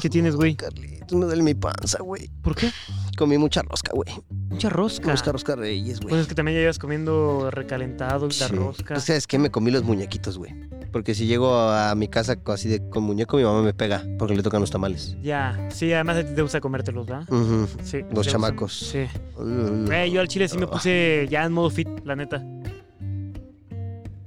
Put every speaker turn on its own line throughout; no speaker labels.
¿Qué tienes, güey?
Carlitos, me duele mi panza, güey.
¿Por qué?
Comí mucha rosca, güey.
Mucha rosca.
Rosca, rosca reyes, güey.
Pues es que también ya ibas comiendo recalentado y la
Sí.
rosca.
Pues, ¿sabes qué? Me comí los muñequitos, güey. Porque si llego a mi casa así de con muñeco, mi mamá me pega porque le tocan los tamales.
Ya. Sí, además a ti te gusta comértelos, ¿verdad?
Ujú.
Sí. te
Los
gusta-
chamacos. Mm.
Sí. Güey, yo al chile sí me puse ya en modo fit, la neta.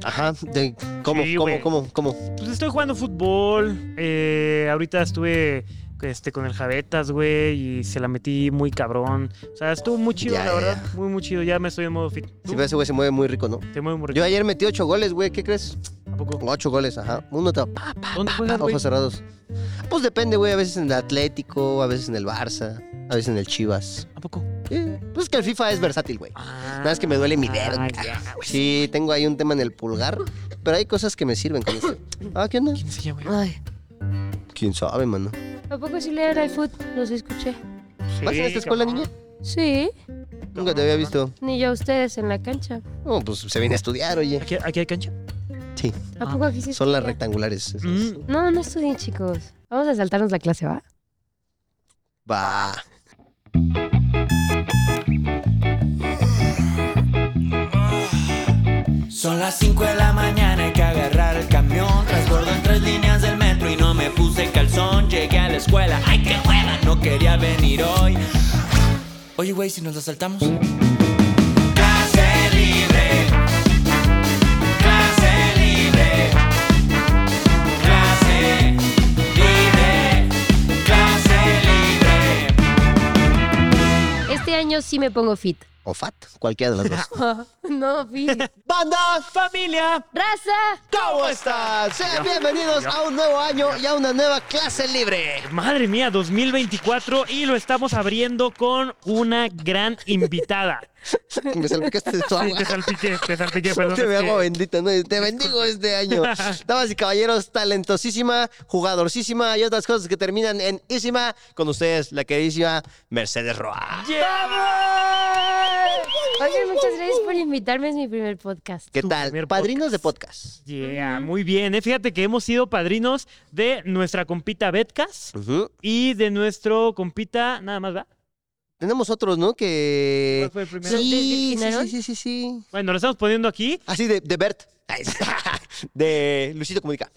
Ajá. de- ¿Cómo,
Sí,
cómo,
güey.
cómo, cómo?
Pues estoy jugando fútbol. eh, ahorita estuve este, con el Javetas, güey, y se la metí muy cabrón. O sea, estuvo muy chido,
Ya,
la
ya,
verdad. Muy, muy chido. Ya me estoy en modo fit.
Si
¿Tú?
ves, ese güey se mueve muy rico, ¿no?
Te muevo muy
Yo
rico.
ayer metí ocho goles, güey. ¿Qué crees?
¿A poco?
Ocho goles, ajá. Uno tras
¿Dónde juegas, Pues, güey?
ojos cerrados. Pues depende, güey. A veces en el Atlético, a veces en el Barça, a veces en el Chivas.
¿A poco?
Eh, Pues es que el FIFA es versátil, güey.
Ah,
Nada más que me duele mi dedo.
ya, güey.
Sí, tengo ahí un tema en el pulgar, pero hay cosas que me sirven con eso. Ah, ¿qué onda?
¿Quién se llama?
Ay. ¿Quién sabe, mano?
¿A poco sí le era el foot? Los escuché.
¿Vas a esta escuela,
cabrón.
niña?
Sí,
Nunca te había visto.
ni yo a ustedes en la cancha.
No, pues se viene a estudiar, oye.
¿Aquí, aquí hay cancha?
Sí,
¿A
Ah,
poco aquí sí
son las
estudia?
rectangulares. esas.
Mm.
No, no estudien, chicos. Vamos a saltarnos la clase, ¿va?
Va.
Son las 5 de la mañana, hay que agarrar el camión. Transbordo en tres líneas del metro y no me puse calzón. Llegué a la escuela, ay qué hueva, no quería venir hoy. Oye, güey, si nos la saltamos. Clase libre. Clase libre. Clase libre. Clase libre.
Este año sí me pongo fit.
O fat, cualquiera de las dos.
no, fit.
¡Banda!
¡Familia!
¡Raza!
¿Cómo están? Sean bienvenidos a un nuevo año y a una nueva clase libre.
Madre mía, 2024 y lo estamos abriendo con una gran invitada.
Me salpicaste de tu
Sí,
agua.
te salpiqué, te salpiqué, perdón.
Te
es que-
hago bendita, ¿no? Te bendigo este año. Damas y caballeros, talentosísima, jugadorcísima y otras cosas que terminan en ísima. Con ustedes, la queridísima Mercedes Roa.
Oigan, muchas gracias por invitarme. Es mi primer podcast.
¿Qué
Tu
tal?
primer
Padrinos de podcast.
Yeah, muy bien. eh. Fíjate que hemos sido padrinos de nuestra compita Betcas
Ujú.
y de nuestro compita, nada más, ¿va?
Tenemos otros, ¿no? Que...
¿Cuál fue el primero?
Sí, sí,
desvirginaron?
sí, sí, sí, sí.
Bueno, lo estamos poniendo aquí.
Así de, de Bert. Ay, sí. De Luisito Comunica.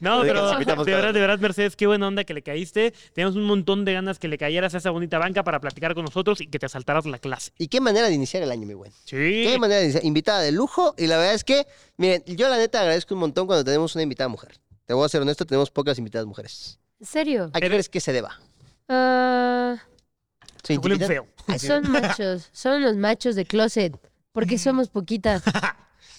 No,
Oye, que nos
pero
invitamos
de
cada
verdad,
vez.
de verdad, Mercedes, qué buena onda que le caíste. Tenemos un montón de ganas que le cayeras a esa bonita banca para platicar con nosotros y que te asaltaras la clase.
¿Y qué manera de iniciar el año, mi buen?
Sí.
Qué manera de iniciar. Invitada de lujo. Y la verdad es que, miren, yo la neta agradezco un montón cuando tenemos una invitada mujer. Te voy a ser honesto, tenemos pocas invitadas mujeres.
¿En serio?
¿A qué crees que se deba?
Ah,
¿Se
Se huelen
intimidan?
feo.
son machos. Son los machos de closet. Porque somos poquitas.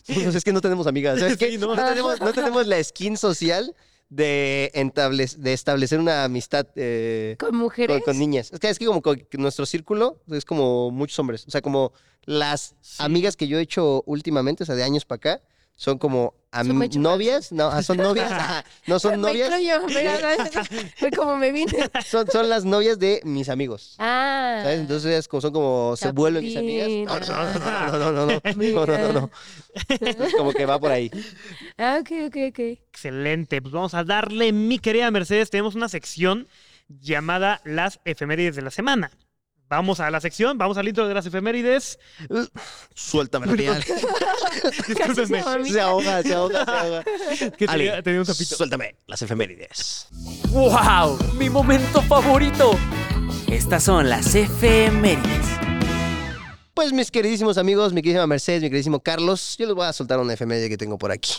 Pues es que no tenemos amigas. ¿sabes qué?
Sí,
no.
no.
tenemos, no tenemos la skin social de, entables- de establecer una amistad eh,
Con
con,
mujeres.
con niñas. Es que, es que como con- que nuestro círculo es como muchos hombres. O sea, como las amigas que yo he hecho últimamente, o sea, de años para acá, son como am-
Son muy chulas.
novias. No, ah, son novias. ajá, no son
Me
novias.
incluyo, pero fue como me vine.
Son, son las novias de mis amigos.
Ah.
¿Sabes? Entonces ellas como son como se vuelven mis amigas. No, no, no, no, no, no, no, no, no, no, no. Entonces, como que va por ahí.
Ah, ok, ok, ok.
Excelente. Pues vamos a darle, mi querida Mercedes. Tenemos una sección llamada Las efemérides de la semana. Vamos a la sección, vamos al intro de las efemérides.
Suéltame la piel.
Casi se
Discúlpenme.
vomita.
Se ahoga, se ahoga, se ahoga.
Que
Ale,
tenía, tenía un zapito.
Suéltame las efemérides.
¡Wow! ¡Mi momento favorito! Estas son las efemérides.
Pues mis queridísimos amigos, mi queridísima Mercedes, mi queridísimo Carlos, yo les voy a soltar una efeméride que tengo por aquí.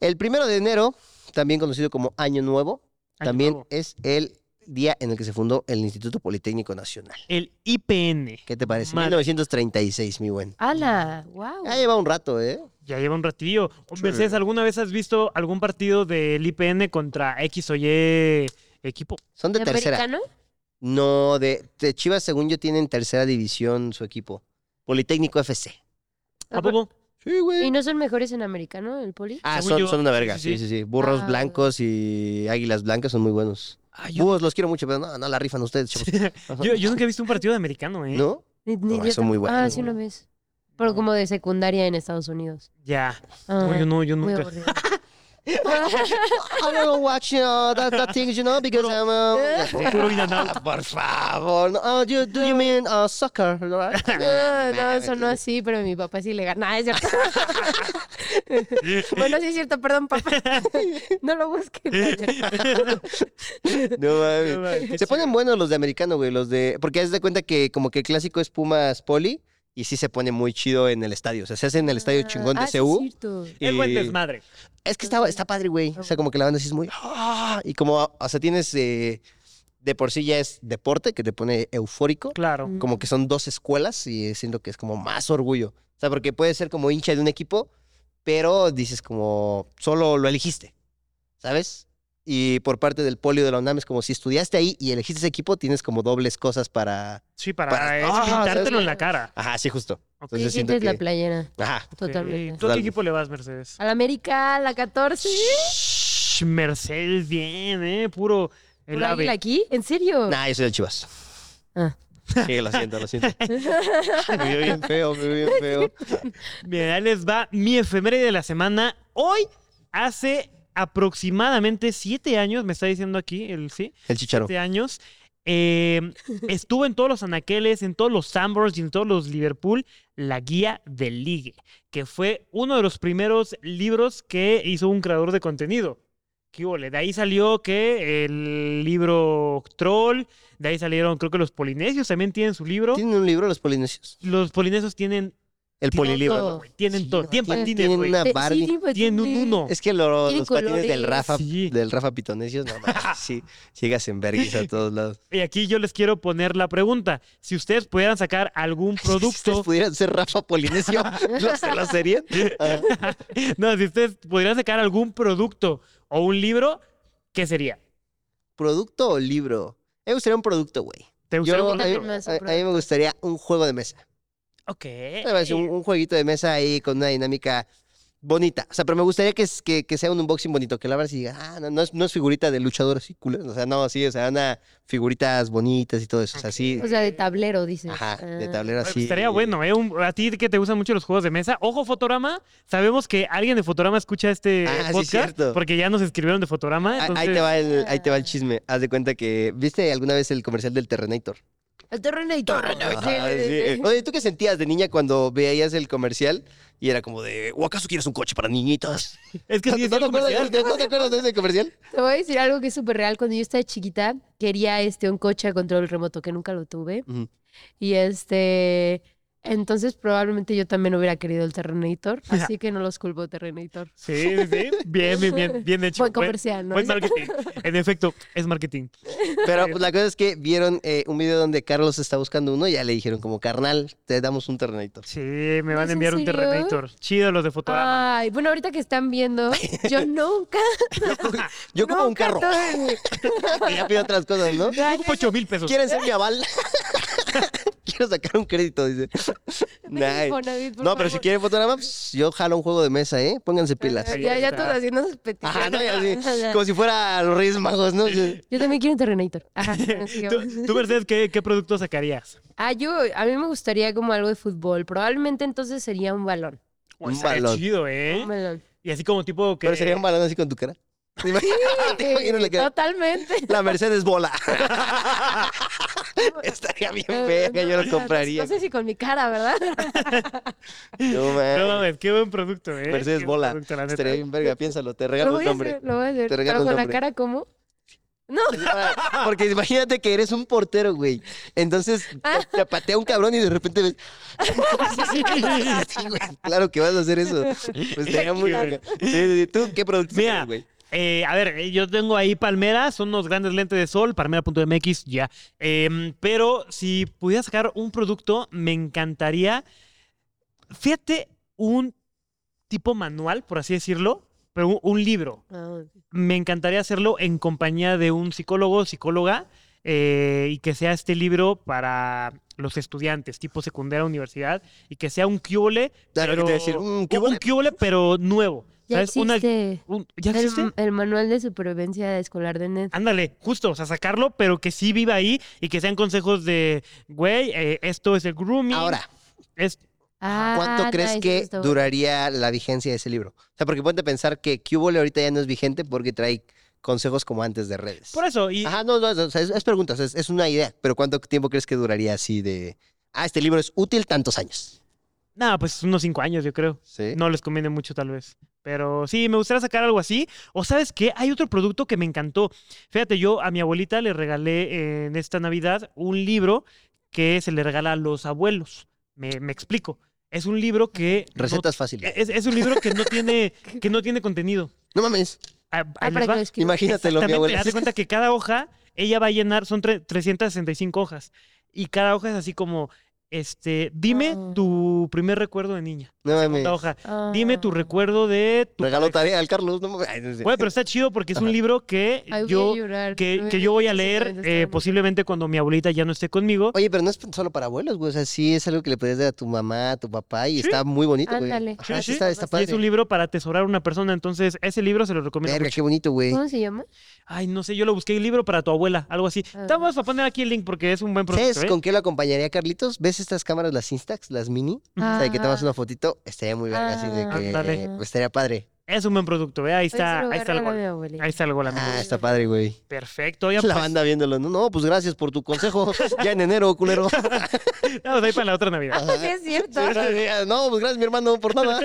El primero de enero, también conocido como Año Nuevo,
Año
también
nuevo.
es el día en el que se fundó el Instituto Politécnico Nacional.
El IPN.
¿Qué te parece?
Mal.
1936, mi buen.
¡Hala! ¡Wow!
Ya lleva un rato, ¿eh?
Ya lleva un ratillo. O,
Sí.
Mercedes, ¿alguna vez has visto algún partido del IPN contra X o Y equipo?
Son de,
¿De
tercera.
americano?
No, de, de Chivas, según yo, tienen tercera división su equipo. Politécnico FC.
¿A poco?
Sí,
¿Y
güey.
no son mejores en americano, el poli?
Ah,
Según
son,
yo-
son una verga. Sí,
sí,
sí,
sí.
sí. Burros
Ah.
blancos y águilas blancas son muy buenos. Búhos los quiero mucho, pero no, no la rifan ustedes, chavos. Ajá.
Ah, Yo, yo nunca he visto un partido de americano, ¿eh?
¿No?
Ni- ni
No,
yo
son muy
tampoco. Ah,
buenos,
sí,
güey.
una vez. Pero como de secundaria en Estados Unidos.
Ya.
Ah,
No, yo no, yo
muy
nunca.
aburrido.
I don't know watch you know, that, that things, you know, because I'm. Uh,
Puro in and out.
por favor. No, uh, you, do you mean uh, soccer, right?
No, no, eso no así, pero mi papá sí le gana. Ah, es cierto. bueno, sí es cierto, perdón, papá. No lo busquen.
No mames.
No mames, qué
Se ponen buenos los de americano, güey. Los de. Porque haz de cuenta que como que el clásico es Pumas Poli. Y sí se pone muy chido en el estadio. O sea, se hace en el estadio chingón de
Ah, sí
CU.
Es cierto.
Es buen
y-
desmadre.
Es que está, está padre, güey. O sea, como que la banda sí es muy. ¡ah! Y como, o sea, tienes. eh, de por sí ya es deporte que te pone eufórico.
Claro.
Mm.
Como que son dos escuelas y siento que es como más orgullo. O sea, porque puedes ser como hincha de un equipo, pero dices como solo lo elegiste, ¿sabes? Y por parte del polio de la UNAM es como si estudiaste ahí y elegiste ese equipo, tienes como dobles cosas para.
Sí, para,
Para-
eh,
Ah,
pintártelo
¿sabes?
en la cara.
Ajá, sí, justo. Entonces
Sí,
siento
sientes la
que-
playera.
Ajá.
Sí. Eh,
Totalmente.
¿Tú a qué
Total-
equipo le vas, Mercedes?
Al América, a la 14.
Shh, Mercedes, bien, ¿eh? Puro el
¿Por águila
ave.
aquí? ¿En serio?
Nah, yo soy del Chivas.
Ah.
Sí, lo siento, lo siento. me vio bien feo, me vio bien feo.
Mira, ahí les va mi efeméride de la semana. Hoy, hace aproximadamente siete años, me está diciendo aquí el sí,
El chicharo.
siete años, eh, estuvo en todos los anaqueles, en todos los Sambors y en todos los Liverpool, la guía del ligue, que fue uno de los primeros libros que hizo un creador de contenido. ¿Qué hubo le? De ahí salió que el libro Troll, de ahí salieron, creo que los polinesios también tienen su libro.
¿Tienen un libro los polinesios?
Los polinesios tienen
El
Tienen
polilibro.
todo.
¿no?
güey, Tienen
Sí,
todo.
no,
Tienen
tienen-
patines,
tienen
güey.
una
Te- Eh, sí, pues,
Barbie.
tipo,
Tienen un
tiene-
uno.
Es que lo-
Tienen
los patines del
colores.
Rafa,
Sí.
del Rafa Pitonesios, no mames, sí, sigas en vergüenza a todos lados.
Y aquí yo les quiero poner la pregunta. Si ustedes pudieran sacar algún
Si ustedes
producto...
pudieran ser Rafa Polinesio, ¿lo, se- lo serían? Ah,
no, si ustedes pudieran sacar algún producto o un libro, ¿qué sería?
¿Producto o libro? A mí me gustaría un producto, güey.
¿Te gustaría
Yo- eh,
un
a, mí,
producto?
También más
a-
un
a mí me
producto.
gustaría un juego de mesa.
Ok.
Me parece Un, un jueguito de mesa ahí con una dinámica bonita. O sea, pero me gustaría que, es- que, que sea un unboxing bonito, que la verdad y diga, ah, no, no es, no es figurita de luchador así, culo. O sea, no, sí, o sea, una figuritas bonitas y todo eso. O sea, sí.
O sea, de tablero, dices.
Ajá, de
Ah.
tablero
Ay, pues
así.
Estaría bueno, ¿eh? Un- a ti que te gustan mucho los juegos de mesa. Ojo, Fotorama. Sabemos que alguien de Fotorama escucha este
Ah, sí,
podcast.
cierto.
porque ya nos escribieron de Fotorama.
Ah,
entonces-
Ahí te, va el, ahí te va el chisme. Haz de cuenta que. ¿Viste alguna vez el comercial del Terrenator?
El Terrenator.
Ajá, sí. Oye, ¿tú qué sentías de niña cuando veías el comercial? Y era como de. ¿O acaso quieres un coche para niñitas?
Es que
¿No,
sí, es
no
el
te acuerdas
comercial.
de, este, ¿No te acuerdas de ese comercial?
Te voy a decir algo que es súper real. Cuando yo estaba chiquita, quería este, un coche a control remoto, que nunca lo tuve.
Ujú.
Y este. Entonces, probablemente yo también hubiera querido el Terrenator. Así que no los culpo, Terrenator.
Sí, sí, sí. Bien, bien, bien, bien hecho.
Buen comercial, ¿no?
buen marketing. En efecto, es marketing.
Pero pues, la cosa es que vieron eh, un video donde Carlos está buscando uno y ya le dijeron, como, carnal, te damos un Terrenator.
Sí, me van
¿Es
a
en
enviar un
serio?
Terrenator. Chido los de Fotorama.
Ay, bueno, ahorita que están viendo, yo nunca.
Yo como un
nunca
carro.
tuve-
Y ya pido otras cosas, ¿no?
Yo ocupo 8 mil pesos.
¿Quieren ser mi aval? Quiero sacar un crédito, dice. Nice.
Infonavit, por
No, pero si
favor.
quieren fotorama, pues, yo jalo un juego de mesa, ¿eh? Pónganse pilas.
Ahí
Ya, ya
está.
todos haciendo sus peticiones.
Ajá, no, y así, como si fuera los Reyes Magos, ¿no? Sí.
Yo también quiero un Terrenator. Ajá, bueno, sigamos.
¿Tú, tú, Mercedes, ¿qué, qué producto sacarías?
Ah, yo, a mí me gustaría como algo de fútbol. Probablemente entonces sería un balón.
Un
Estaría
balón.
chido, ¿eh?
Un balón.
Y así como tipo que...
Pero sería un balón así con tu cara. ¿Te imaginas?
Ah,
¿Te imaginas la cara?
Totalmente.
La Mercedes bola. Estaría bien verga, yo lo compraría.
No sé si con mi cara, ¿verdad?
No
No
mames.
mames, qué buen producto, ¿eh?
Mercedes
Qué buen
bola.
producto, la neta.
Estaría bien verga, piénsalo, te
Lo
regalo
voy
un
a
nombre.
hacer, lo voy a hacer.
Te regalo
Pero
un
con la
nombre.
cara, ¿cómo? No,
Porque imagínate que eres un portero, güey. Entonces te, te patea un cabrón y de repente ves. Sí, güey, Claro que vas a hacer eso. Pues estaría muy verga. Sí, sí, sí. ¿Tú qué producto
Mira,
tienes, güey?
Eh, a ver, eh, yo tengo ahí palmeras, son unos grandes lentes de sol, palmera.mx, ya. Em, pero si pudiera sacar un producto, me encantaría. Fíjate, un tipo manual, por así decirlo, pero un- un libro.
No,
me encantaría hacerlo en compañía de un psicólogo o psicóloga eh, y que sea este libro para los estudiantes, tipo secundaria, universidad, y que sea un cubole,
Claro, que
pero,
te iba a decir, "Mm, un
un
cubole.
quiúbole, pero nuevo.
ya
¿sabes? Una-
existe.
un- ¿Ya
el,
existe? Ah,
el manual de supervivencia escolar de NET.
Ándale, justo, o sea, sacarlo, pero que sí viva ahí y que sean consejos de, güey, eh, esto es el grooming.
Ahora,
Es,
¿Cuánto
Ah,
crees
nice, eso
que
está bueno.
duraría la vigencia de ese libro? O sea, porque ponte a pensar que Cubole ahorita ya no es vigente porque trae consejos como antes de redes.
Por eso, y
Ajá, no, no, no, o sea, es, es pregunta, o sea, es, es una idea, pero ¿cuánto tiempo crees que duraría así de, ah, este libro es útil tantos años?
nada, pues unos cinco años, yo creo.
Sí.
No les conviene mucho, tal vez. Pero sí, me gustaría sacar algo así. O sabes qué, hay otro producto que me encantó. Fíjate, yo a mi abuelita le regalé en esta Navidad un libro que se le regala a los abuelos. Me, me explico. Es un libro que... no- eh,
Recetas fáciles.
es, es un libro que no tiene, que no tiene contenido.
No mames,
Ah,
Ah,
ahí
para
les
que
va.
lo escribas.
imagínatelo, mi
Exactamente,
abuela.
haz de cuenta que cada hoja, ella va a llenar, son tre- 365 hojas. Y cada hoja es así como, este, dime
Ah.
tu primer recuerdo de niña.
No mames.
Cada hoja.
Ah.
Dime tu recuerdo de tu.
Regaló tarea al Carlos, no mames. Ay, no sé.
Güey, pero está chido porque es un
Ajá.
libro que
Ay, voy a
yo,
llorar,
que,
no
que
me
yo voy a
digas eso,
leer
está
eh,
bien.
posiblemente cuando mi abuelita ya no esté conmigo.
Oye, pero no es solo para abuelos, güey. O sea, sí es algo que le puedes dar a tu mamá, a tu papá y
Sí.
está muy bonito, güey.
Ándale.
Ajá, sí
Sí, sí.
está, está
Y
padre.
es un libro para atesorar a una persona. Entonces, ese libro se lo recomiendo.
Verga,
mucho.
qué bonito, güey.
¿Cómo se llama?
Ay, no sé, yo lo busqué el libro para tu abuela, algo así.
Ah.
Te Vamos a poner aquí el link porque es un buen producto.
¿Sabes
¿eh?
con qué lo acompañaría Carlitos? ¿Ves estas cámaras, las Instax, las mini? O sea, de que tomas una fotito, estaría muy verga, así de que
Ándale.
eh, pues, estaría padre.
Es un buen producto, ¿eh? Ahí está, ahí está el gol. Ahí está el gol, amigos.
Ah, está padre, güey.
Perfecto. Oigan,
La
pues,
banda viéndolo. No, no, pues gracias por tu consejo. Ya en enero, culero.
vamos ahí para la otra
Ah.
Navidad.
Sí, es cierto.
No, pues gracias, mi hermano, por nada.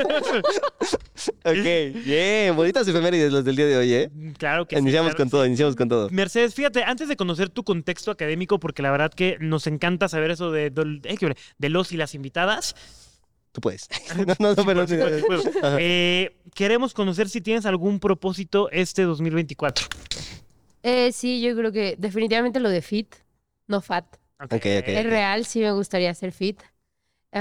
Ok, bien. Bonitas efemérides las del día de hoy, ¿eh?
Mm, claro que sí,
Iniciamos
claro
con todo, iniciamos con todo.
Mercedes, fíjate, antes de conocer tu contexto académico, porque la verdad que nos encanta saber eso de, dol- eh, qué hora, de los y las invitadas,
Tú puedes. No, no, no, pero...
Pues,
Ajá.
eh, queremos conocer si tienes algún propósito este 2024.
Eh, sí, yo creo que definitivamente lo de fit, no fat.
Ok,
Ok,
ok.
Es real, sí me gustaría ser fit.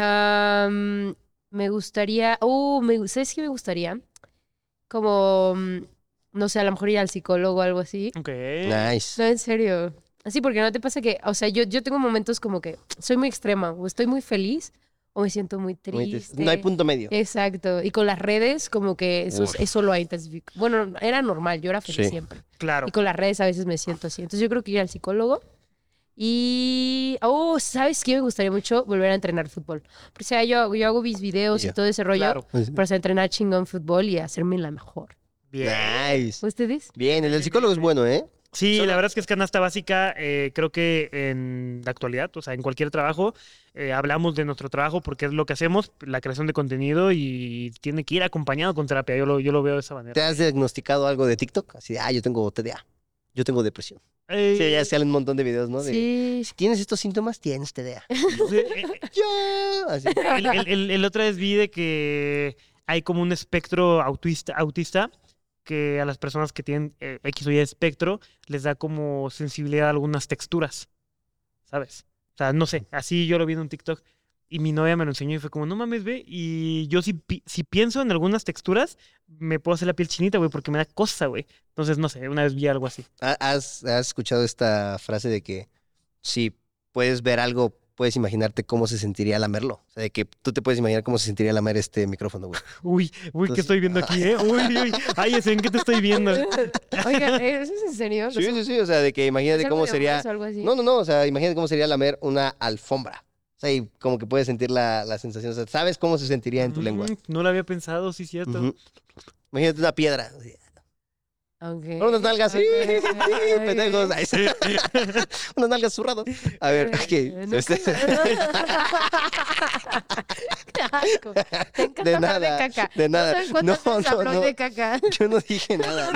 Am, me gustaría, uh, me, ¿sabes qué me gustaría? Como, mm, no sé, a lo mejor ir al psicólogo o algo así.
ok. pues,
Nice.
No, en serio. Así, porque no te pasa que, o sea, yo, yo tengo momentos como que soy muy extrema, o estoy muy feliz, o me siento
Muy
muy triste.
triste. No hay punto medio.
Exacto. Y con las redes, como que eso,
Uf.
eso lo ha intensificado. Bueno, era normal, yo era feliz
Sí.
siempre.
Claro.
Y con las redes a veces me siento así. Entonces yo creo que ir al psicólogo. Y, oh, ¿sabes qué? Me gustaría mucho volver a entrenar fútbol. Porque, o sea, yo, yo hago mis videos
Ya.
y todo ese rollo.
Claro.
Pero, o sea, entrenar chingón fútbol y hacerme la mejor.
Bien.
Nice.
¿Ustedes?
Bien,
pues,
el del psicólogo es bueno, ¿eh?
Sí,
Solo-
la verdad es que es canasta básica, eh, creo que en la actualidad, o sea, en cualquier trabajo, eh, hablamos de nuestro trabajo porque es lo que hacemos, la creación de contenido y tiene que ir acompañado con terapia, yo lo, yo lo veo de esa manera.
¿Te
pues,
has diagnosticado algo de TikTok? Así, de, ah, yo tengo TDA. Yo tengo depresión.
Eh,
Sí, ya salen un montón de videos, ¿no? De,
Sí.
Si tienes estos síntomas, tienes TDA.
sí, eh,
Yo. Así.
El, el- el- el otro vez vi de que hay como un espectro autista, autista que a las personas que tienen eh, X o Y espectro les da como sensibilidad a algunas texturas, ¿sabes? O sea, no sé, así yo lo vi en un TikTok y mi novia me lo enseñó y fue como, no mames, ve, y yo si, pi- si pienso en algunas texturas, me puedo hacer la piel chinita, güey, porque me da cosa, güey. Entonces, no sé, una vez vi algo así.
¿Ha- ¿Has, has escuchado esta frase de que si puedes ver algo, puedes imaginarte cómo se sentiría lamerlo? O sea, de que tú te puedes imaginar cómo se sentiría lamer este micrófono, güey.
Uy, uy, ¿qué
Entonces-
estoy viendo aquí, eh? Uy, uy, ay, ese, ¿en qué te estoy viendo?
Oigan, ¿eh, ¿eso es en serio?
Sí, sí, sí. O sea, de que imagínate
¿Hacer
cómo
videojuegos
sería.
o algo así?
No, no, no. O sea, imagínate cómo sería lamer una alfombra. O sea, y como que puedes sentir la, la sensación. O sea, sabes cómo se sentiría en tu lengua.
Mm, No lo había pensado, sí, cierto.
Ujú. Imagínate una piedra. así.
Ok.
Unas nalgas. sí,
Ok,
sí,
ok.
Pendejos. Ay, sí. Unas nalgas zurrado. A ver, este,
Eh,
¿qué?
nunca- Qué asco. Te encanta
De
hablar
nada,
de caca.
de nada.
No, no,
No, no, no.
de caca.
Yo no dije nada.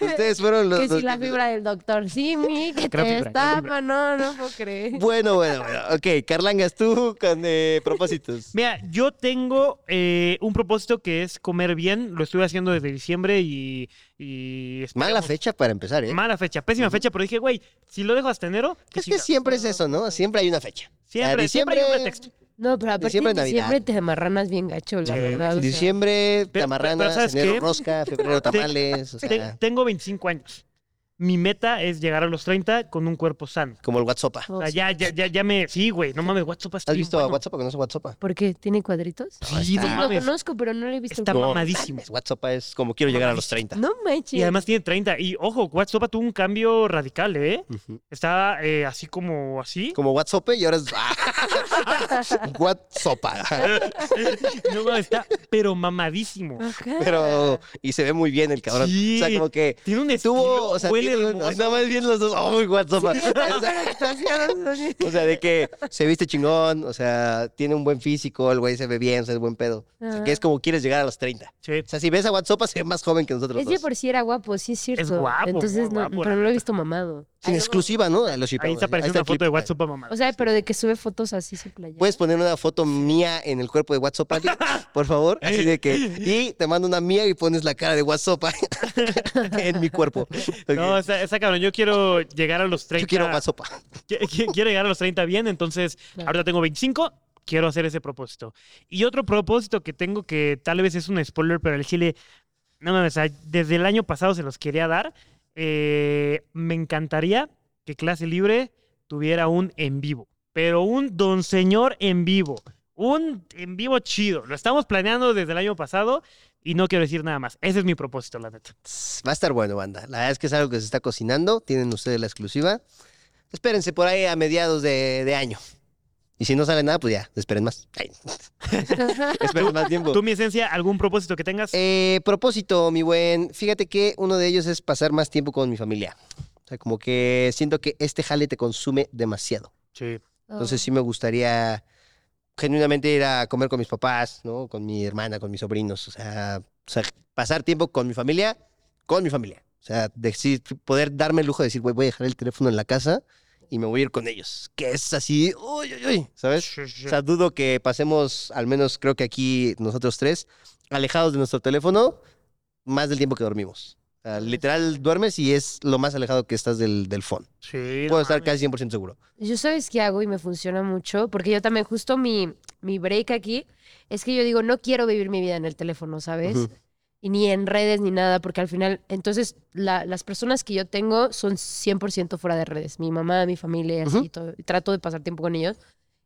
Ustedes fueron los
Que
los
si la fibra del doctor Simi, que
Gran fibra,
te
gran fibra.
estapa, no, no puedo creer.
Bueno, bueno, bueno. Ok, Carlangas, tú con eh, propósitos.
Mira, yo tengo eh, un propósito que es comer bien. Lo estuve haciendo desde diciembre y. y
Mala
esperemos-
fecha para empezar, ¿eh?
Mala fecha, pésima fecha, pero dije, güey, si lo dejo hasta enero, qué
Es que
chingados.
siempre es eso, ¿no? Siempre hay una fecha.
siempre,
a
siempre hay un
diciembre-
pretexto.
No, pero aparte
Diciembre,
en
Navidad.
diciembre te amarranas bien gacho, la
Sí.
verdad. o sea.
Diciembre,
pero-
tamarranas,
¿sabes
enero
qué?
rosca, febrero
Te-
tamales, o
Te-
sea,
tengo 25 años. mi meta es llegar a los 30 con un cuerpo sano.
Como el WhatsApp.
O sea, ya, ya, ya, ya me. Sí, güey. No mames, WhatsApp está
¿Has
bien
visto a
bueno.
WhatsApp o conoces WhatsApp?
¿Por qué? ¿Tiene cuadritos?
Sí, no
Ah,
Lo
mames.
conozco, pero no lo he visto.
Está
No.
mamadísimo.
WhatsApp es como quiero llegar a los 30.
No manches.
Y además tiene 30. Y ojo, WhatsApp tuvo un cambio radical, ¿eh?
Ujú.
Está eh, así como así.
Como WhatsApp y ahora es ah, WhatsApp.
No, mames, está, pero mamadísimo.
Ajá.
Pero y se ve muy bien el cabrón.
Sí.
O sea, como que
Tiene un estilo,
tuvo, o sea, tiene-
huele hermoso.
nada más bien los dos, oh, WhatsApp. O sea, de que se viste chingón, o sea, tiene un buen físico, el güey se ve bien, o sea, es buen pedo. O
Ah.
sea, que es como quieres llegar a los 30.
Sí.
O sea, si ves a WhatsApp, se ve más joven que nosotros.
Es que
dos.
por sí era guapo, sí es cierto.
guapo,
Entonces,
muy
no,
guapo,
pero
la
no lo he visto mamado.
Sin exclusiva, ¿no? A los
Ahí
shipperos.
está apareciendo
el
una foto
clip.
de WhatsApp para mamá.
O sea, pero de que sube fotos así sin playa.
Pues,
¿Puedes poner una foto mía en el cuerpo de WhatsApp, Ali? Por favor. Así de que. Y te mando una mía y pones la cara de WhatsApp en mi cuerpo.
No, está, está cabrón. Yo quiero llegar a los 30.
Yo quiero WhatsApp.
Qui- qui- Quiero llegar a los 30 bien, entonces
Claro.
ahorita tengo 25. Quiero hacer ese propósito. Y otro propósito que tengo que tal vez es un spoiler, pero el chile, no mames, o sea, desde el año pasado se los quería dar. Eh, me encantaría que Clase Libre tuviera un en vivo, pero un don señor en vivo, un en vivo chido. Lo estamos planeando desde el año pasado y no quiero decir nada más. Ese es mi propósito, la neta.
Va a estar bueno, banda. La verdad es que es algo que se está cocinando. Tienen ustedes la exclusiva. Espérense por ahí a mediados de, de año. Y si no sale nada, pues ya, esperen más. Ay, esperen más tiempo.
¿Tú, mi esencia, algún propósito que tengas?
Pues Eh, propósito, mi buen. Fíjate que uno de ellos es pasar más tiempo con mi familia. O sea, como que siento que este jale te consume demasiado.
Sí.
Oh.
Entonces sí me gustaría genuinamente ir a comer con mis papás, ¿no? Con mi hermana, con mis sobrinos. O sea, o sea, pasar tiempo con mi familia, con mi familia. O sea, decir, poder darme el lujo de decir, güey, voy a dejar el teléfono en la casa y me voy a ir con ellos. Que es así, uy, uy, uy, ¿sabes?
Sí, sí, sí.
pues, O sea, dudo que pasemos, al menos creo que aquí nosotros tres, alejados de nuestro teléfono, más del tiempo que dormimos. O sea, literal, duermes y es lo más alejado que estás del, del phone.
Sí, no
Puedo estar
mames.
casi 100% seguro.
Yo sabes qué hago y me funciona mucho, porque yo también, justo mi, mi break aquí, es que yo digo, no quiero vivir mi vida en el teléfono, ¿sabes?
Ujú.
Y ni en redes ni nada, porque al final, entonces la- las personas que yo tengo son 100% fuera de redes, mi mamá, mi familia, así,
Ujú.
todo, y trato de pasar tiempo con ellos.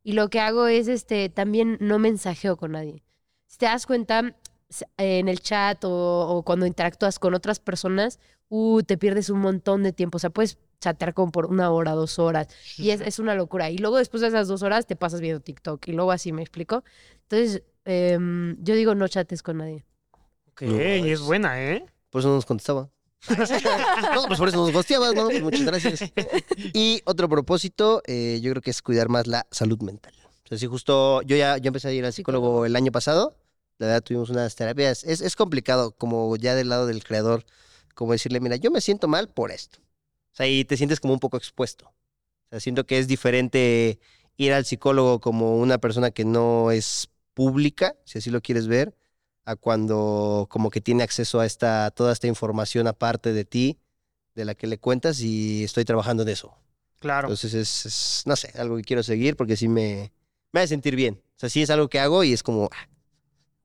Y lo que hago es, este, también no mensajeo con nadie. Si te das cuenta, s- en el chat o, o cuando interactúas con otras personas, uh, te pierdes un montón de tiempo, o sea, puedes chatear como por una hora, dos horas. Y es, es una locura. Y luego después de esas dos horas te pasas viendo TikTok y luego así me explico. Entonces, em, yo digo no chates con nadie.
Ok, y es buena, ¿eh?
Por eso no nos contestaba. no, pues por eso nos gosteaba, ¿no? Pues muchas gracias. Y otro propósito, eh, yo creo que es cuidar más la salud mental. O sea, sí, justo yo ya yo empecé a ir al psicólogo el año pasado. La verdad, tuvimos unas terapias. Es, es complicado, como ya del lado del creador, como decirle, mira, yo me siento mal por esto. O sea, y te sientes como un poco expuesto. O sea, siento que es diferente ir al psicólogo como una persona que no es pública, si así lo quieres ver, a cuando como que tiene acceso a esta, toda esta información aparte de ti, de la que le cuentas, y estoy trabajando en eso.
Claro.
Entonces es, es, no sé, algo que quiero seguir porque sí me, me hace sentir bien. O sea, sí es algo que hago y es como, ah,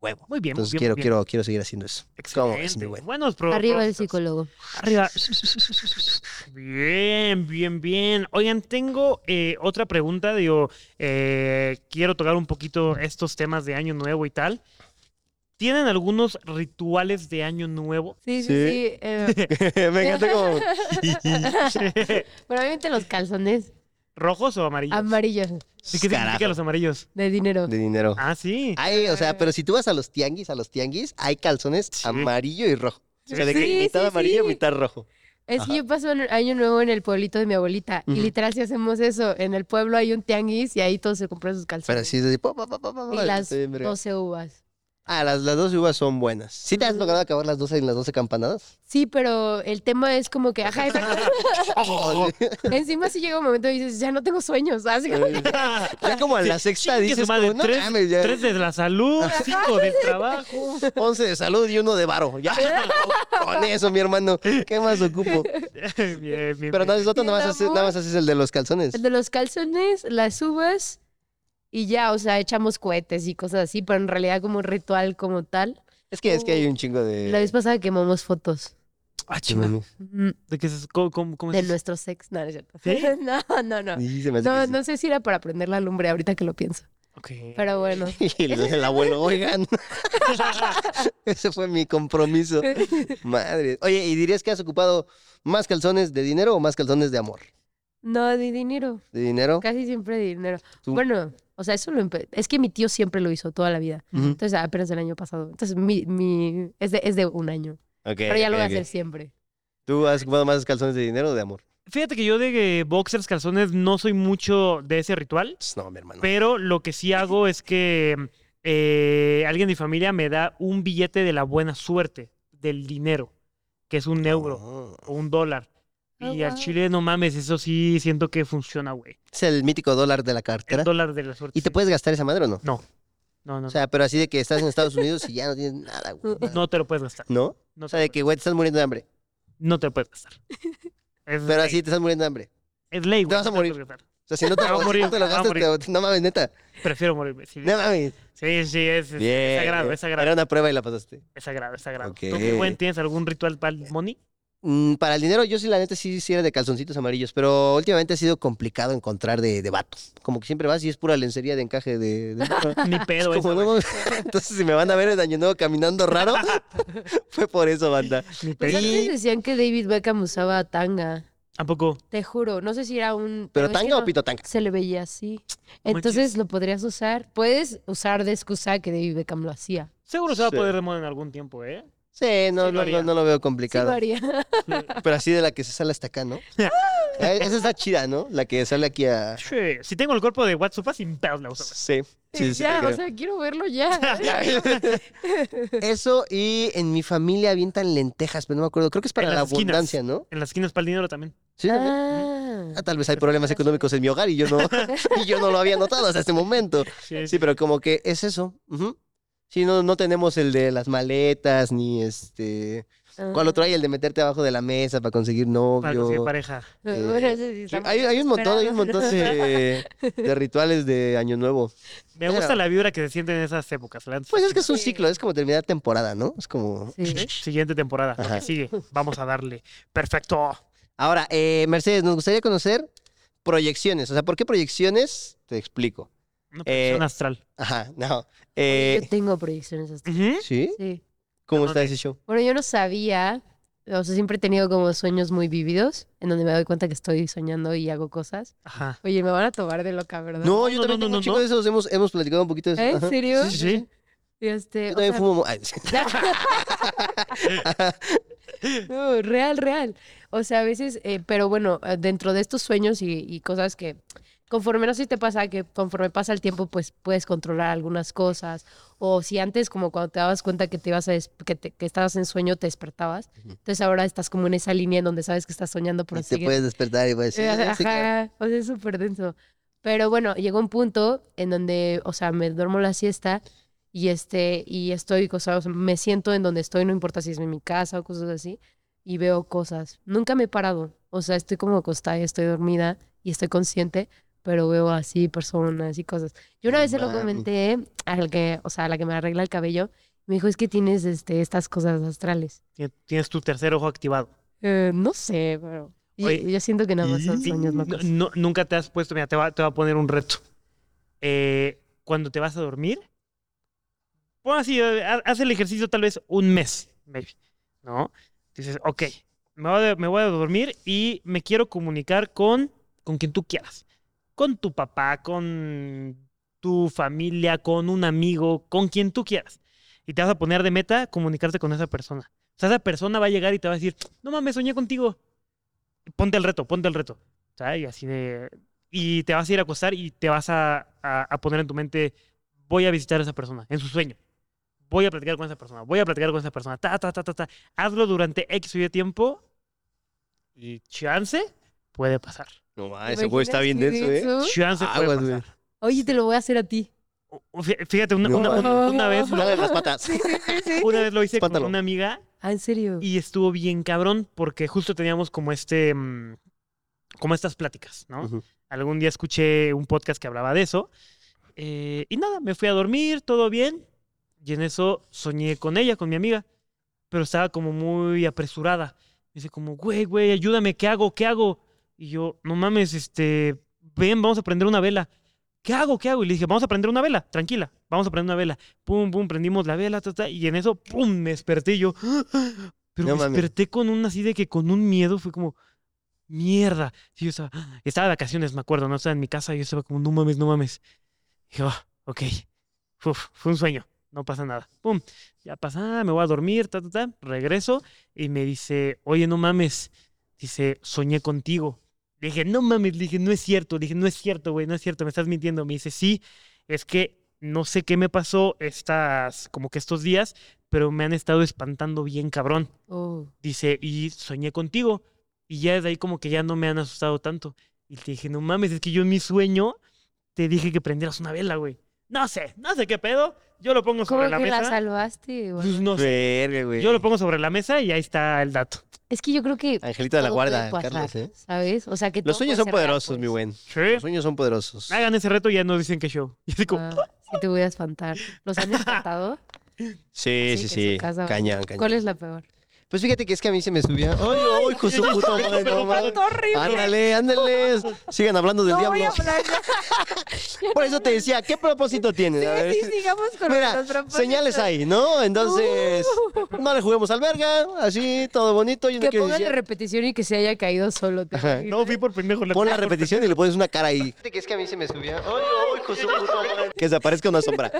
huevo.
Muy bien,
Entonces
muy
quiero,
bien, muy bien.
quiero, quiero seguir haciendo eso. ¿Cómo ves, mi
Excelente.
buen?
Buenos pro-
Arriba el
propósitos.
psicólogo.
Arriba. Bien, bien, bien. Oigan, tengo eh, otra pregunta. Digo, eh, quiero tocar un poquito estos temas de Año Nuevo y tal. ¿Tienen algunos rituales de Año Nuevo?
Sí, em.
sí, Sí. sí, me encanta como...
Probablemente los calzones
¿Rojos o amarillos?
amarillos
¿Y ¿Qué significa
Carajo,
los amarillos?
de dinero.
De dinero.
Ah, sí.
Hay, o sea, pero si tú vas a los tianguis, a los tianguis, hay calzones
Sí.
amarillo y rojo. O sea, de que
Sí,
mitad
sí,
amarillo,
sí.
mitad rojo.
Es
Ajá.
que yo paso en- año nuevo en el pueblito de mi abuelita
Ujú.
y literal si hacemos eso, en el pueblo hay un tianguis y ahí todos se compran sus
Pero
calzones.
sí, es así, pa, pa, pa, pa, pa,
y
pa,
las
está bien verga.
12 uvas.
Ah, las, las 12 uvas son buenas. ¿Sí te has
Mm.
logrado acabar las 12 en las 12 campanadas?
Sí, pero el tema es como que, ajá,
Oh,
encima si llega un momento y dices, ya no tengo sueños, así como que-
ya como a la sexta
Chingue su
dices,
madre,
como, no
tres,
mames, ya,
tres de la salud, cinco del trabajo.
11 de salud y uno de varo. Ya, con eso, mi hermano. ¿Qué más ocupo?
Bien, bien, bien.
Pero no, nosotros nada más, haces, nada más haces el de los calzones.
El de los calzones, las uvas y ya, o sea, echamos cohetes y cosas así, pero en realidad como un ritual como tal.
Es que, es que hay un chingo de...
La vez pasada quemamos fotos.
Ah,
Sí,
chinga.
mami.
Mm,
¿De qué es eso? ¿Cómo, cómo- cómo pues es
De
eso?
nuestro sex. No, no es cierto.
¿Sí?
No, no, no.
Sí, se me hace
Ah, No,
que
no sé si era para prender la lumbre ahorita que lo pienso.
Ok.
Pero bueno.
sí. Y el, el abuelo, oigan. Ese fue mi compromiso. Madre. Oye, ¿y dirías que has ocupado más calzones de dinero o más calzones de amor?
No, de dinero.
¿De dinero?
Casi siempre de dinero.
Tú.
Bueno, o sea, eso lo empe- Es que mi tío siempre lo hizo toda la vida.
Ujú.
Entonces, apenas el año pasado. Entonces, mi, mi- es, de, es de un año.
Ok,
Pero ya lo
ok,
voy a
ok.
hacer siempre.
¿Tú has ocupado más calzones de dinero o de amor?
Fíjate que yo de eh, boxers, calzones, no soy mucho de ese ritual.
Pues, No, mi hermano.
Pero lo que sí hago es que eh, alguien de mi familia me da un billete de la buena suerte, del dinero, que es un euro
Oh.
o un dólar.
Oh,
Y al
wow.
chile, no mames, eso sí siento que funciona, güey.
Es el mítico dólar de la
El
cartera.
dólar de la suerte.
¿Y te
sí.
puedes gastar esa madre o no?
No, no,
O sea, pero así de que estás en Estados Unidos y ya no tienes nada, güey.
no te lo puedes gastar.
¿No?
No
O
te,
sea,
lo
de que, güey, te estás muriendo de hambre.
puedes- no te lo puedes gastar. Es
Pero
ley,
así te estás muriendo de hambre.
Es ley, güey.
vas a
no te lo
morir.
puedes gastar.
O sea, si no te,
Me va a
si
morir,
no te
me
lo
va a
gastas, te- no mames, neta.
Prefiero morirme. Sí,
No mames.
sí, sí, es, es, es sagrado, es sagrado.
Era una prueba y la pasaste.
Es sagrado, es sagrado.
Ok.
¿Tú, qué, Gwen, tienes algún ritual para el money?
Mm, para el dinero, yo sí, la neta, sí, sí era de calzoncitos amarillos, pero últimamente ha sido complicado encontrar de, de vato. Como que siempre vas y es pura lencería de encaje de. de-
Ni pedo,
Como,
eso,
no
güey.
mames. Entonces, si me van a ver en Año Nuevo caminando raro, fue por eso, banda.
Ni
Pues
pedo.
antes decían que David Beckham usaba tanga.
¿A poco?
Te juro. No sé si era un.
¿Pero
es que
tanga o
no-
pito tanga?
Se le veía así.
No
Entonces lo podrías usar. Puedes usar de excusa que David Beckham lo hacía.
Seguro se va a
Sí.
poder de moda en algún tiempo, ¿eh?
Sí, no,
Sí, lo
no,
haría.
no, no lo veo
Sí, lo
complicado.
haría.
pero así de la que se sale hasta acá, ¿no? Eh, Esa está chida, ¿no? La que sale aquí a.
Sí, Si tengo el cuerpo de WhatsApp, sin pedos la uso. güey.
Sí. sí, sí,
ya,
te
o
creo.
sea, quiero verlo ya.
Eso y en mi familia avientan lentejas, pero no me acuerdo. Creo que es para
En
la
las esquinas.
abundancia, ¿no?
En las esquinas para el dinero también.
Sí, también.
Ah.
Ah, tal vez hay problemas económicos en mi hogar y yo no, y yo no lo había notado hasta este momento.
Sí,
Sí, pero como que es eso. ujú. Sí, no, no tenemos el de las maletas, ni este.
Ah.
¿Cuál otro hay? El de meterte abajo de la mesa para conseguir
Para conseguir
novio.
pareja.
Ah.
eh,
Bueno, ese sí
Sí,
está
hay,
más
hay un montón, hay un
desesperado.
montón de, de rituales de Año Nuevo.
Me
Pero-
gusta la vibra que se siente en esas épocas. la neta.
Pues es que es un
Sí.
ciclo, es como terminar temporada, ¿no? Es como.
Sí.
Siguiente temporada. lo que
Ajá.
sigue. Vamos a darle. Perfecto.
Ahora, eh, Mercedes, nos gustaría conocer proyecciones. O sea, ¿por qué proyecciones? Te explico.
Una
Eh,
proyección astral.
Ajá, no.
Yo
Eh,
tengo proyecciones hasta.
Ujú.
¿Sí?
Sí.
¿Cómo
¿De
está
dónde?
ese show?
Bueno, yo no sabía, o sea, siempre he tenido como sueños muy vividos, en donde me doy cuenta que estoy soñando y hago cosas.
Ajá.
Oye, me van a tomar de loca, ¿verdad?
No, yo
no,
también
no,
tengo
no,
un chico
no.
de esos. Hemos, hemos platicado un poquito de eso.
¿Eh? ¿En
Ajá.
serio?
Sí, sí, sí.
Y
Yo
este, o sea,
también fumo. mo- Ay, sí.
no, real, real. O sea, a veces, eh, pero bueno, eh, dentro de estos sueños y, y cosas que conforme no sé si te pasa que conforme pasa el tiempo, pues puedes controlar algunas cosas. O si antes, como cuando te dabas cuenta que te ibas a des- que, te- que estabas en sueño, te despertabas. Entonces ahora estás como en esa línea en donde sabes que estás soñando, pero
Y te
sigues
puedes despertar y puedes decir.
Ajá,
"Ah, sí, claro".
o sea, es súper denso. Pero bueno, llegó un punto en donde, o sea, me duermo la siesta y este, y estoy, o sea, o sea, me siento en donde estoy, no importa si es en mi casa o cosas así, y veo cosas. Nunca me he parado, o sea, estoy como acostada, y estoy dormida y estoy consciente, pero veo así personas y cosas. Yo una
No
vez se lo
mames.
comenté al que, o sea, a la que me arregla el cabello, me dijo, es que tienes este, estas cosas astrales.
Tien- Tienes tu tercer ojo activado.
Eh, no sé, pero... y-
Oye,
yo siento que nada más son
Sí,
sueños
no-
locos.
no- nunca te has puesto, mira, te va, te va a poner un reto. Eh, cuando te vas a dormir, pon así, eh, ha- haz el ejercicio tal vez un mes, maybe, ¿no? Dices, ok, me voy, a, me voy a dormir y me quiero comunicar con, con quien tú quieras. Con tu papá, con tu familia, con un amigo, con quien tú quieras. Y te vas a poner de meta comunicarte con esa persona. O sea, esa persona va a llegar y te va a decir, no mames, soñé contigo. Ponte el reto, ponte el reto. ¿sabes? Y así de. Y te vas a ir a acostar y te vas a, a- a poner en tu mente: voy a visitar a esa persona en su sueño. Voy a platicar con esa persona, voy a platicar con esa persona. Ta, ta, ta, ta, ta. Hazlo durante X o Y tiempo y chance puede pasar.
No, ma,
¿Te
Ah, ese güey está bien
imaginas
denso,
que
¿eh?
denso?
Chance puede
Aguas, güey.
pasar.
Oye, te lo voy a hacer a ti.
O- o fí- Fíjate, una,
No,
una- una- una vez,
Dale las patas.
una vez lo hice con
Espántalo.
una amiga
Ah, ¿en serio?
Y estuvo bien cabrón porque justo teníamos como este, mm, como estas pláticas, ¿no?
Ujú.
Algún día escuché un podcast que hablaba de eso. eh, y nada, me fui a dormir, todo bien. Y en eso soñé con ella, con mi amiga, pero estaba como muy apresurada. dice como, güey, güey, ayúdame, ¿qué hago? ¿Qué hago? Y yo, no mames, este, ven, vamos a prender una vela. ¿Qué hago? ¿Qué hago? Y le dije, vamos a prender una vela, tranquila, vamos a prender una vela. Pum, pum, prendimos la vela, ta, ta, y en eso, pum, me desperté yo. Pero
No
me
mames.
desperté con un así de que con un miedo fue como, mierda. Sí, yo estaba, estaba de vacaciones, me acuerdo, no estaba en mi casa, yo estaba como, no mames, no mames. Dije, "Ah, ok, Uf, fue un sueño, no pasa nada. Pum, ya pasa, me voy a dormir, ta, ta, ta. Regreso y me dice, oye, no mames. Dice, soñé contigo. Le dije, no mames, le dije, no es cierto, le dije, no es cierto, güey, no es cierto, me estás mintiendo. Me dice, sí, es que no sé qué me pasó estas, como que estos días, pero me han estado espantando bien cabrón.
Oh.
Dice, y soñé contigo. Y ya desde ahí como que ya no me han asustado tanto. Y te dije, no mames, es que yo en mi sueño te dije que prendieras una vela, güey. No sé, no sé qué pedo. Yo lo pongo
¿Cómo
sobre
que
la
la
mesa.
salvaste? güey?
Pues no sé.
Verga, güey.
Yo lo pongo sobre la mesa y ahí está el dato.
Es que yo creo que.
Angelita de la
todo
guarda,
puede pasar,
Carlos, ¿eh?
¿Sabes? O sea, que
Los
todo
sueños
puede
son
ser real,
poderosos,
pues.
mi buen.
Sí.
Los sueños son poderosos.
Hagan ese reto y ya no dicen que show. Y así como,
Ah, sí, te voy a espantar. ¿Los han espantado?
Sí, sí,
sí, que en
sí.
su casa-
Cañón, cañón.
¿Cuál es la peor?
Pues fíjate que es que a mí se me subía. ¡Ay, ay, con su puta madre! no mames.
horrible!
Ándale, ándales. Sigan hablando del diablo. Por eso te decía, ¿qué propósito tienen? A ver.
sigamos con
Mira, señales ahí, ¿no? Entonces, no le juguemos al verga, así, todo bonito. Yo no
Uh. Que
quiero
pongan la
decir-
repetición y que se haya caído solo. ¿te
Ajá.
no, fui por pendejo. le
Pon la
puse por
repetición y le pones una cara ahí. Que es que a mí se me subía. "Ay, ay, con su puta madre". Que se aparezca una sombra.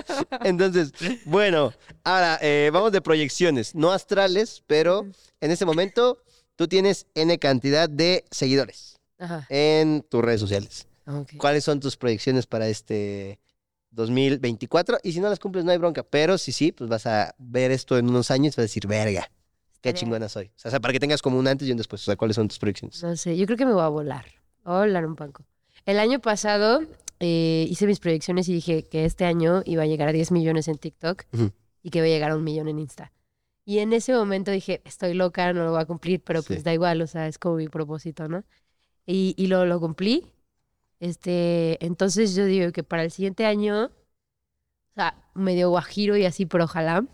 Entonces, bueno, ahora eh, vamos de proyecciones, no astrales, pero en este momento tú tienes N cantidad de seguidores
Ajá.
en tus redes sociales.
ok.
¿Cuáles son tus proyecciones para este 2024? Y si no las cumples, no hay bronca. Pero si sí, pues vas a ver esto en unos años y vas a decir, verga, qué
Estaría-
chingona soy. O sea, para que tengas como un antes y un después. O sea, ¿cuáles son tus proyecciones?
No sé, yo creo que me voy a volar. Voy a volar un banco. El año pasado eh, hice mis proyecciones y dije que este año iba a llegar a 10 millones en TikTok
Ujú.
y que iba a llegar a un millón en Insta. Y en ese momento dije, estoy loca, no lo voy a cumplir, pero
Sí.
pues da igual, o sea, es como mi propósito, ¿no? Y, y lo, lo cumplí. Este, entonces yo digo que para el siguiente año, o sea, medio guajiro y así, pero ojalá,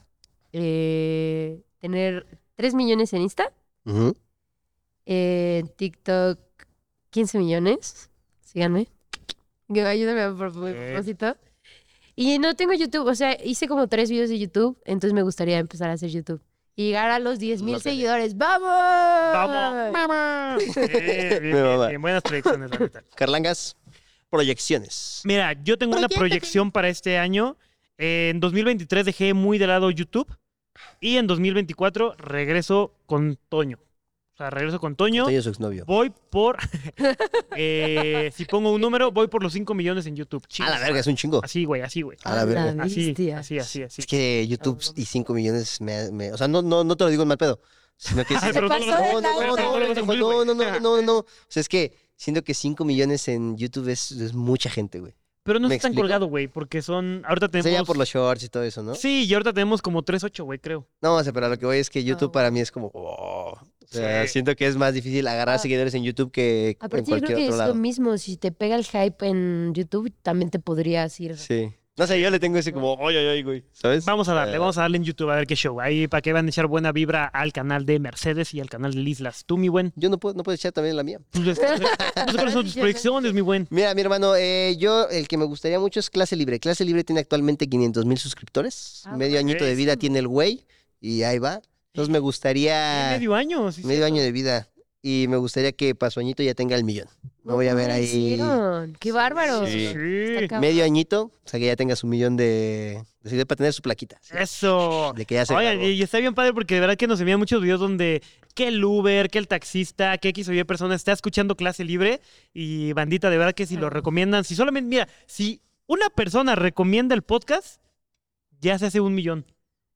eh, tener 3 millones en Insta
Ujú.
eh, en TikTok 15 millones. Síganme. Yo- Ayúdame a por- por mi
Ok.
propósito. Y no tengo YouTube, o sea, hice como tres videos de YouTube, entonces me gustaría empezar a hacer YouTube. Y llegar a los 10 mil
Lo que-
seguidores. ¡Vamos!
¡Vamos! ¡Mamá! Sí, bien, bien,
mamá.
bien, Buenas proyecciones, la neta.
Carlangas, proyecciones.
Mira, yo tengo una proyección para este año. En 2023 dejé muy de lado YouTube y en 2024 regreso con Toño. O sea, regreso con Toño.
Soy su exnovio.
Voy por. eh, si pongo un número, voy por los 5 millones en YouTube.
A la
Chingas,
verga, es un chingo.
Así, güey, así, güey.
A la verga.
Así,
bestia.
así, así, así.
Es que YouTube
no, no.
y 5 millones me, me- O sea, no, no, no te lo digo en mal pedo. Sino que... sí-
Pero
pasó
no lo-
de
no, no, no,
pero no
lanza.
lo
no,
vas a cumplir,
no,
güey.
no,
O sea,
no, no, no. O sea, es que siento que 5 millones en YouTube es, es mucha gente, güey.
Pero no
¿Me
es tan
explico?
colgado, güey, porque son. Ahorita
O sea, ya
tenemos.
por los shorts y todo eso, ¿no?
Sí, y ahorita tenemos como 3.8, güey, creo.
No, o sea, pero a lo que voy es que YouTube
Ah,
para mí es como... oh, o sea,
Sí.
siento que es más difícil agarrar
Ah.
seguidores en YouTube que en
Aparte, yo creo
cualquier
que
otro
es
lado.
lo mismo. Si te pega el hype en YouTube, también te podrías ir.
Sí. No sé, yo le tengo ese como... Oye, oye, güey. ¿Sabes?
Vamos a darle,
Eh,
vamos a darle en YouTube a ver qué show. Ahí para que van a echar buena vibra al canal de Mercedes y al canal de Lislas. Tú, mi buen.
Yo no puedo, no puedo echar también la mía.
pues, es- No sé cuáles son tus proyecciones, mi buen.
Mira, mi hermano, eh, yo el que me gustaría mucho es Clase Libre. Clase Libre tiene actualmente 500 mil suscriptores.
Ah,
medio añito de vida
buenísimo.
tiene el güey y ahí va. Entonces me gustaría Ah. medio,
Medio año. sí, sí.
año de vida y me gustaría que para su añito ya tenga el millón. Me voy a ver
¿Cómo lo
ahí
hicieron? ¡Qué bárbaro!
Sí.
Sí.
Está
medio añito, o sea, que ya tenga su millón de... de- para tener su plaquita. ¿sí?
Eso.
De que ya se...
Oigan,
grabó.
y, y está bien padre porque de verdad que nos envían muchos videos donde que el Uber, que el taxista, que X o Y persona está escuchando clase libre y bandita, de verdad que si lo
Claro.
recomiendan, si solamente, mira, si una persona recomienda el podcast, ya se hace un millón.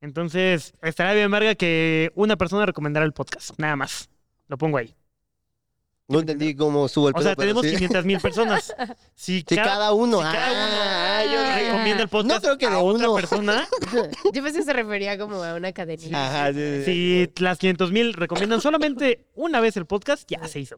Entonces, estará bien, Marga, que una persona recomendará el podcast, nada más. Lo pongo ahí.
No entendí cómo estuvo el
O sea,
pedo, pero
tenemos
sí.
500 mil personas. Si
Sí,
cada,
cada uno.
si cada uno
Ah, yo-
recomienda el podcast
No creo que
a
de
otra
uno.
persona,
Yo pensé que se refería como a una cadenita.
Ajá, sí, sí, sí.
si las 500 mil recomiendan solamente una vez el podcast, ya se hizo.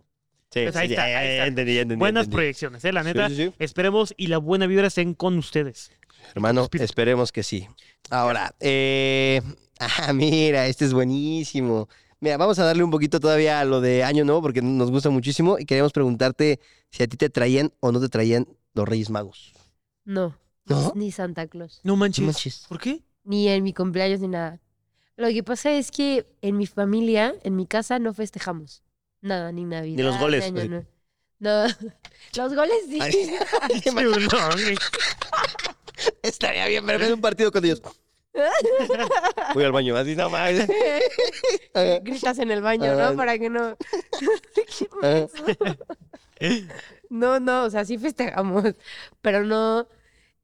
Sí,
pues ahí
sí,
está,
ya, ya,
ahí
ya
está.
entendí, ya entendí,
Buenas
entendí.
proyecciones, ¿eh? La
Sí,
neta.
sí, sí.
Esperemos y la buena vibra estén con ustedes.
Hermano,
Espíritu.
esperemos que sí. Ahora, eh, ah, mira, este es buenísimo. Mira, vamos a darle un poquito todavía a lo de Año Nuevo porque nos gusta muchísimo y queríamos preguntarte si a ti te traían o no te traían los Reyes Magos.
No,
¿No?
ni Santa Claus,
No
No
manches.
manches.
¿Por qué?
ni en mi cumpleaños, ni nada. Lo que pasa es que en mi familia, en mi casa, no festejamos nada, ni Navidad.
Ni los goles,
año
güey.
nuevo. No, los goles sí.
Ay,
Sí, no, güey.
Estaría bien pero ver un partido con ellos. Voy al baño, así no mames. Ajá,
Gritas en el baño,
Ah.
¿no? Para que no.
ajá.
No, no, o sea, sí festejamos, pero no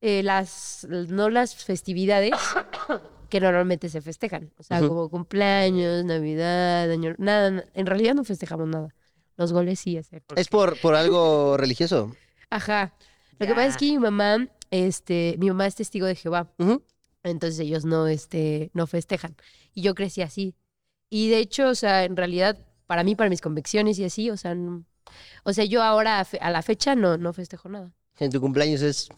eh, las no las festividades que normalmente se festejan, o sea,
Ujú.
como cumpleaños, Navidad, año, nada, na- en realidad no festejamos nada. Los goles sí es cierto.
Es por, por algo religioso.
Ajá. Lo que pasa es
Ya.
que mi mamá, este, mi mamá es testigo de Jehová.
Ujú.
Entonces ellos no, este, no festejan. Y yo crecí así. Y de hecho, o sea, en realidad, para mí, para mis convicciones y así, o sea, no- o sea, yo ahora a fe- a la fecha no, no festejo nada.
En tu cumpleaños es.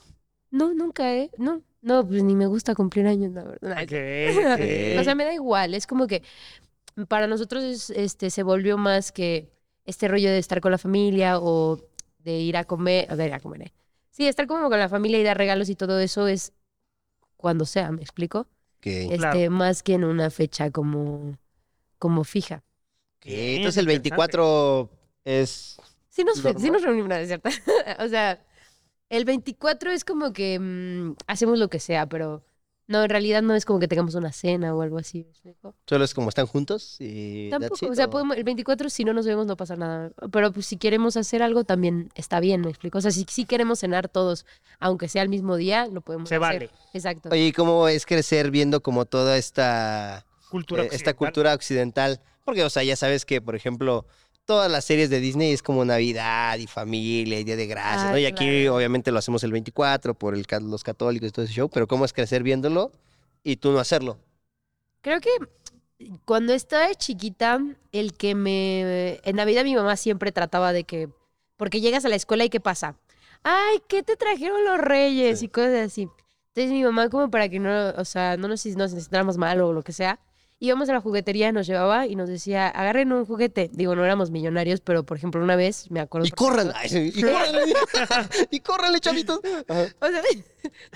No, nunca, ¿eh? No, no, pues ni me gusta cumplir años, la verdad.
Ok,
Eh,
O sea,
ok.
me da igual, es como que para nosotros es, este, se volvió más que este rollo de estar con la familia o de ir a comer, o de ir a comer, ¿eh? Sí, estar como con la familia y dar regalos y todo eso es cuando sea, ¿me explico?
que
Este,
Claro.
más que en una fecha como, como fija.
Bien,
Entonces el 24 es.
Sí nos, fe- sí
Normal.
nos reunimos, ¿no es cierto? o sea, el 24 es como que mm, hacemos lo que sea, pero no, en realidad no es como que tengamos una cena o algo así. ¿me explico?
Solo es como están juntos y. that's
Tampoco,
it,
o sea, podemos- el 24 si no nos vemos no pasa nada, pero pues, si queremos hacer algo también está bien, ¿me explico? O sea, si, si queremos cenar todos, aunque sea el mismo día, lo podemos
Se
hacer.
vale.
Exacto.
Oye, ¿y cómo es crecer viendo como toda esta.
Cultura
eh, esta
occidental.
cultura occidental. Porque, o sea, ya sabes que, por ejemplo, todas las series de Disney es como Navidad y familia y Día de Gracias,
Ah,
¿no? Y aquí
claro.
obviamente lo hacemos el 24 por el, ca- los católicos y todo ese show, pero ¿cómo es crecer viéndolo y tú no hacerlo?
Creo que cuando estaba chiquita, el que me... En Navidad mi mamá siempre trataba de que... Porque llegas a la escuela y ¿qué pasa? Ay, ¿qué te trajeron los reyes?
Sí.
Y cosas así. Entonces mi mamá como para que no, o sea, no nos, nos sintiéramos mal o lo que sea, íbamos a la juguetería, nos llevaba y nos decía, agarren un juguete. Digo, no éramos millonarios, pero por ejemplo una vez, me acuerdo...
Y
perfecto-
corran, ay, sí, y corran, y corran, chavitos. Ajá.
O sea,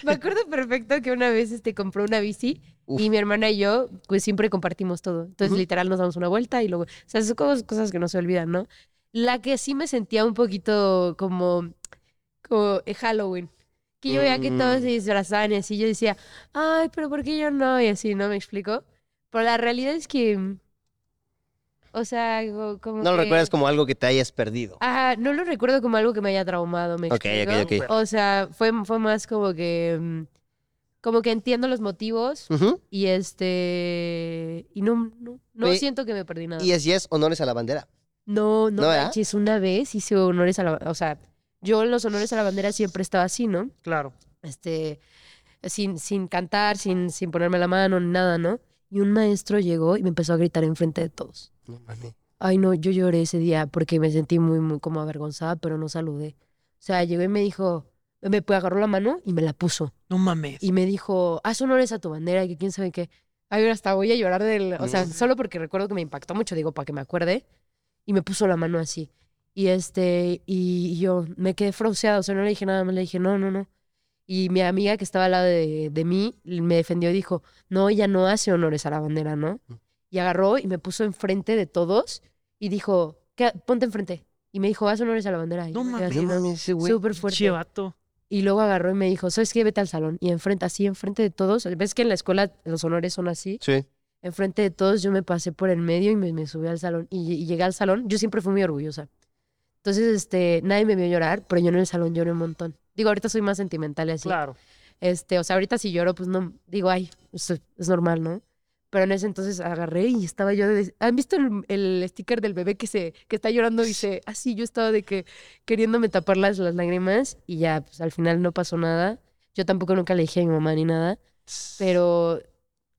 me acuerdo perfecto que una vez este, compró una bici
Uf.
y mi hermana y yo, pues siempre compartimos todo. Entonces,
Ujú.
literal, nos damos una vuelta y luego. O sea, son cosas, cosas que no se olvidan, ¿no? La que sí me sentía un poquito como. como eh, Halloween. Que yo veía que todos
Mm.
se disfrazaban y así. Yo decía, ay, pero ¿por qué yo no? Y así, ¿no? ¿Me explico? Pero la realidad es que. mm, O sea, co- como.
No lo
que-
recuerdas como algo que te hayas perdido.
Ajá, no lo recuerdo como algo que me haya traumado, ¿me
Ok,
explico?
ok, ok.
O sea, fue, fue más como que. mm, Como que entiendo los motivos
Ujú.
y este. Y no, no, no
Oye,
siento que me perdí nada.
Y así es honores a la bandera.
No, no,
¿No, verdad?
manches, una vez hice honores a la. O sea, yo en los honores a la bandera siempre estaba así, ¿no?
Claro.
Este. Sin, sin cantar, sin, sin ponerme la mano, ni nada, ¿no? Y un maestro llegó y me empezó a gritar enfrente de todos.
No mames.
Ay, no, yo lloré ese día porque me sentí muy, muy como avergonzada, pero no saludé. O sea, llegó y me dijo, me pues, agarró la mano y me la puso.
No mames.
Y me dijo, haz honores a tu bandera, que quién sabe qué. Ay, ahora hasta voy a llorar del... O sea,
Mm.
solo porque recuerdo que me impactó mucho, digo, para que me acuerde. Y me puso la mano así. Y este, y yo me quedé froceada, o sea, no le dije nada más, le dije, no, no, no. Y mi amiga que estaba al lado de, de mí me defendió y dijo, no, ella no hace honores a la bandera, ¿no?
Mm.
Y agarró y me puso enfrente de todos y dijo, "¿Qué? ponte enfrente. Y me dijo, haz honores a la bandera. Y
No
yo me
mames.
quedé así,
No mames, ese güey.
Súper fuerte.
Che, vato.
Y luego agarró y me dijo, ¿sabes qué? Vete al salón. Y enfrente, así, enfrente de todos. ¿Ves que en la escuela los honores son así?
Sí.
Enfrente de todos yo me pasé por el medio y me, me subí al salón. Y, y llegué al salón. Yo siempre fui muy orgullosa. Entonces, este, nadie me vio llorar, pero yo en el salón lloré un montón. Digo, ahorita soy más sentimental y así.
Claro.
Este, o sea, ahorita si lloro, pues no, digo, ay, pues, es, es normal, ¿no? Pero en ese entonces agarré y estaba yo de... ¿Han visto el, el sticker del bebé que se que está llorando y se... Así yo estaba de que queriéndome tapar las, las lágrimas y ya, pues al final no pasó nada. Yo tampoco nunca le dije a mi mamá ni nada, pero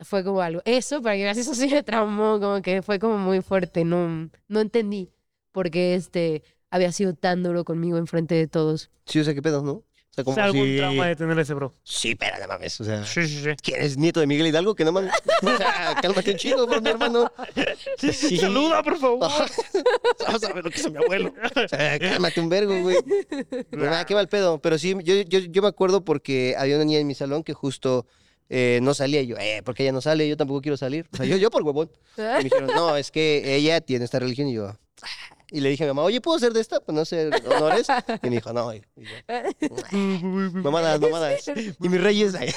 fue como algo. Eso, para que veas, eso sí me traumó, como que fue como muy fuerte, no, no entendí porque este había sido tan duro conmigo enfrente de todos.
Sí, o sea, qué pedo, ¿no? O sea,
Es
como
algún
si...
trauma de tener ese bro.
Sí, pero no mames, o sea...
Sí, sí, sí.
¿Quién es nieto de Miguel Hidalgo? Que no mames. O sea, cálmate un chingo, por mi hermano. Sí.
Saluda, por favor.
Vamos a ver lo que es mi abuelo. O sea, cálmate un vergo, güey. Pero nada, qué mal pedo. Pero sí, yo, yo, yo me acuerdo porque había una niña en mi salón que justo eh, no salía. Y yo, eh, ¿por qué ella no sale? Yo tampoco quiero salir. O sea, yo, yo por huevón. Y me dijeron, no, es que ella tiene esta religión. Y yo, "Ah". y le dije a mi mamá, oye, ¿puedo ser de esta? Pues no sé, honores. Y me dijo, no. Y yo, mamadas, mamadas. Y mis reyes. ay.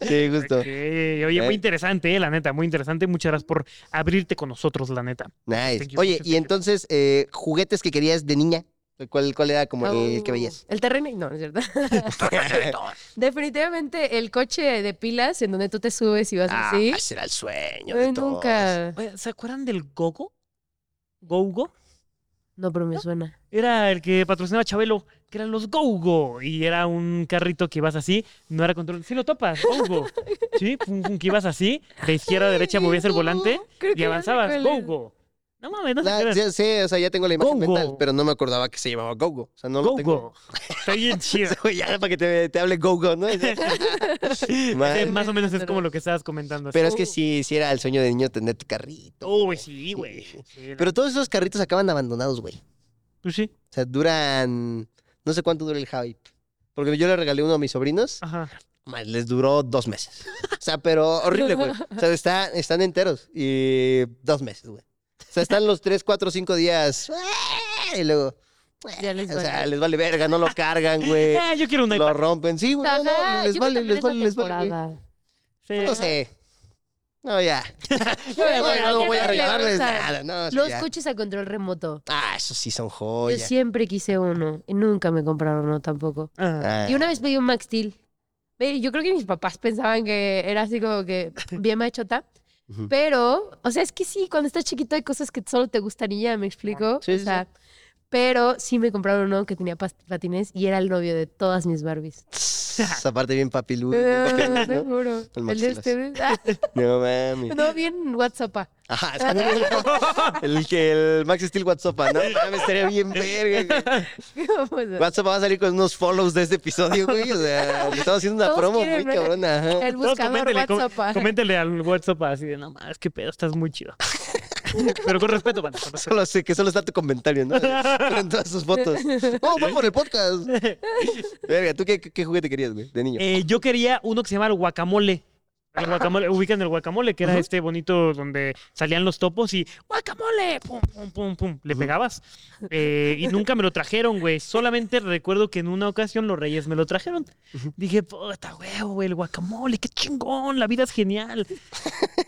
sí, justo.
Ok, Oye, muy interesante, eh, la neta, muy interesante. Muchas gracias por abrirte con nosotros, la neta.
Nice.
Thank you,
Oye,
thank you, thank
y
you.
entonces, eh, juguetes que querías de niña. ¿Cuál, cuál era como el que
Oh,
veías?
El terreno, no, no es cierto. Definitivamente el coche de pilas en donde tú te subes y vas
Ah,
así.
ese era el sueño
Ay,
de todos.
nunca.
Oye, ¿Se acuerdan del Gogo? ¿Gogo?
No, pero me suena.
Era el que patrocinaba a Chabelo, que eran los Gogo. Y era un carrito que ibas así, no era control. Sí lo topas, Gogo. Sí, pum, pum, que ibas así, de izquierda a derecha movías el volante
Creo que
y
ya sé
avanzabas,
cuál es.
Gogo. No mames, no sé
Ah,
qué era.
sí, sí, o sea, ya tengo la imagen
Gogo.
mental, pero no me acordaba que se llamaba Gogo. O sea, no lo tengo.
Gogo. Está bien chido.
ya para que te, te hable Gogo, ¿no? Ma-
Sí, más o menos es como lo que estabas comentando. así.
pero es que sí, sí era el sueño de niño tener tu carrito.
Uy, sí, güey. Sí, la-
Pero todos esos carritos acaban abandonados, güey.
Pues sí.
O sea, duran. No sé cuánto dura el hype. Porque yo le regalé uno a mis sobrinos.
Ajá.
Madre, les duró dos meses. O sea, pero horrible, güey. O sea, está- están enteros. Y dos meses, güey. O sea, están los tres, cuatro, cinco días. ¡ah! Y luego. ¡eh!
Ya les
O sea,
vale.
les vale verga, no lo cargan, güey.
Ah, yo quiero un
Eh, Lo
iPad.
rompen. Sí, güey. no, no,
Ajá,
les
yo
vale,
también
les
esa
vale, les vale. güey.
temporada.
Sí.
No sé. No, ya. No, ya,
bueno,
no
ya
voy
no
a
le
regalarles
gustan.
nada. No, sí,
Los
ya.
coches a control remoto.
Ah, eso sí son
Yo
joyas.
siempre quise uno y nunca me compraron uno tampoco.
Ah.
Ah,
Y una vez pedí un Max Steel. Ve, Yo creo que mis papás pensaban que era así como que bien machota.
Ujú.
Pero, o sea, es que sí, cuando estás chiquito hay cosas que solo te gustan y ya, ¿me explico?
Sí,
o
sí, sí.
sea, pero sí me compraron uno que tenía pas- patines y era el novio de todas mis Barbies.
Esa parte bien papilú.
Ah, Te
¿no?
juro.
El
El, de
Maxilas.
ustedes. Ah,
No mames.
no, bien WhatsApp.
Ajá, está bien. el que el Max Steel WhatsApp, ¿no? Mames, estaría bien verga. güey. WhatsApp va a salir con unos follows de este episodio, güey. O sea, le estamos haciendo una
Todos
promo muy
quieren ver-
cabrona. ajá.
El
Todos
buscador
com-
WhatsApp. ah.
coméntele al WhatsApp así de, no más, qué pedo, estás muy chido. Pero con respeto, banda, con respeto.
Solo sé que solo está tu comentario, ¿no? En todas sus fotos. No, fue por el podcast. Verga, ¿tú qué, qué juguete querías, güey? De niño.
Eh, yo quería uno que se llamaba el guacamole. El guacamole, ubican el guacamole, que era este bonito donde salían los topos y guacamole, pum, pum, pum, pum, le pegabas. Eh, y nunca me lo trajeron, güey. Solamente recuerdo que en una ocasión los reyes me lo trajeron. Dije, puta, huevo, güey, el guacamole, qué chingón, la vida es genial.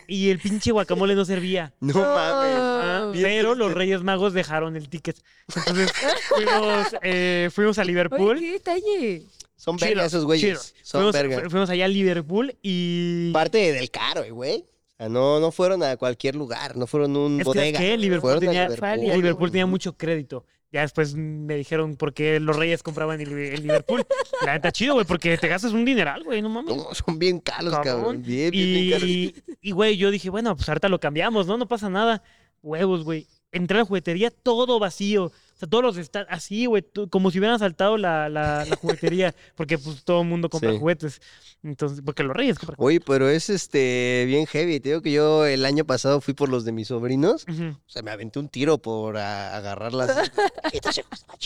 Y el pinche guacamole no servía.
No
No.
mames.
Ah,
Bien
pero los Reyes Magos dejaron el ticket. Entonces fuimos, eh, fuimos a
Oye,
Liverpool.
qué detalle.
Son
Chido,
verga esos
chido.
güeyes. Son
Fuimos,
verga.
fu- fuimos allá a Liverpool y.
Parte del caro, eh, güey. O sea, no, no fueron a cualquier lugar, no fueron a un
Es que,
bodega.
¿qué? Liverpool
Fueron a
tenía-
Fue a
Liverpool tenía mucho crédito. Ya después me dijeron por qué los Reyes compraban el, el Liverpool. La neta, chido, güey, porque te gastas un dineral, güey, no mames.
No, son bien caros, cabrón.
Cabrón.
Bien, bien, bien caros.
Y, y, güey, yo dije, bueno, pues ahorita lo cambiamos, ¿no? No pasa nada. Huevos, güey. Entré a la juguetería todo vacío. O sea, todos los están así, güey, tú- como si hubieran saltado la, la- la juguetería, porque pues todo el mundo compra
Sí.
juguetes. Entonces, porque los reyes compran
Oye, pero es este bien heavy. Te digo que yo el año pasado fui por los de mis sobrinos.
juguetes. Ujú.
O sea, me aventé un tiro por a- agarrar las.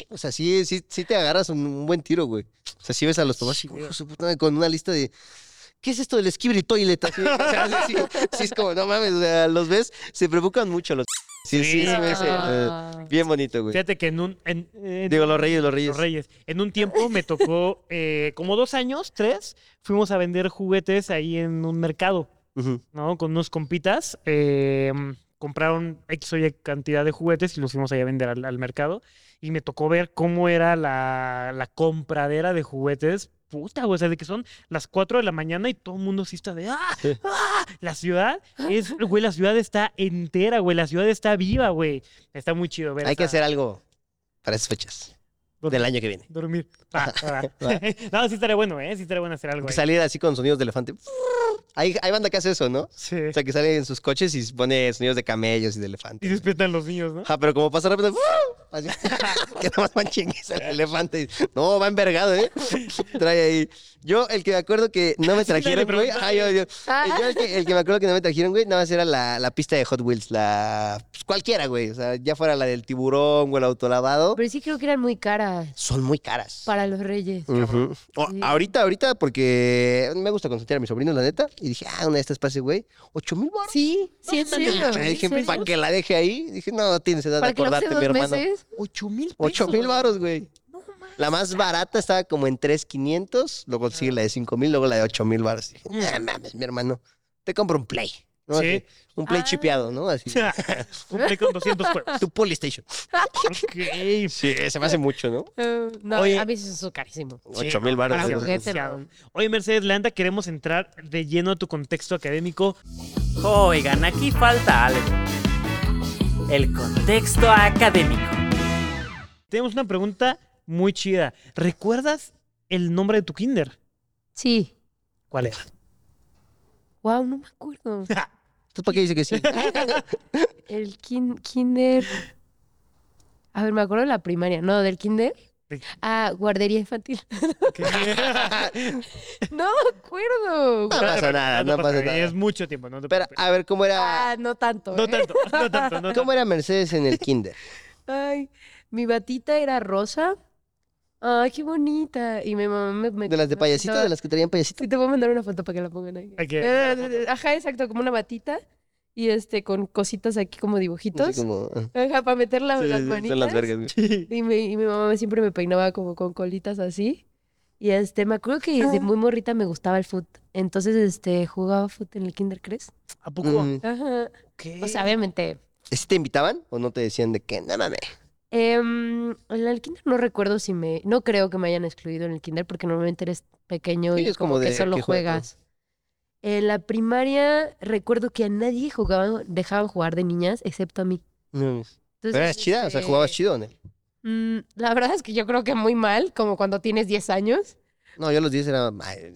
o sea, sí, sí, sí te agarras un, un buen tiro, güey. O sea, sí ves a los tomates y hijo de su puta madre", con una lista de. ¿Qué es esto del esquibre toilet? Así, o sea, sí, sí, sí es como, no mames, o sea, los ves, se preocupan mucho los. Sí, sí, sí,
Sí.
ves, eh,
Ah.
bien bonito, güey.
Fíjate que en un... en- en-
Digo, los reyes, los reyes.
los Reyes. En un tiempo me tocó, eh, como dos años, tres, fuimos a vender juguetes ahí en un mercado.
Ujú.
¿no? Con unos compitas. eh, compraron X o Y cantidad de juguetes y los fuimos ahí a vender al, al mercado. Y me tocó ver cómo era la, la compradera de juguetes. Puta, güey, o sea, de que son las 4 de la mañana y todo el mundo sí está de ¡ah!
Sí.
¡ah! La ciudad es, güey, la ciudad está entera, güey, la ciudad está viva, güey. Está muy chido ver.
Hay que
esa-
hacer algo para esas fechas
Dor-
del año que viene.
Dormir. Ah, ah. no, sí estaría bueno, ¿eh? Sí estaría bueno hacer algo.
Que
ahí.
salir así con sonidos de elefante. Hay, hay banda que hace eso, ¿no?
Sí.
O sea, que sale en sus coches y pone sonidos de camellos y de
Y
elefantes.
despiertan los niños, ¿no?
Ajá, pero como pasa rápido, ¡uh! Así, que nada más van chingues al elefante. No, va envergado, ¿eh? Trae ahí. Yo, el que me acuerdo que no me trajeron, güey.
pregunta.
Ajá, yo, yo.
Ah,
Yo, el que, el que me acuerdo que no me trajeron, güey, nada más era la, la pista de Hot Wheels, la. pues, cualquiera, güey. O sea, ya fuera la del tiburón o el autolavado.
Pero sí creo que eran muy caras
Son muy caras.
para los reyes.
Ujú. O-
Sí.
Ahorita, ahorita, porque me gusta consentir a mi sobrino, la neta. Y dije, ah, una de estas pase, güey. ¿Ocho mil baros?
Sí, sí, en serio.
Me dije,
¿En serio?
para que la deje ahí. Dije, no, tienes edad de
Para que lo use
acordarte, mi
dos
hermano.
meses.
Ocho mil
Ocho mil baros, güey. La más barata estaba como en 3,500. Luego sigue la de 5,000, luego la de 8,000 baros. Dije, no mames, mi hermano. Te compro un Play. ¿no? eh,
Sí.
Así, Un Play
Ah.
chipeado, ¿no? Así.
Cumple con 200 juegos.
Tu Polystation.
Ok.
Sí, se me hace mucho, ¿no?
Eh, no,
Oye.
a veces eso es carísimo.
Sí,
8,000 baros.
para
Para
sí,
güey.
juguete,
demasiado.
no.
Oye, Mercedes Landa, queremos entrar de lleno a tu contexto académico.
Oigan, aquí falta algo. El contexto académico.
Tenemos una pregunta muy chida. ¿Recuerdas el nombre de tu kinder?
Sí.
¿Cuál era?
Wow, no me acuerdo.
¿Tú para qué dices que sí?
El kin- kinder. A ver, me acuerdo de la primaria. No, del kinder.
Sí.
Ah, guardería infantil. No me acuerdo.
No pasa nada, Ah, no pasa nada.
Es mucho tiempo, no te
Pero,
preocupes.
a ver, ¿cómo era,
Ah, no tanto.
No
¿eh?
tanto, no tanto, no tanto.
¿cómo era Mercedes en el kinder?
Ay, mi batita era rosa. Ay, qué bonita. Y mi mamá me. me-
¿De las de payasito? ¿De las que traían payasito?
Sí, te voy a mandar una foto para que la pongan ahí.
Ok.
Eh, Ajá, exacto, como una batita. Y este, con cositas aquí como dibujitos.
Así como... ah.
Ajá, para meter la-
Sí, sí,
las
sí,
manitas.
Son las vergas, güey.
Y mi, y mi mamá siempre me peinaba como con colitas así. Y este, me acuerdo que desde muy morrita me gustaba el foot. Entonces, este, jugaba foot en el Kinder Crest.
¿A poco?
Mm.
Ajá. O sea, obviamente.
¿Sí te invitaban o no te decían de qué? No mames.
em, en el Kinder no recuerdo si me. No creo que me hayan excluido en el Kinder porque normalmente eres pequeño
Sí,
y
es
como,
como
que
de
solo
que juega, ¿no?
juegas. En la primaria recuerdo que a nadie jugaban, dejaban jugar de niñas excepto a mí.
No mames. Pero
Entonces,
eras chida, o sea,
este,
jugabas chido, ¿no?
mm, la verdad es que yo creo que muy mal, como cuando tienes 10 años.
No, yo a los 10 era... ay,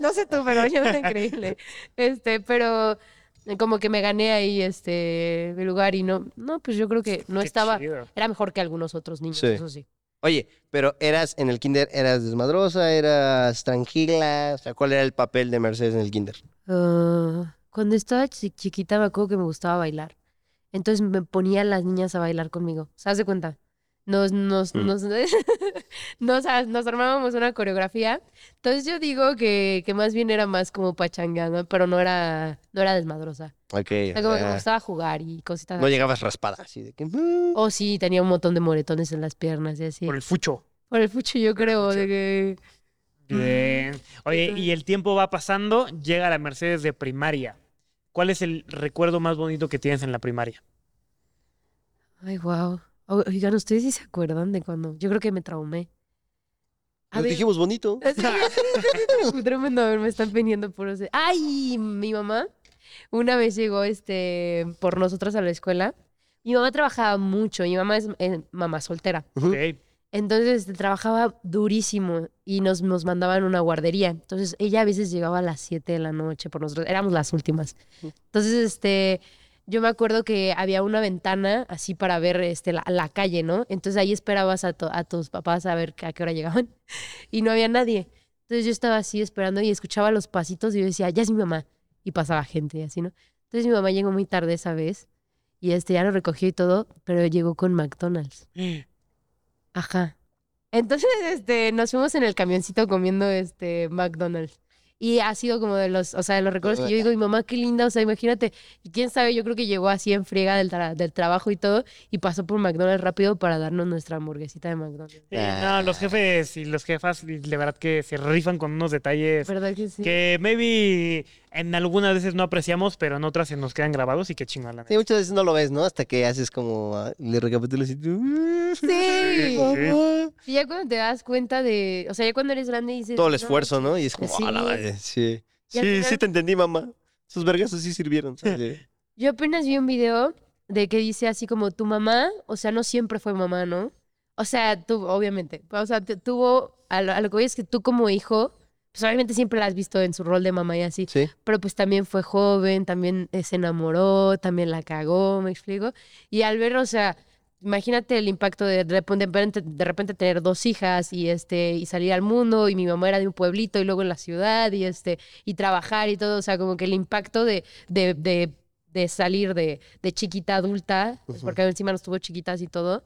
No sé tú, pero yo era increíble. Este, pero eh, como que me gané ahí este mi lugar y no, no, pues yo creo que no
Qué
estaba,
chido.
era mejor que algunos otros niños,
Sí.
eso sí.
Oye, pero eras en el kinder, eras desmadrosa, eras tranquila, o sea, ¿cuál era el papel de Mercedes en el kinder?
Ah, cuando estaba chi- chiquita me acuerdo que me gustaba bailar. Entonces me ponía a las niñas a bailar conmigo. ¿Se hace cuenta? Nos, nos,
Mm.
nos, nos, a- nos armábamos una coreografía. Entonces yo digo que, que más bien era más como pachanga, ¿no? pero no era, no era desmadrosa.
Ok,
Era
o
como que me
sea,
gustaba jugar y cositas
no llegabas raspada, así de que... mm.
Oh, sí, tenía un montón de moretones en las piernas y
Por
así. Por
el
el,
fucho.
fucho, yo creo. de que- Mm,
Bien. Oye, y el tiempo va pasando, llega la Mercedes de primaria. ¿Cuál es el recuerdo más bonito que tienes en la primaria?
Ay, wow. Oigan, ¿ustedes sí se acuerdan de cuando? Yo creo que me traumé. A
Nos
ver,
dijimos bonito.
así- Tremendo, a ver, me están viniendo puros. de- Ay, mi mamá. Una vez llegó este por nosotras a la escuela. Mi mamá trabajaba mucho. Mi mamá es, es mamá soltera.
Ujú.
Ok.
Entonces este, trabajaba durísimo y nos, nos mandaban a una guardería. Entonces ella a veces llegaba a las 7 de la noche por nosotros. Éramos las últimas. Entonces, este, yo me acuerdo que había una ventana así para ver este, la, la calle, ¿no? Entonces ahí esperabas a, tu- a tus papás a ver a qué hora llegaban y no había nadie. Entonces yo estaba así esperando y escuchaba los pasitos y yo decía, ya es mi mamá. Y pasaba gente y así, ¿no? Entonces mi mamá llegó muy tarde esa vez y este, ya lo recogió y todo, pero llegó con McDonald's. Ajá. Entonces, este, nos fuimos en el camioncito comiendo este McDonald's. Y ha sido como de los, o sea, de los recuerdos que yo digo, mi mamá, qué linda, o sea, imagínate, y quién sabe, yo creo que llegó así en friega del, tra- del trabajo y todo, y pasó por McDonald's rápido para darnos nuestra hamburguesita de McDonald's.
Sí,
Ah.
no, los jefes y los jefas, y de verdad que se rifan con unos detalles
¿Verdad que sí?
que maybe en algunas veces no apreciamos, pero en otras se nos quedan grabados y qué chingón la neta.
Sí, muchas veces no lo ves, ¿no? Hasta que haces como... ah, Le recapitulas y tú... "Mm,
Sí.
mamá".
Y ya cuando te das cuenta de, o sea, ya cuando eres grande y dices...
todo el
"No,
esfuerzo, ¿no? Y es como,
Sí.
"A la madre, sí.
Y
Sí,
al final-
sí te entendí, mamá. Sus vergazos sí sirvieron. ¿sabes?
Yo apenas vi un video de que dice así como tu mamá, o sea, no siempre fue mamá, ¿no? O sea, tú, obviamente, o sea, tu- tuvo, a lo, a lo que voy es que tú como hijo, pues obviamente siempre la has visto en su rol de mamá y así,
Sí.
pero pues también fue joven, también eh, se enamoró, también la cagó, me explico. Y al ver, o sea, imagínate el impacto de de repente, de repente tener dos hijas y este y salir al mundo y mi mamá era de un pueblito y luego en la ciudad y este y trabajar y todo, o sea, como que el impacto de, de, de, de salir de, de chiquita a adulta, pues,
Ujú.
porque encima nos tuvo chiquitas y todo.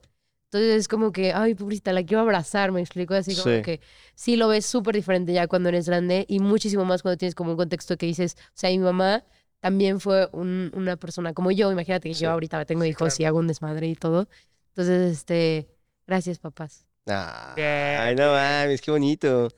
Entonces es como que, ay, pobrecita, la quiero abrazar, me explico, así como
Sí.
que sí lo ves súper diferente ya cuando eres grande y muchísimo más cuando tienes como un contexto que dices, o sea, mi mamá también fue un- una persona como yo, imagínate que
Sí.
yo ahorita tengo
Sí,
hijos
claro.
y hago un desmadre y todo. Entonces, este, gracias papás.
Ah.
Bien.
Ay, no mames, qué bonito.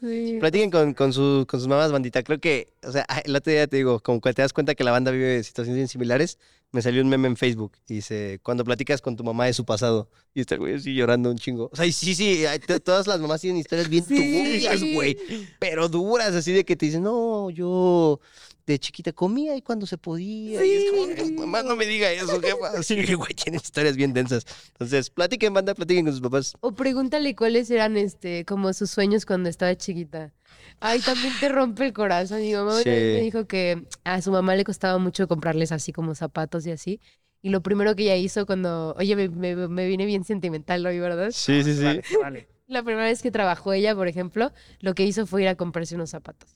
Platiquen con, con, su- con sus mamás, bandita. Creo que, o sea, ay, el otro día te digo, como cuando te das cuenta que la banda vive situaciones bien similares, me salió un meme en Facebook y dice, cuando platicas con tu mamá de su pasado, y está el güey así llorando un chingo. O sea, y sí, sí, ay, to- todas las mamás tienen historias bien
Sí.
turbias, güey, pero duras, así de que te dicen, no, yo de chiquita comía y cuando se podía. Y es como, "Ay, mamá, no me diga eso, jefa. Así que, güey, tienen historias bien densas. Entonces, platiquen, banda, platiquen con sus papás.
O pregúntale cuáles eran este como sus sueños cuando estaba chiquita. Ay, también te rompe el corazón. Mi mamá una
Sí.
vez me dijo que a su mamá le costaba mucho comprarles así como zapatos y así. Y lo primero que ella hizo cuando, oye, me, me, me vine bien sentimental hoy, ¿verdad?
Sí, sí,
Vale, vale.
La primera vez que trabajó ella, por ejemplo, lo que hizo fue ir a comprarse unos zapatos.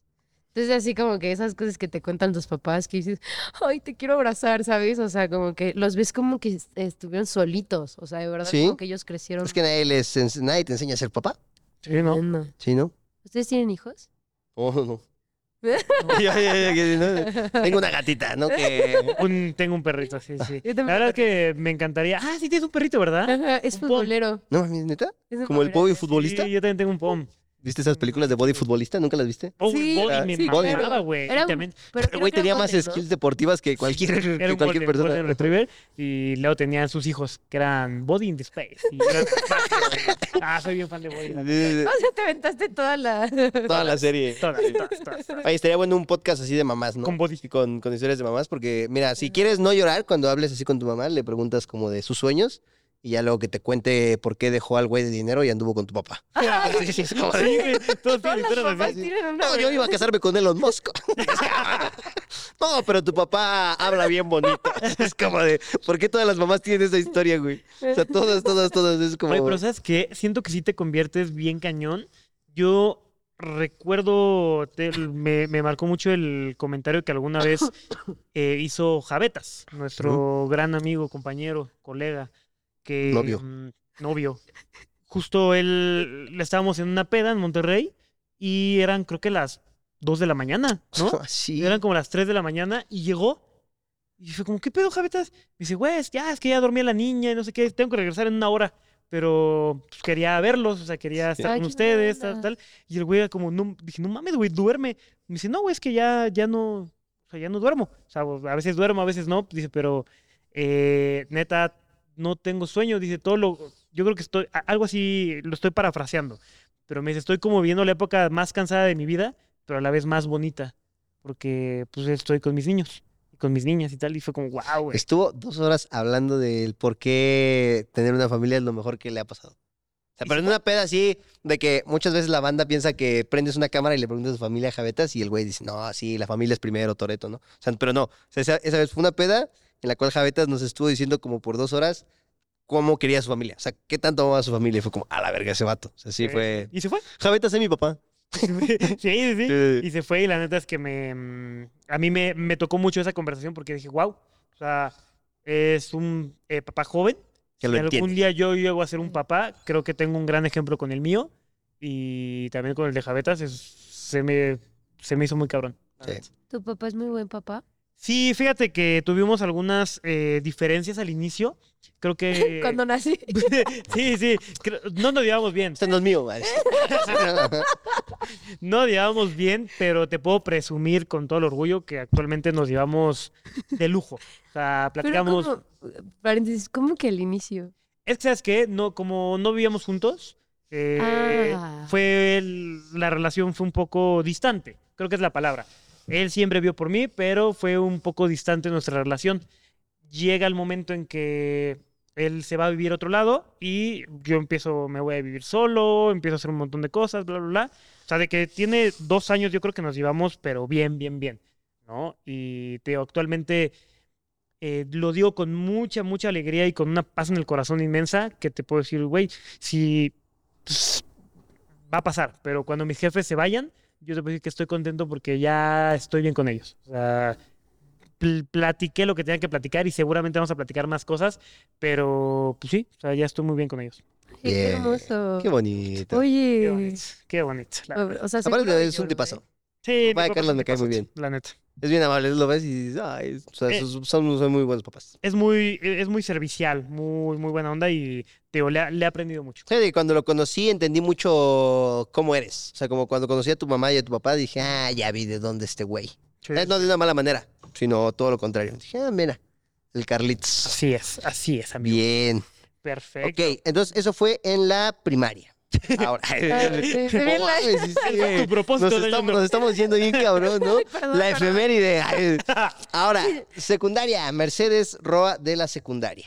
Entonces, así como que esas cosas que te cuentan tus papás, que dices, ay, te quiero abrazar, ¿sabes? O sea, como que los ves como que est- estuvieron solitos, o sea, de verdad,
Sí.
como que ellos crecieron.
Es que nadie, les, ens- nadie te enseña a ser papá.
Sí, ¿no?
viendo.
Sí, ¿no?
¿Ustedes tienen hijos?
Oh, no. Ya, ya, ya, que no. Tengo una gatita, ¿no? Que...
Un- tengo un perrito, sí, sí.
Yo
La
también.
verdad es que me encantaría. Ah, sí, tienes un perrito, ¿verdad?
Ajá, es
Un pom.
futbolero.
No, mames, neta.
es un
Como el
futbolero.
Bobby futbolista.
Sí, yo también tengo un pom.
¿Viste esas películas de Bobby futbolista? ¿Nunca las viste?
Oh,
Sí,
body, me
sí,
Body.
mamaba,
claro.
güey.
Era
Y
un-
también
pero
El güey
creo que
tenía
era
más
Golden, ¿no?
skills deportivas que cualquier, que
Era un
cualquier
golden,
persona.
golden retriever y luego tenían sus hijos que eran Body in the Space. y eran- ah, soy bien fan de Body. la-
Sí, sí,
O sea, te aventaste toda la...
sí. Toda la serie.
Todas, todas, todas. todas.
Oye, estaría bueno un podcast así de mamás, ¿no?
Con Body.
Y Con, con historias de mamás, porque mira, si quieres no llorar cuando hables así con tu mamá, le preguntas como de sus sueños y ya luego que te cuente por qué dejó al güey de dinero y anduvo con tu papá. Sí, sí, es como de-
Sí, güey, todos tienen
Todas las
historias
papás
así.
tienen una...
No, yo iba a casarme con Elon Musk. no, pero tu papá habla bien bonito. Es como de, ¿por qué todas las mamás tienen esa historia, güey? O sea, todas, todas, todas. Es como.
Oye, pero ¿sabes qué? Siento que sí te conviertes bien cañón. Yo recuerdo, te- me, me marcó mucho el comentario que alguna vez eh, hizo Javetas, nuestro gran amigo, compañero, colega, que...
Novio.
mm, novio. Justo él, le estábamos en una peda en Monterrey y eran creo que las 2 de la mañana, ¿no?
Sí.
Eran como las 3 de la mañana y llegó. Y fue como, ¿qué pedo, Javetas? Me dice, güey, es- ya es que ya dormía la niña y no sé qué, tengo que regresar en una hora. Pero pues, quería verlos, o sea, quería estar
Ay,
con
qué
ustedes, tal,
buena.
tal. Y el güey era como, no, dije, no mames, güey, duerme. Me dice, no, güey, es que ya, ya no, o sea, ya no duermo. O sea, pues, a veces duermo, a veces no. Dice, pero eh, neta, no tengo sueño. Dice, todo lo, yo creo que estoy, a- algo así, lo estoy parafraseando. Pero me dice, estoy como viviendo la época más cansada de mi vida, pero a la vez más bonita. Porque, pues, estoy con mis niños y con mis niñas y tal. Y fue como, wow, güey.
Estuvo dos horas hablando del por qué tener una familia es lo mejor que le ha pasado. O sea, pero en una peda así, de que muchas veces la banda piensa que prendes una cámara y le preguntas a su familia Javetas y el güey dice, no, sí, la familia es primero, Toreto, ¿no? O sea, pero no, o sea, esa, esa vez fue una peda en la cual Javetas nos estuvo diciendo como por dos horas cómo quería a su familia. O sea, qué tanto amaba a su familia. Y fue como, a la verga ese vato. O sea, sí
Sí.
fue...
Y se fue.
Javetas es mi papá.
sí, sí, sí.
Sí.
Y se fue y la neta es que me... mm, A mí me, me tocó mucho esa conversación porque dije, wow, o sea, es un eh, papá joven.
Que lo
si algún
entiende.
día yo llego a ser un papá, creo que tengo un gran ejemplo con el mío y también con el de Javetas, es- se, me, se me hizo muy cabrón. la
Sí.
neta.
¿Tu papá es muy buen papá?
Sí, fíjate que tuvimos algunas eh, diferencias al inicio. Creo
eh,
que...
Cuando nací.
sí, sí, creo- no nos llevamos bien.
Este no es mío, madre.
No llevamos bien, pero te puedo presumir con todo el orgullo que actualmente nos llevamos de lujo. O sea,
Pero
platicamos.
como- paréntesis, ¿cómo que al inicio?
Es que, ¿sabes qué? No, como no vivíamos juntos, eh,
Ah.
fue el- la relación fue un poco distante. Creo que es la palabra. Él siempre vio por mí, pero fue un poco distante nuestra relación. Llega el momento en que Él se va a vivir a otro lado y yo empiezo, me voy a vivir solo, empiezo a hacer un montón de cosas, bla, bla, bla. O sea, de que tiene dos años, yo creo que nos llevamos, pero bien, bien, bien, ¿no? Y te digo, actualmente eh, lo digo con mucha, mucha alegría y con una paz en el corazón inmensa que te puedo decir, güey, si pues, va a pasar, pero cuando mis jefes se vayan, yo te puedo decir que estoy contento porque ya estoy bien con ellos. O sea, pl- platiqué lo que tenía que platicar y seguramente vamos a platicar más cosas, pero pues sí, o sea, ya estoy muy bien con ellos.
Qué
Bien.
hermoso.
Qué bonito.
Qué
Oye.
bonito, qué bonito. la verdad.
O sea, seguro
Aparte, es
lloro,
un tipazo.
güey.
Sí, mi
papá de
papá
Carlos
es un
me cae muy
tipazo,
bien.
La neta.
Es bien amable, lo ves y dices, ay, o sea,
Eh.
son, son- son muy buenos papás.
Es muy, es muy servicial, muy, muy buena onda y te digo, le, ha- le he aprendido mucho.
Sí, de cuando lo conocí entendí mucho cómo eres. O sea, como cuando conocí a tu mamá y a tu papá, dije, ah, ya vi de dónde este güey.
Sí,
Eh, No de una mala manera, sino todo lo contrario. Dije, ah, mira, el Carlitos.
Así es, así es, amigo.
Bien.
Perfecto.
Ok, entonces eso fue en la primaria. Ahora.
sí, sí, bien
No
la-
mames, sí, sí,
Tu
Nos
propósito de año
estamos,
nuevo.
nos estamos yendo bien cabrón, ¿no?
perdón,
La
perdón.
efeméride. Ay. Ahora, secundaria, Mercedes Roa de la secundaria.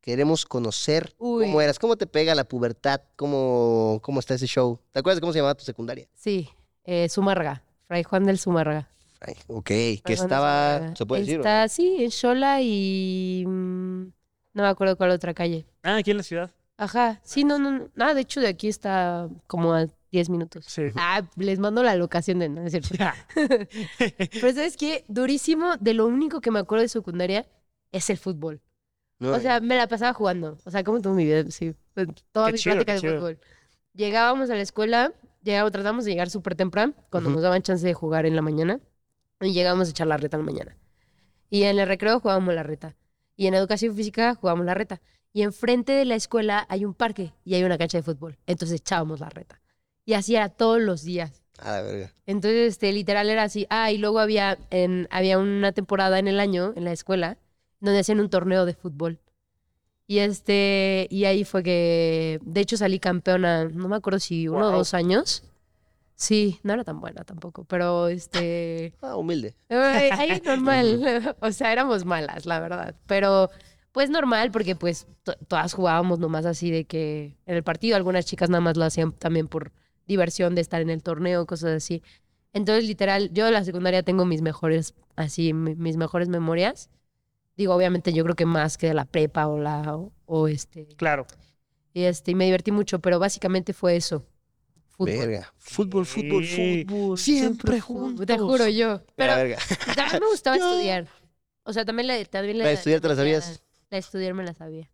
Queremos conocer
Uy.
cómo eras, cómo te pega la pubertad, cómo, cómo está ese show. ¿Te acuerdas cómo se llamaba tu secundaria?
Sí, eh, Sumarga. Fray Juan del Sumarga.
Ay, ok, que
Fray Juan del
estaba,
Zumárraga.
¿se puede decir? o no?
Está, sí, en Xola y... mm, No me acuerdo cuál otra calle.
Ah, aquí en la ciudad.
Ajá, sí, no, no, no. Ah, de hecho de aquí está como a 10 minutos.
Sí.
Ah, les mando la locación de... No, es cierto.
Ah,
Pero ¿sabes qué? Durísimo, de lo único que me acuerdo de secundaria es el fútbol.
No,
O sea, me la pasaba jugando. O sea, como toda mi vida, sí. pues, Toda
Qué
mi
chido,
práctica
qué
de
chido.
fútbol. Llegábamos a la escuela, llegábamos, tratamos de llegar súper temprano, cuando
Ujú.
nos daban chance de jugar en la mañana. Y llegábamos a echar la reta en la mañana. Y en el recreo jugábamos la reta. Y en educación física jugábamos la reta. Y enfrente de la escuela hay un parque y hay una cancha de fútbol. Entonces echábamos la reta. Y así era todos los días.
a la verga.
Entonces, este, literal era así. Ah, y luego había, en, había una temporada en el año, en la escuela, donde hacían un torneo de fútbol. Y este, y ahí fue que, de hecho, salí campeona, no me acuerdo si uno o
Guau.
dos años. Sí, no era tan buena tampoco, pero este,
Ah, humilde.
ay, ahí normal. O sea, éramos malas, la verdad. Pero pues normal, porque pues to- todas jugábamos nomás así de que en el partido algunas chicas nada más lo hacían también por diversión de estar en el torneo, cosas así. Entonces, literal, yo de la secundaria tengo mis mejores, así, mi- mis mejores memorias. Digo, obviamente yo creo que más que de la prepa o la, o, o este,
Claro.
y este, y me divertí mucho, pero básicamente fue eso. Fútbol.
Verga. Fútbol, fútbol,
Sí.
fútbol.
Siempre
Siempre
juntos.
juntos.
Te juro yo. Pero
La verga.
también me gustaba
Yo-
estudiar. O sea, también la, también
¿La de estudiar te la sabías?
La de estudiar me la sabía.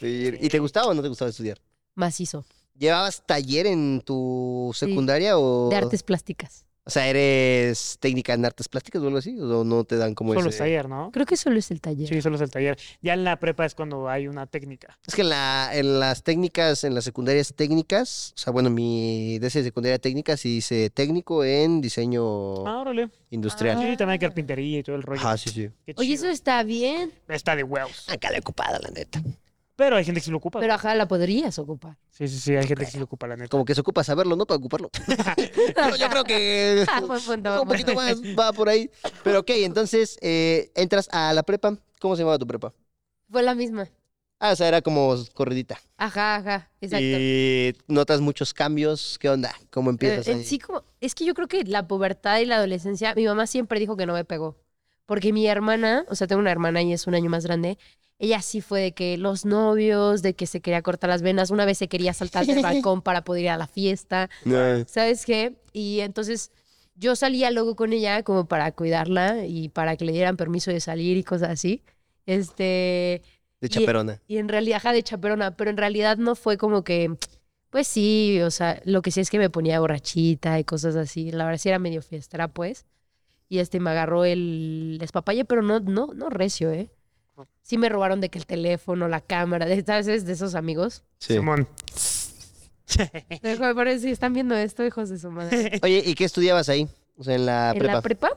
¿Y te gustaba o no te gustaba estudiar?
Macizo.
¿Llevabas taller en tu secundaria o...?
De artes plásticas.
O sea, ¿eres técnica en artes plásticas o algo así? ¿O no te dan como
Solo
ese...?
es taller, ¿no?
Creo que solo es el taller.
Sí, solo es el taller. Ya en la prepa es cuando hay una técnica.
Es que en, la- en las técnicas, en las secundarias técnicas, o sea, bueno, mi DC de secundaria técnica sí dice técnico en diseño
Ah, órale.
industrial.
Sí, también hay carpintería y todo el rollo.
Oh. Ajá, sí, sí.
Qué
Oye, eso
chido.
está bien.
Está de huevos.
Acá la Ah, ocupada, la neta.
Pero hay gente que sí lo
Pues
ocupa.
Pero ajá, la podrías ocupar.
Sí, sí, sí, hay gente que sí lo ocupa, la neta.
Como que se ocupa saberlo, ¿no? Para ocuparlo. Pero yo creo que
Ah, buen punto,
un
buen
poquito más va por ahí. Pero ok, entonces eh, entras a la prepa. ¿Cómo se llamaba tu prepa?
punto. Fue la misma.
Ah, o sea, era como corridita.
Ajá, ajá. Exacto.
Y notas muchos cambios. ¿Qué onda? ¿Cómo
Eh,
empiezas?
en
ahí?
sí, como, es que yo creo que la pubertad y la adolescencia, mi mamá siempre dijo que no me pegó. Porque mi hermana, o sea, tengo una hermana y es un año más grande, ella sí fue de que los novios, de que se quería cortar las venas, una vez se quería saltar del balcón para poder ir a la fiesta,
No.
¿sabes qué? Y entonces yo salía luego con ella como para cuidarla y para que le dieran permiso de salir y cosas así. Este,
De chaperona.
y en realidad, ajá, de chaperona, pero en realidad no fue como que, pues sí, o sea, lo que sí es que me ponía borrachita y cosas así. La verdad sí era medio fiestera, pues. Y este, me agarró el despapalle, pero no, no, no recio, ¿eh? Sí me robaron de que el teléfono, la cámara, de, ¿sabes? De esos amigos.
Sí.
Simón. Eh.
Pero, joder, si están viendo esto, hijos de su madre.
Oye, ¿y qué estudiabas ahí? O sea, en la
¿En
prepa.
la prepa?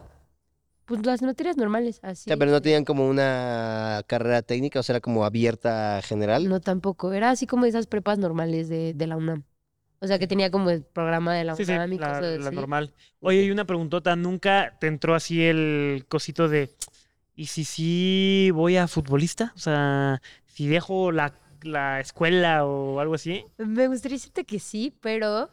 Pues las materias normales,
O
así.
sea, pero no tenían como una carrera técnica, o sea, era como abierta general.
No, tampoco. Era así como esas prepas normales de, de la UNAM. O sea, que tenía como el programa de la
Sí, sí,
UNAM y
la,
cosas
la
así.
normal. Oye, y una preguntota. ¿Nunca te entró así el cosito de... ¿Y si sí voy a futbolista? O sea, si si dejo la, la escuela o algo así.
Me gustaría decirte que sí, pero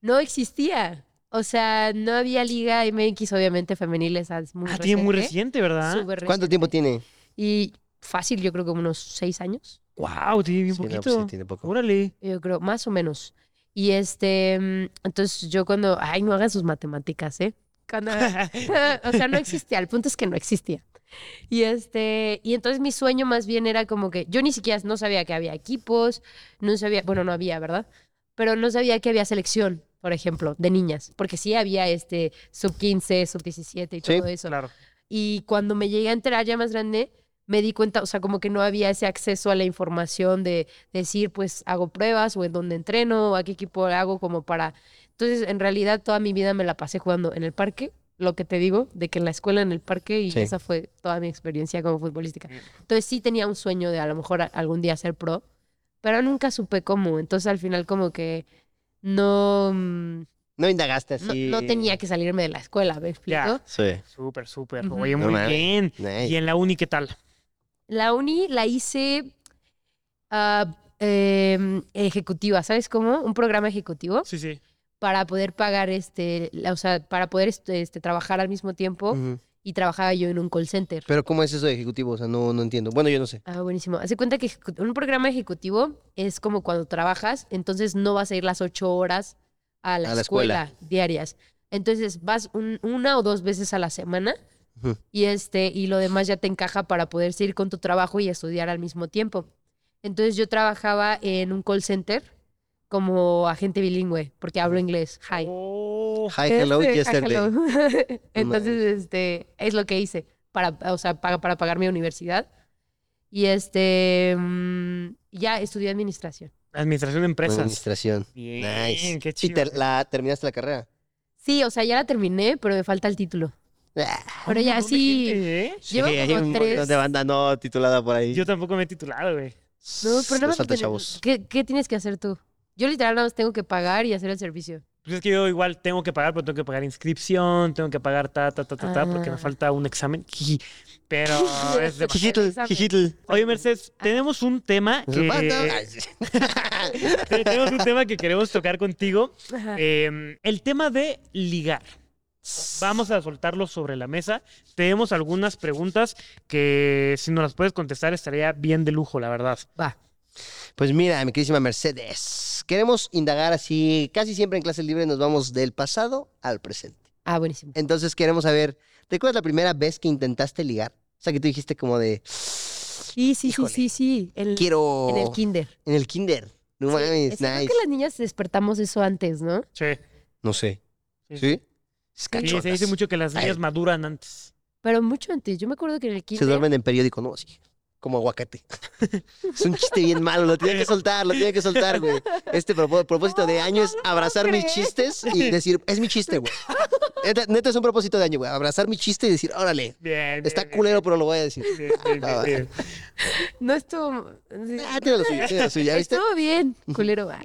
no existía. O sea, no había Liga MX, obviamente, femenil. Esa es muy
ah, tiene muy
reciente.
reciente, ¿verdad?
súper
¿Cuánto
reciente.
tiempo tiene?
Y fácil, yo creo que unos seis años.
Wow, tiene bien
Sí, no, pues
poquito.
sí, tiene poco.
Órale.
Yo creo, más o menos. Y este, mm, entonces yo cuando, ay, no hagan sus matemáticas, ¿eh? Cuando, o sea, no existía, el punto es que no existía. Y este, y entonces mi sueño más bien era como que yo ni siquiera no sabía que había equipos, no sabía, bueno, no había, ¿verdad? Pero no sabía que había selección, por ejemplo, de niñas, porque sí había este sub 15, sub 17 y
Sí,
todo eso.
Claro.
Y cuando me llegué a enterar ya más grande, me di cuenta, o sea, como que no había ese acceso a la información de decir, pues hago pruebas o en dónde entreno o a qué equipo hago como para... Entonces, en realidad toda mi vida me la pasé jugando en el parque, lo que te digo, de que en la escuela, en el parque, y
Sí.
esa fue toda mi experiencia como futbolística. Entonces sí tenía un sueño de a lo mejor a- algún día ser pro, pero nunca supe cómo. Entonces al final como que no, mm,
No indagaste
no,
así.
no tenía que salirme de la escuela, ¿me explico?
Ya.
Sí.
Súper, súper.
Ujú.
Oye,
No
muy
mames.
bien.
Nice.
¿Y en la uni qué tal?
La uni la hice ah, em, ejecutiva, ¿sabes cómo? Un programa ejecutivo
Sí, sí.
para poder pagar, este, la- o sea, para poder este, este, trabajar al mismo tiempo
Ujú.
y trabajaba yo en un call center.
Pero ¿cómo es eso de ejecutivo? O sea, no, no entiendo. Bueno, yo no sé.
Ah, buenísimo. Hace cuenta que ejecu- un programa ejecutivo es como cuando trabajas, entonces no vas a ir las ocho horas a la,
A la
escuela,
escuela.
diarias. Entonces vas un- una o dos veces a la semana
Ujú.
y este y lo demás ya te encaja para poder seguir con tu trabajo y estudiar al mismo tiempo. Entonces yo trabajaba en un call center como agente bilingüe porque hablo inglés. Hi.
Oh,
Hi, hello,
Este, hi,
yesterday.
hello. Entonces,
manches.
este, es lo que hice para, o sea, para, para pagar mi universidad. Y este, mm, ya estudié administración.
administración de empresas.
Administración.
Bien,
Nice.
qué
¿Y
chido.
te- la, terminaste la carrera?
Sí, o sea, ya la terminé, pero me falta el título.
Ah,
Pero
Un
ya
montón de
sí.
gente, ¿eh?
Llevo
sí, hay
como
un
tres-
montón de banda no titulada por ahí.
Yo tampoco me he titulado, güey.
No, pero nada
Les
más.
falta
tener-
chavos.
¿qué, qué tienes que hacer tú? Yo literal nada más tengo que pagar y hacer el servicio.
Pues es que yo igual tengo que pagar, pero tengo que pagar inscripción, tengo que pagar ta, ta, ta, ta, ta, porque me
Ah.
falta un examen. Jiji. Pero es de-
Jijitl,
Examen.
jijitl.
Oye, Mercedes,
Ah.
tenemos un tema que... eh,
Ay, sí.
tenemos un tema que queremos tocar contigo.
Ajá.
Eh, el tema de ligar. Vamos a soltarlo sobre la mesa. Tenemos algunas preguntas que si nos las puedes contestar estaría bien de lujo, la verdad.
Va.
Pues mira, mi queridísima Mercedes, queremos indagar así, casi siempre en clase libre nos vamos del pasado al presente.
Ah, buenísimo.
Entonces queremos saber, ¿recuerdas la primera vez que intentaste ligar? O sea, que tú dijiste como de,
Sí, sí,
Híjole.
sí, sí, sí. En,
quiero...
en el kinder.
en el kinder. No mames,
Es que creo
nice.
que las niñas despertamos eso antes, ¿no?
Sí.
No sé.
Sí.
¿Sí?
Sí, se dice
Cachonas.
mucho que las niñas
Ay.
maduran antes.
Pero mucho antes. Yo me acuerdo que en el
Se
kinder...
duermen en periódico, ¿no? Así, como aguacate. es un chiste bien malo, lo tenía que soltar, lo tenía que soltar, güey. Este propo- propósito de año es abrazar mis
creer.
chistes y decir, es mi chiste, güey. Neta, neta es un propósito de año, güey. Abrazar mi chiste y decir, órale,
Bien.
Está
bien, bien,
culero, pero lo voy a decir.
bien, bien, bien, bien.
No estuvo... sí.
Ah, tiene lo suyo, tiene lo suyo, ¿ya viste?
Estuvo bien, culero. Ah,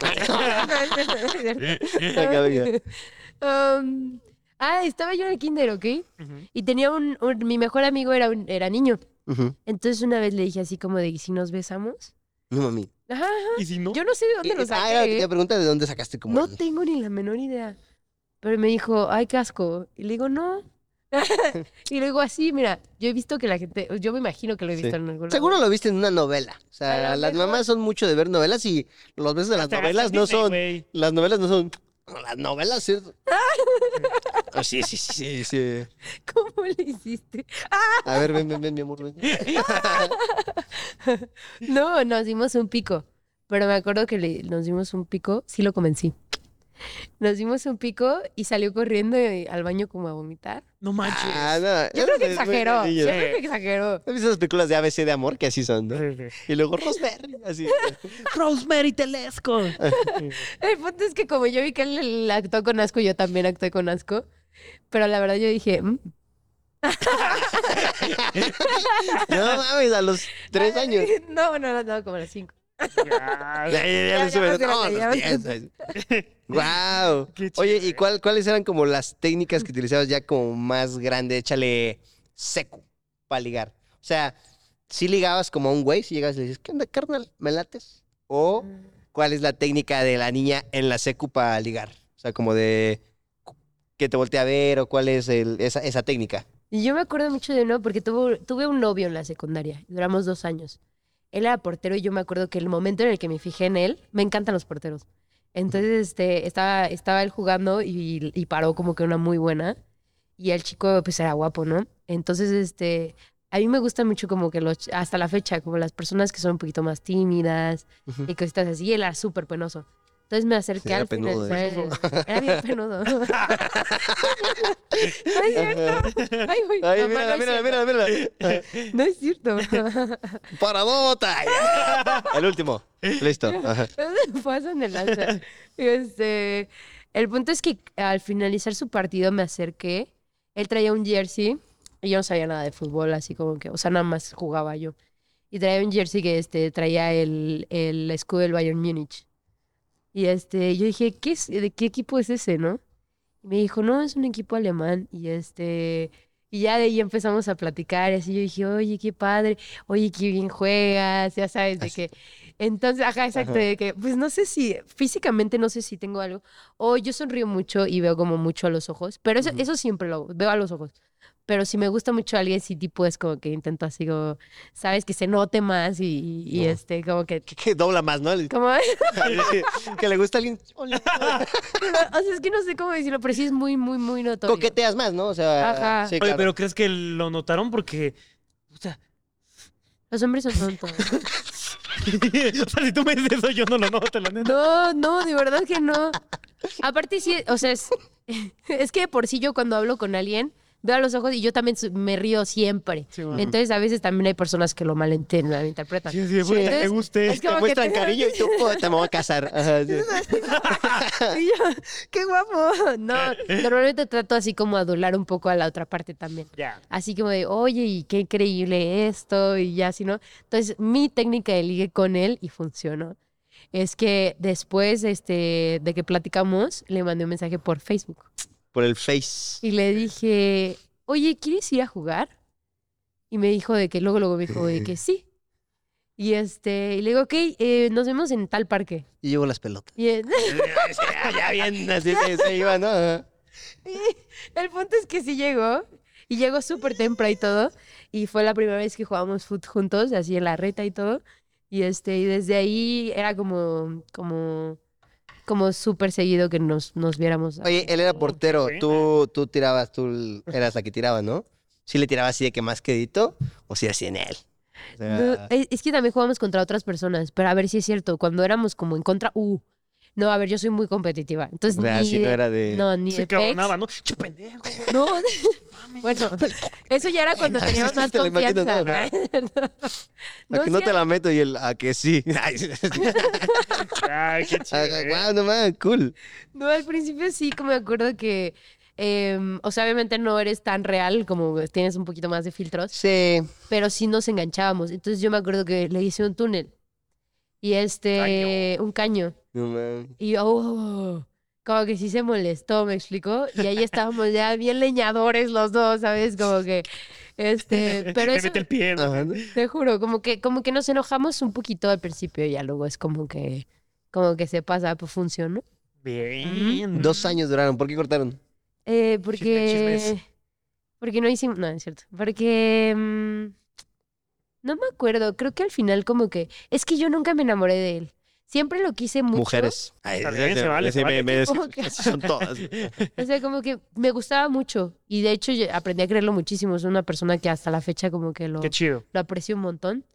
Acá, venga.
Um, ah, estaba yo en el kinder, ¿ok?
Ujú.
Y tenía un... un- mi mejor amigo era, un- era niño.
Ujú.
Entonces una vez le dije así como de, ¿y si nos besamos?
No, mami.
Ajá, ajá.
¿Y si no?
Yo no sé de dónde lo
Ah, era la que te
saqué.
iba a
¿eh?
preguntar de dónde sacaste como...
No
el-
tengo ni la menor idea. Pero me dijo, ay, casco. Y le digo, no. y le digo así, mira, yo he visto que la gente... Yo me imagino que lo he
Sí.
visto en algún
Seguro lo viste en una novela. O
A
sea,
lo
las
mejor.
mamás son mucho de ver novelas y los besos de las
Hasta
novelas
Disney,
no son...
pues güey.
Las novelas no son... Las novelas sí... Ah, sí, sí, sí, sí, sí.
¿Cómo le hiciste?
A ver, ven, ven, ven, mi amor, ven.
No, nos dimos un pico. Pero me acuerdo que le- nos dimos un pico, sí lo convencí. Nos dimos un pico y salió corriendo eh, al baño como a vomitar.
No manches.
Ah, no.
Yo creo
eres
que
muy
exageró.
niño.
Yo creo que exageró.
¿Has visto esas películas de ABC de amor que así son, no?
Sí, sí.
Y luego Rosemary, así.
Rosemary Telesco.
El punto es que como yo vi que él- él actuó con asco, yo también actué con asco. Pero la verdad yo dije, "Mm".
No mames, a los tres años.
no, no, no, no, como a los cinco.
Ya,
ya, ya, ya, ya, ya,
Wow.
Qué
Oye,
chido,
¿y
eh.
cuál- cuáles eran como las técnicas que utilizabas ya como más grande? Échale seco para ligar. O sea, si ligabas como a un güey, si llegas y le dices, ¿qué onda, carnal? ¿Me lates? O, ¿cuál es la técnica de la niña en la secu para ligar? O sea, como de cu- que te voltea a ver o cuál es el- esa, esa técnica.
Y yo me acuerdo mucho de uno porque tuvo- tuve un novio en la secundaria. Duramos dos años. Él era portero y yo me acuerdo que el momento en el que me fijé en él, me encantan los porteros. Entonces este, estaba, estaba él jugando y, y paró como que una muy buena. Y el chico pues era guapo, ¿no? Entonces este, a mí me gusta mucho como que los, ch- hasta la fecha, como las personas que son un poquito más tímidas
Ujú.
y cositas así. Y él era súper penoso. Entonces me acerqué
Sí, era
al
penudo, ¿eh?
final. Era bien penudo. No es cierto. Ay, güey.
Ay,
Mamá, no
mírala, mírala,
es cierto.
mírala, mírala.
No es cierto.
¡Paradota! el último. Listo. Ajá.
Se pasan de lanza. Este, el punto es que al finalizar su partido me acerqué. Él traía un jersey y yo no sabía nada de fútbol, así como que, o sea, nada más jugaba yo. Y traía un jersey que este, traía el, el escudo del Bayern Múnich. Y este, yo dije, ¿qué es, ¿de qué equipo es ese, no? Y me dijo, no, es un equipo alemán. Y este, y ya de ahí empezamos a platicar. Y así yo dije, oye, qué padre, oye, qué bien juegas, ya sabes, de que. Entonces, ajá, exacto, de que, pues no sé si, físicamente no sé si tengo algo. O yo sonrío mucho y veo como mucho a los ojos, pero eso, eso siempre lo hago, veo a los ojos. Pero si me gusta mucho alguien, sí, tipo, es como que intento así, como, sabes, que se note más y, y- y,
Ujú.
este, como que.
Que, que dobla más, ¿no?
Como, o
que le gusta a alguien. Hola.
sea, es que no sé cómo decirlo, pero sí es muy, muy, muy notorio.
Coqueteas más, ¿no? O sea,
Ajá.
sí,
Oye,
claro.
pero ¿crees que lo notaron? Porque. O sea,
Los hombres son tontos.
o sea, si tú me dices eso, yo no lo noto, la neta.
No, no, de verdad que no. Aparte, sí, o sea, es, es que de por sí yo cuando hablo con alguien, veo a los ojos y yo también su- me río siempre.
Sí, bueno.
Entonces, a veces también hay personas que lo malentienden, malinterpretan.
Sí, sí, puta,
entonces,
me guste.
es como
te
que
muestran
te-
cariño y tú, puta, me voy a casar. Ajá, sí.
Y yo, ¡Qué guapo! No, normalmente trato así como adular un poco a la otra parte también.
Ya.
Así como de, oye, y qué increíble esto, y ya, así, ¿no? Entonces, mi técnica de ligue con él, y funcionó, es que después este, de que platicamos, le mandé un mensaje por Facebook.
Por el face.
Y le dije, oye, ¿quieres ir a jugar? Y me dijo de que luego, luego me dijo de que sí. Y este, y le digo, ok, eh, nos vemos en tal parque.
Y llevo las pelotas.
Y eh, el,
ya, ya bien, así se, se iba, ¿no? Ajá.
el punto es que sí llegó. Y llegó súper temprano y todo. Y fue la primera vez que jugábamos foot juntos, así en la reta y todo. Y este, y desde ahí era como, como, como súper seguido que nos, nos viéramos.
Oye, él era portero.
qué
Tú, tú tirabas, tú eras la que tiraba, ¿no? ¿Sí le tirabas así de que más quedito o si así en él? O sea,
No, es, es que también jugamos contra otras personas, pero a ver si es cierto, cuando éramos como en contra, uh, no, a ver, yo soy muy competitiva. Entonces,
o sea,
ni
si no
de-
era de...
no, ni
Se
de pex.
cabronaba, ¿no? ¡Che, pendejo! güey!
No, bueno, eso ya era cuando teníamos más
Te lo imagino,
confianza.
¿no?
No,
A que no
sí,
te la meto y él, a que sí. Ay,
Ay, qué chido.
Ajá,
eh.
Guau, no mames, cool.
No, al principio sí, como me acuerdo que, em, o sea, obviamente no eres tan real como tienes un poquito más de filtros,
Sí.
pero sí nos enganchábamos. Entonces yo me acuerdo que le hice un túnel y este, un caño.
No mames.
Y yo, "Oh", como que sí se molestó, me explicó. Y ahí estábamos ya bien leñadores los dos, ¿sabes? Como que, este, pero
Me
eso,
mete el pie. ¿no?
Ajá, ¿no?
te juro, como que, como que nos enojamos un poquito al principio y ya luego es como que, como que se pasa, pues funcionó.
Bien.
Dos años duraron. ¿Por qué cortaron?
Eh, porque,
chismes.
porque no hicimos, no, es cierto, porque... mm, no me acuerdo, creo que al final como que, es que yo nunca me enamoré de él. Siempre lo quise mucho.
Mujeres. Ay,
Está bien, se vale,
sí,
se
me- me-
Como que-
son todas.
O sea, como que me gustaba mucho. Y de hecho, yo aprendí a creerlo muchísimo. Es una persona que hasta la fecha como que lo,
Qué chido.
lo aprecio un montón.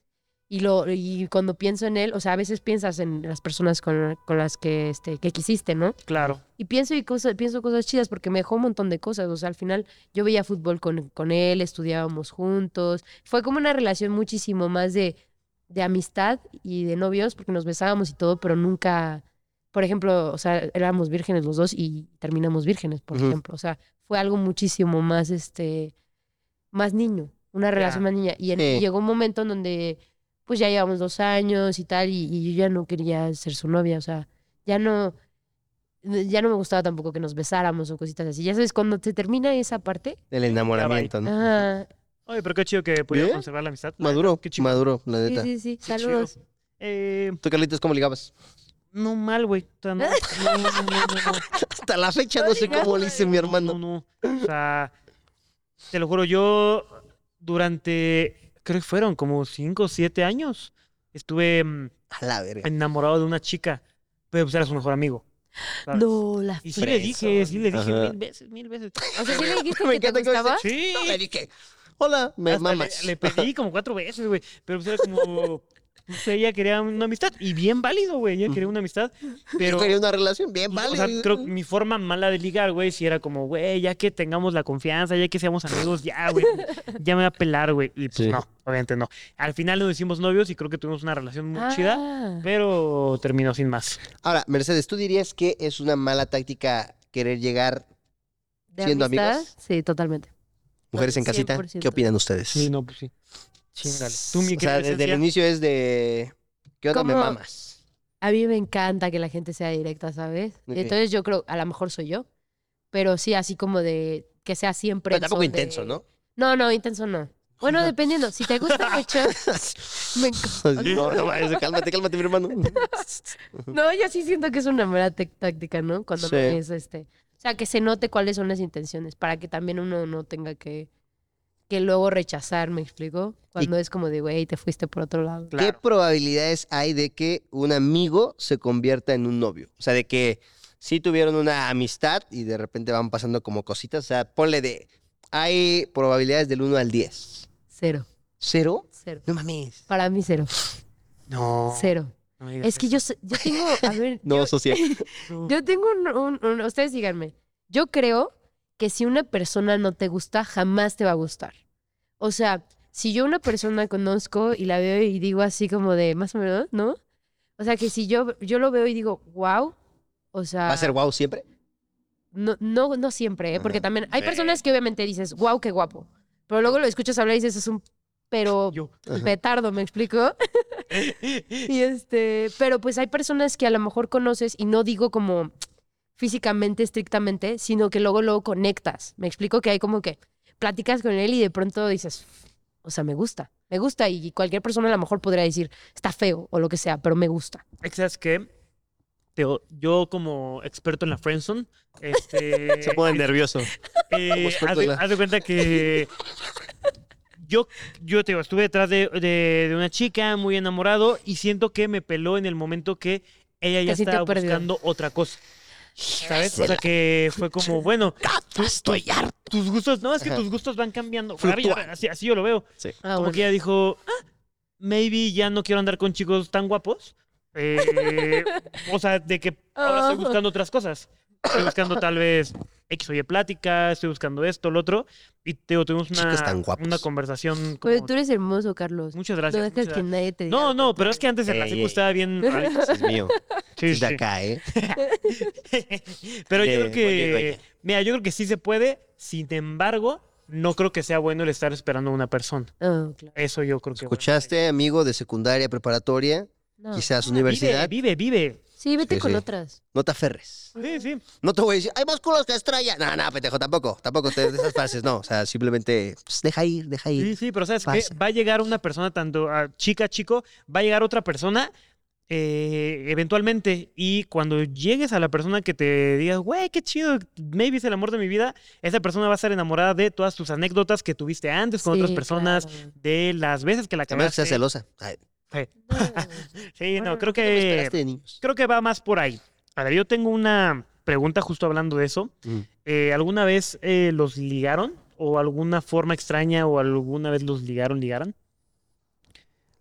Y, lo, y cuando pienso en él, o sea, a veces piensas en las personas con, con las que, este, que quisiste, ¿no?
Claro.
Y pienso, y cosas, pienso cosas chidas porque me dejó un montón de cosas. O sea, al final yo veía fútbol con, con él, estudiábamos juntos. Fue como una relación muchísimo más de, de amistad y de novios porque nos besábamos y todo, pero nunca, por ejemplo, o sea, éramos vírgenes los dos y terminamos vírgenes, por
Ujú.
ejemplo. O sea, fue algo muchísimo más, este, más niño, una relación más niña. Y en-
Sí.
llegó un momento en donde, pues ya llevamos dos años y tal, y, y yo ya no quería ser su novia, o sea, ya no, ya no me gustaba tampoco que nos besáramos o cositas así. Ya sabes, cuando te termina esa parte,
El enamoramiento, ¿no?
ajá,
Oye, pero qué chido que pudiera
Bien.
conservar la amistad. La
Maduro,
neta, Qué chido.
maduro, la
Sí,
neta.
sí, sí.
Qué chido.
Saludos.
Eh,
¿Tú, Carlitos, cómo ligabas?
no mal, güey. O sea, no, no, no, no, no, no.
Hasta la fecha no sé cómo le hice mi hermano.
No, no, no. O sea, te lo juro, yo durante, creo que fueron como 5 o 7 años, estuve mm,
A la verga.
enamorado de una chica, pero pues era su mejor amigo. ¿sabes?
No, la
Y sí le dije, sí le dije
Ajá.
mil veces, mil veces.
O sea, sí le dijiste
Me
que te
encanta cómo
gustaba.
Sí.
No le dije, hola, me
hasta le,
mamas.
le pedí como cuatro veces, güey. Pero pues era como... pues, ella quería una amistad. Y bien válido, güey. Ella quería una amistad. Pero...
Yo quería una relación bien, vale.
O sea, creo que mi forma mala de ligar, güey, si era como, güey, ya que tengamos la confianza, ya que seamos amigos, ya, güey, ya me va a pelar, güey. Y pues
Sí.
no, obviamente no. Al final nos hicimos novios y creo que tuvimos una relación muy
Ah.
chida, pero terminó sin más.
Ahora, Mercedes, ¿tú dirías que es una mala táctica querer llegar
¿De
siendo
amistad?
amigos?
Sí, totalmente.
mujeres en casita?
100%.
¿Qué opinan ustedes?
Sí, no, pues sí. Chingale. Tú, mi
o sea,
querida
desde el
Cecia,
inicio es de ¿qué onda me
¿Cómo?
mamas?
A mí me encanta que la gente sea directa, ¿sabes?
Ok.
Entonces yo creo, a lo mejor soy yo, pero sí, así como de que sea siempre...
Pero
el
tampoco
son de-
intenso, ¿no?
No, no, intenso no. Bueno, dependiendo. Si te gusta mucho... me enc-
no, no, mames, cálmate, cálmate, mi hermano.
No, yo sí siento que es una mala tec- táctica, ¿no? Cuando no
Sí.
es este... O sea, que se note cuáles son las intenciones para que también uno no tenga que... Que luego rechazar, ¿me explico? Cuando es como de, güey, te fuiste por otro lado.
¿Qué
claro.
probabilidades hay de que un amigo se convierta en un novio? O sea, de que sí tuvieron una amistad y de repente van pasando como cositas. O sea, ponle de. Hay probabilidades del 1 al 10.
Cero,
¿Cero?
cero.
No mames.
Para mí cero,
No.
cero.
no me digas
Es que yo, sé- yo tengo, a ver,
Oh. No, eso sí.
eso.
Yo tengo un, un- un- Ustedes díganme. Yo creo que si una persona no te gusta, jamás te va a gustar. O sea, si yo una persona conozco y la veo y digo así como de más o menos, ¿no? O sea, que si yo, yo lo veo y digo, wow, o sea...
¿Va a ser wow siempre?
No, no, no siempre, ¿eh? porque
Ah,
también hay personas que obviamente dices, wow, qué guapo. Pero luego lo escuchas hablar y dices, es un... Pero
Yo.
petardo, ¿me explico? y este, pero pues hay personas que a lo mejor conoces y no digo como físicamente estrictamente, sino que luego luego conectas. Me explico que hay como que platicas con él y de pronto dices, o sea, me gusta, me gusta y cualquier persona a lo mejor podría decir, está feo o lo que sea, pero me gusta.
Es que, ¿Sabes qué? Teo, yo como experto en la friendzone, este...
nervioso.
Eh,
Vamos,
haz, de,
cuéntala.
haz de cuenta que yo, yo te digo, estuve detrás de, de- de una chica muy enamorado y siento que me peló en el momento que ella ya
Te sintió
estaba
perdido.
buscando otra cosa. ¿Sabes? O sea que fue como, bueno,
Ah, Estoy harto.
tus gustos, no, es que
Ajá.
tus gustos van cambiando. Para mí,
Fluctúan.
así, así yo lo veo.
Ah,
Como
bueno.
que ella dijo, "Ah, maybe ya no quiero andar con chicos tan guapos. Eh, o sea, de que ahora estoy
Oh.
buscando otras cosas. Estoy buscando tal vez X o Y plática, estoy buscando esto, lo otro. Y te digo, tuvimos
Chicos
una,
tan guapos.
una conversación como-
Pero pues, tú eres hermoso, Carlos.
Muchas
No
gracias.
dejes
muchas
que
gracias.
nadie te diga.
No, no, pero es que antes en la
Ey,
secu
ey.
estaba bien.
Es mío.
Sí,
Es de
sí.
acá, ¿eh?
Pero yo
De-
creo que.
oye, oye.
Mira, yo creo que sí se puede. Sin embargo, no creo que sea bueno el estar esperando a una persona.
Ah, claro.
Eso yo creo que. bueno.
¿Escuchaste, amigo de secundaria, preparatoria,
No.
quizás
Vive,
universidad?
Vive, vive.
Sí, vete
Sí,
con
sí.
otras.
No te aferres.
Sí, sí.
No te voy a decir, hay más culos que estrella. No, no, pendejo, tampoco. Tampoco te de esas frases, no. O sea, simplemente pues, deja ir, deja ir.
Sí, sí, pero ¿sabes qué?
pasa.
Va a llegar una persona, tanto a chica, chico, va a llegar otra persona eh, eventualmente. Y cuando llegues a la persona que te digas, güey, qué chido, maybe es el amor de mi vida, esa persona va a estar enamorada de todas tus anécdotas que tuviste antes con otras
Sí,
personas,
claro.
de las veces que la
A menos que
cagaste.
seas celosa. Ay,
No.
Sí, no,
Bueno,
creo
¿qué
¿qué me
que,
esperaste de niños?
creo que va más por ahí. A ver, yo tengo una pregunta justo hablando de eso. Eh, ¿Alguna vez eh, los ligaron? ¿O alguna forma extraña? ¿O alguna vez los ligaron, ligaron?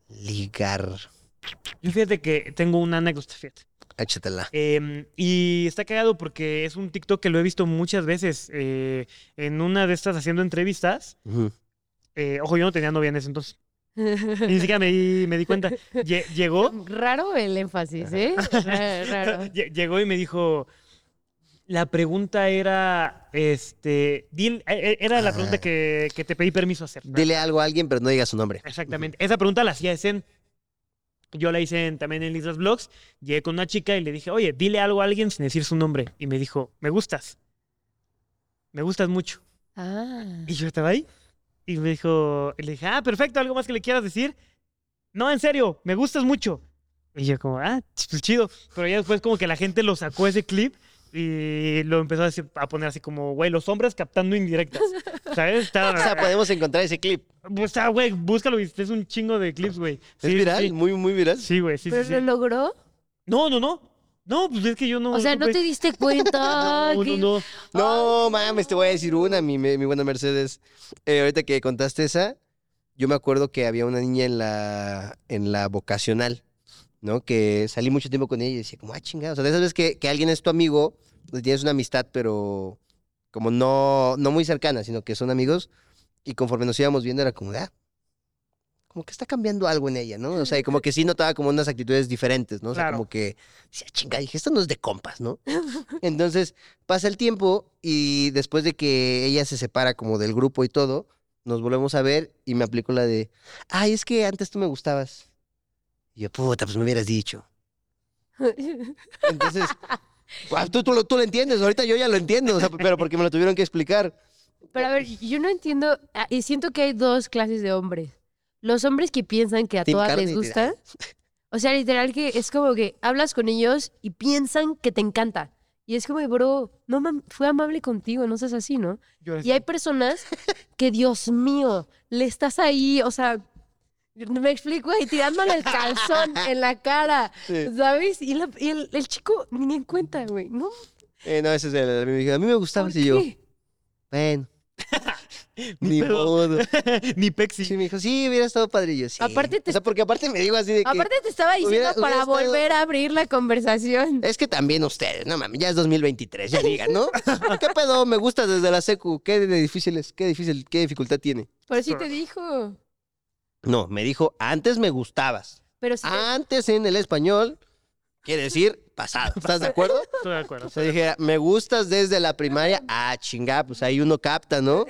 Ligar.
Yo fíjate que tengo una anécdota, fíjate.
Échatela.
Eh, y está cagado porque es un TikTok que lo he visto muchas veces eh, en una de estas haciendo entrevistas.
Ujú.
Eh, ojo, yo no tenía novia en ese entonces. Ni siquiera me, di- me di cuenta. Lle- llegó,
Raro el énfasis, ¿eh? Ra- Raro.
lle- llegó y me dijo... La pregunta era, este, dil- eh, eh, era la pregunta
Ah.
que, que te pedí permiso hacer. ¿verdad?
Dile algo a alguien, pero no digas su nombre.
Exactamente. Esa pregunta la hacía Zen. Yo la hice en- también en Lisas Blogs. Llegué con una chica y le dije, oye, dile algo a alguien sin decir su nombre. Y me dijo, me gustas. Me gustas mucho.
Ah.
Y yo estaba ahí. Y me dijo, y le dije, ah, perfecto, ¿algo más que le quieras decir? No, en serio, me gustas mucho. Y yo como, ah, ch- pues chido. Pero ya después como que la gente lo sacó ese clip y lo empezó a, decir- a poner así como, güey, los hombres captando indirectas. ¿Sabes? Está,
O sea, pues, podemos encontrar ese clip.
o sea, güey, búscalo y es un chingo de clips, güey.
Es
Sí,
viral,
sí.
muy, muy viral.
Sí, güey, sí, sí,
¿Pero
sí.
lo logró?
No, no, no. No, pues es que yo no...
o sea, ¿no te
supe.
diste cuenta?
No,
que-
no, no.
No, mames, te voy a decir una, mi, me- mi buena Mercedes. Eh, ahorita que contaste esa, yo me acuerdo que había una niña en la, en la vocacional, ¿no? Que salí mucho tiempo con ella y decía, como, ah, chingada. O sea, de esas veces que, que alguien es tu amigo, pues, tienes una amistad, pero como no, no muy cercana, sino que son amigos. Y conforme nos íbamos viendo, era como, ah, como que está cambiando algo en ella, ¿no? O sea, y como que sí notaba como unas actitudes diferentes, ¿no? O sea,
Claro.
como que, decía, chinga, dije, esto no es de compas, ¿no? Entonces, pasa el tiempo y después de que ella se separa como del grupo y todo, nos volvemos a ver y me aplicó la de, ay, es que antes tú me gustabas. Y yo, puta, pues me hubieras dicho. Entonces, guau, tú, tú, lo, tú lo entiendes, ahorita yo ya lo entiendo, o sea, pero porque me lo tuvieron que explicar.
Pero a ver, yo no entiendo. ah, Y siento que hay dos clases de hombres. Los hombres que piensan que a
Team
todas
Carmen
les
y Team-
gusta. O sea, literal que es como que hablas con ellos y piensan que te encanta. Y es como, bro, no mam- fue amable contigo, no seas así, ¿no?
Yo
Pues
Y hay personas que, Dios mío, le estás ahí, o sea, me explico ahí tirándole el calzón en la cara,
Sí.
¿sabes? Y, la- y el, el chico ni en cuenta, güey, ¿no?
Eh, no, ese es el, me dijo, a mí me
¿Por
gustabas y yo,
qué?
bueno. Ni
pedo.
modo.
Ni Pexi.
Sí, me dijo, sí, hubiera estado padre. Y yo, sí.
Aparte
O
te-
sea, porque aparte me digo así de que...
Aparte te estaba diciendo
Hubiera-
para
hubiera estado- Eh,
volver a abrir la conversación.
Es que también ustedes, no mames, ya es 2023, ya digan, ¿no? ¿Qué pedo? Me gusta desde la secu. ¿Qué de difícil es? ¿Qué difícil? ¿Qué dificultad tiene?
Pero sí te dijo.
No, me dijo, antes me gustabas.
Pero sí te-
Antes en el español quiere decir pasado. ¿Estás de acuerdo?
Estoy de acuerdo.
O sea, dijera, me gustas desde la primaria. Ah, chingá, pues ahí uno capta, ¿no?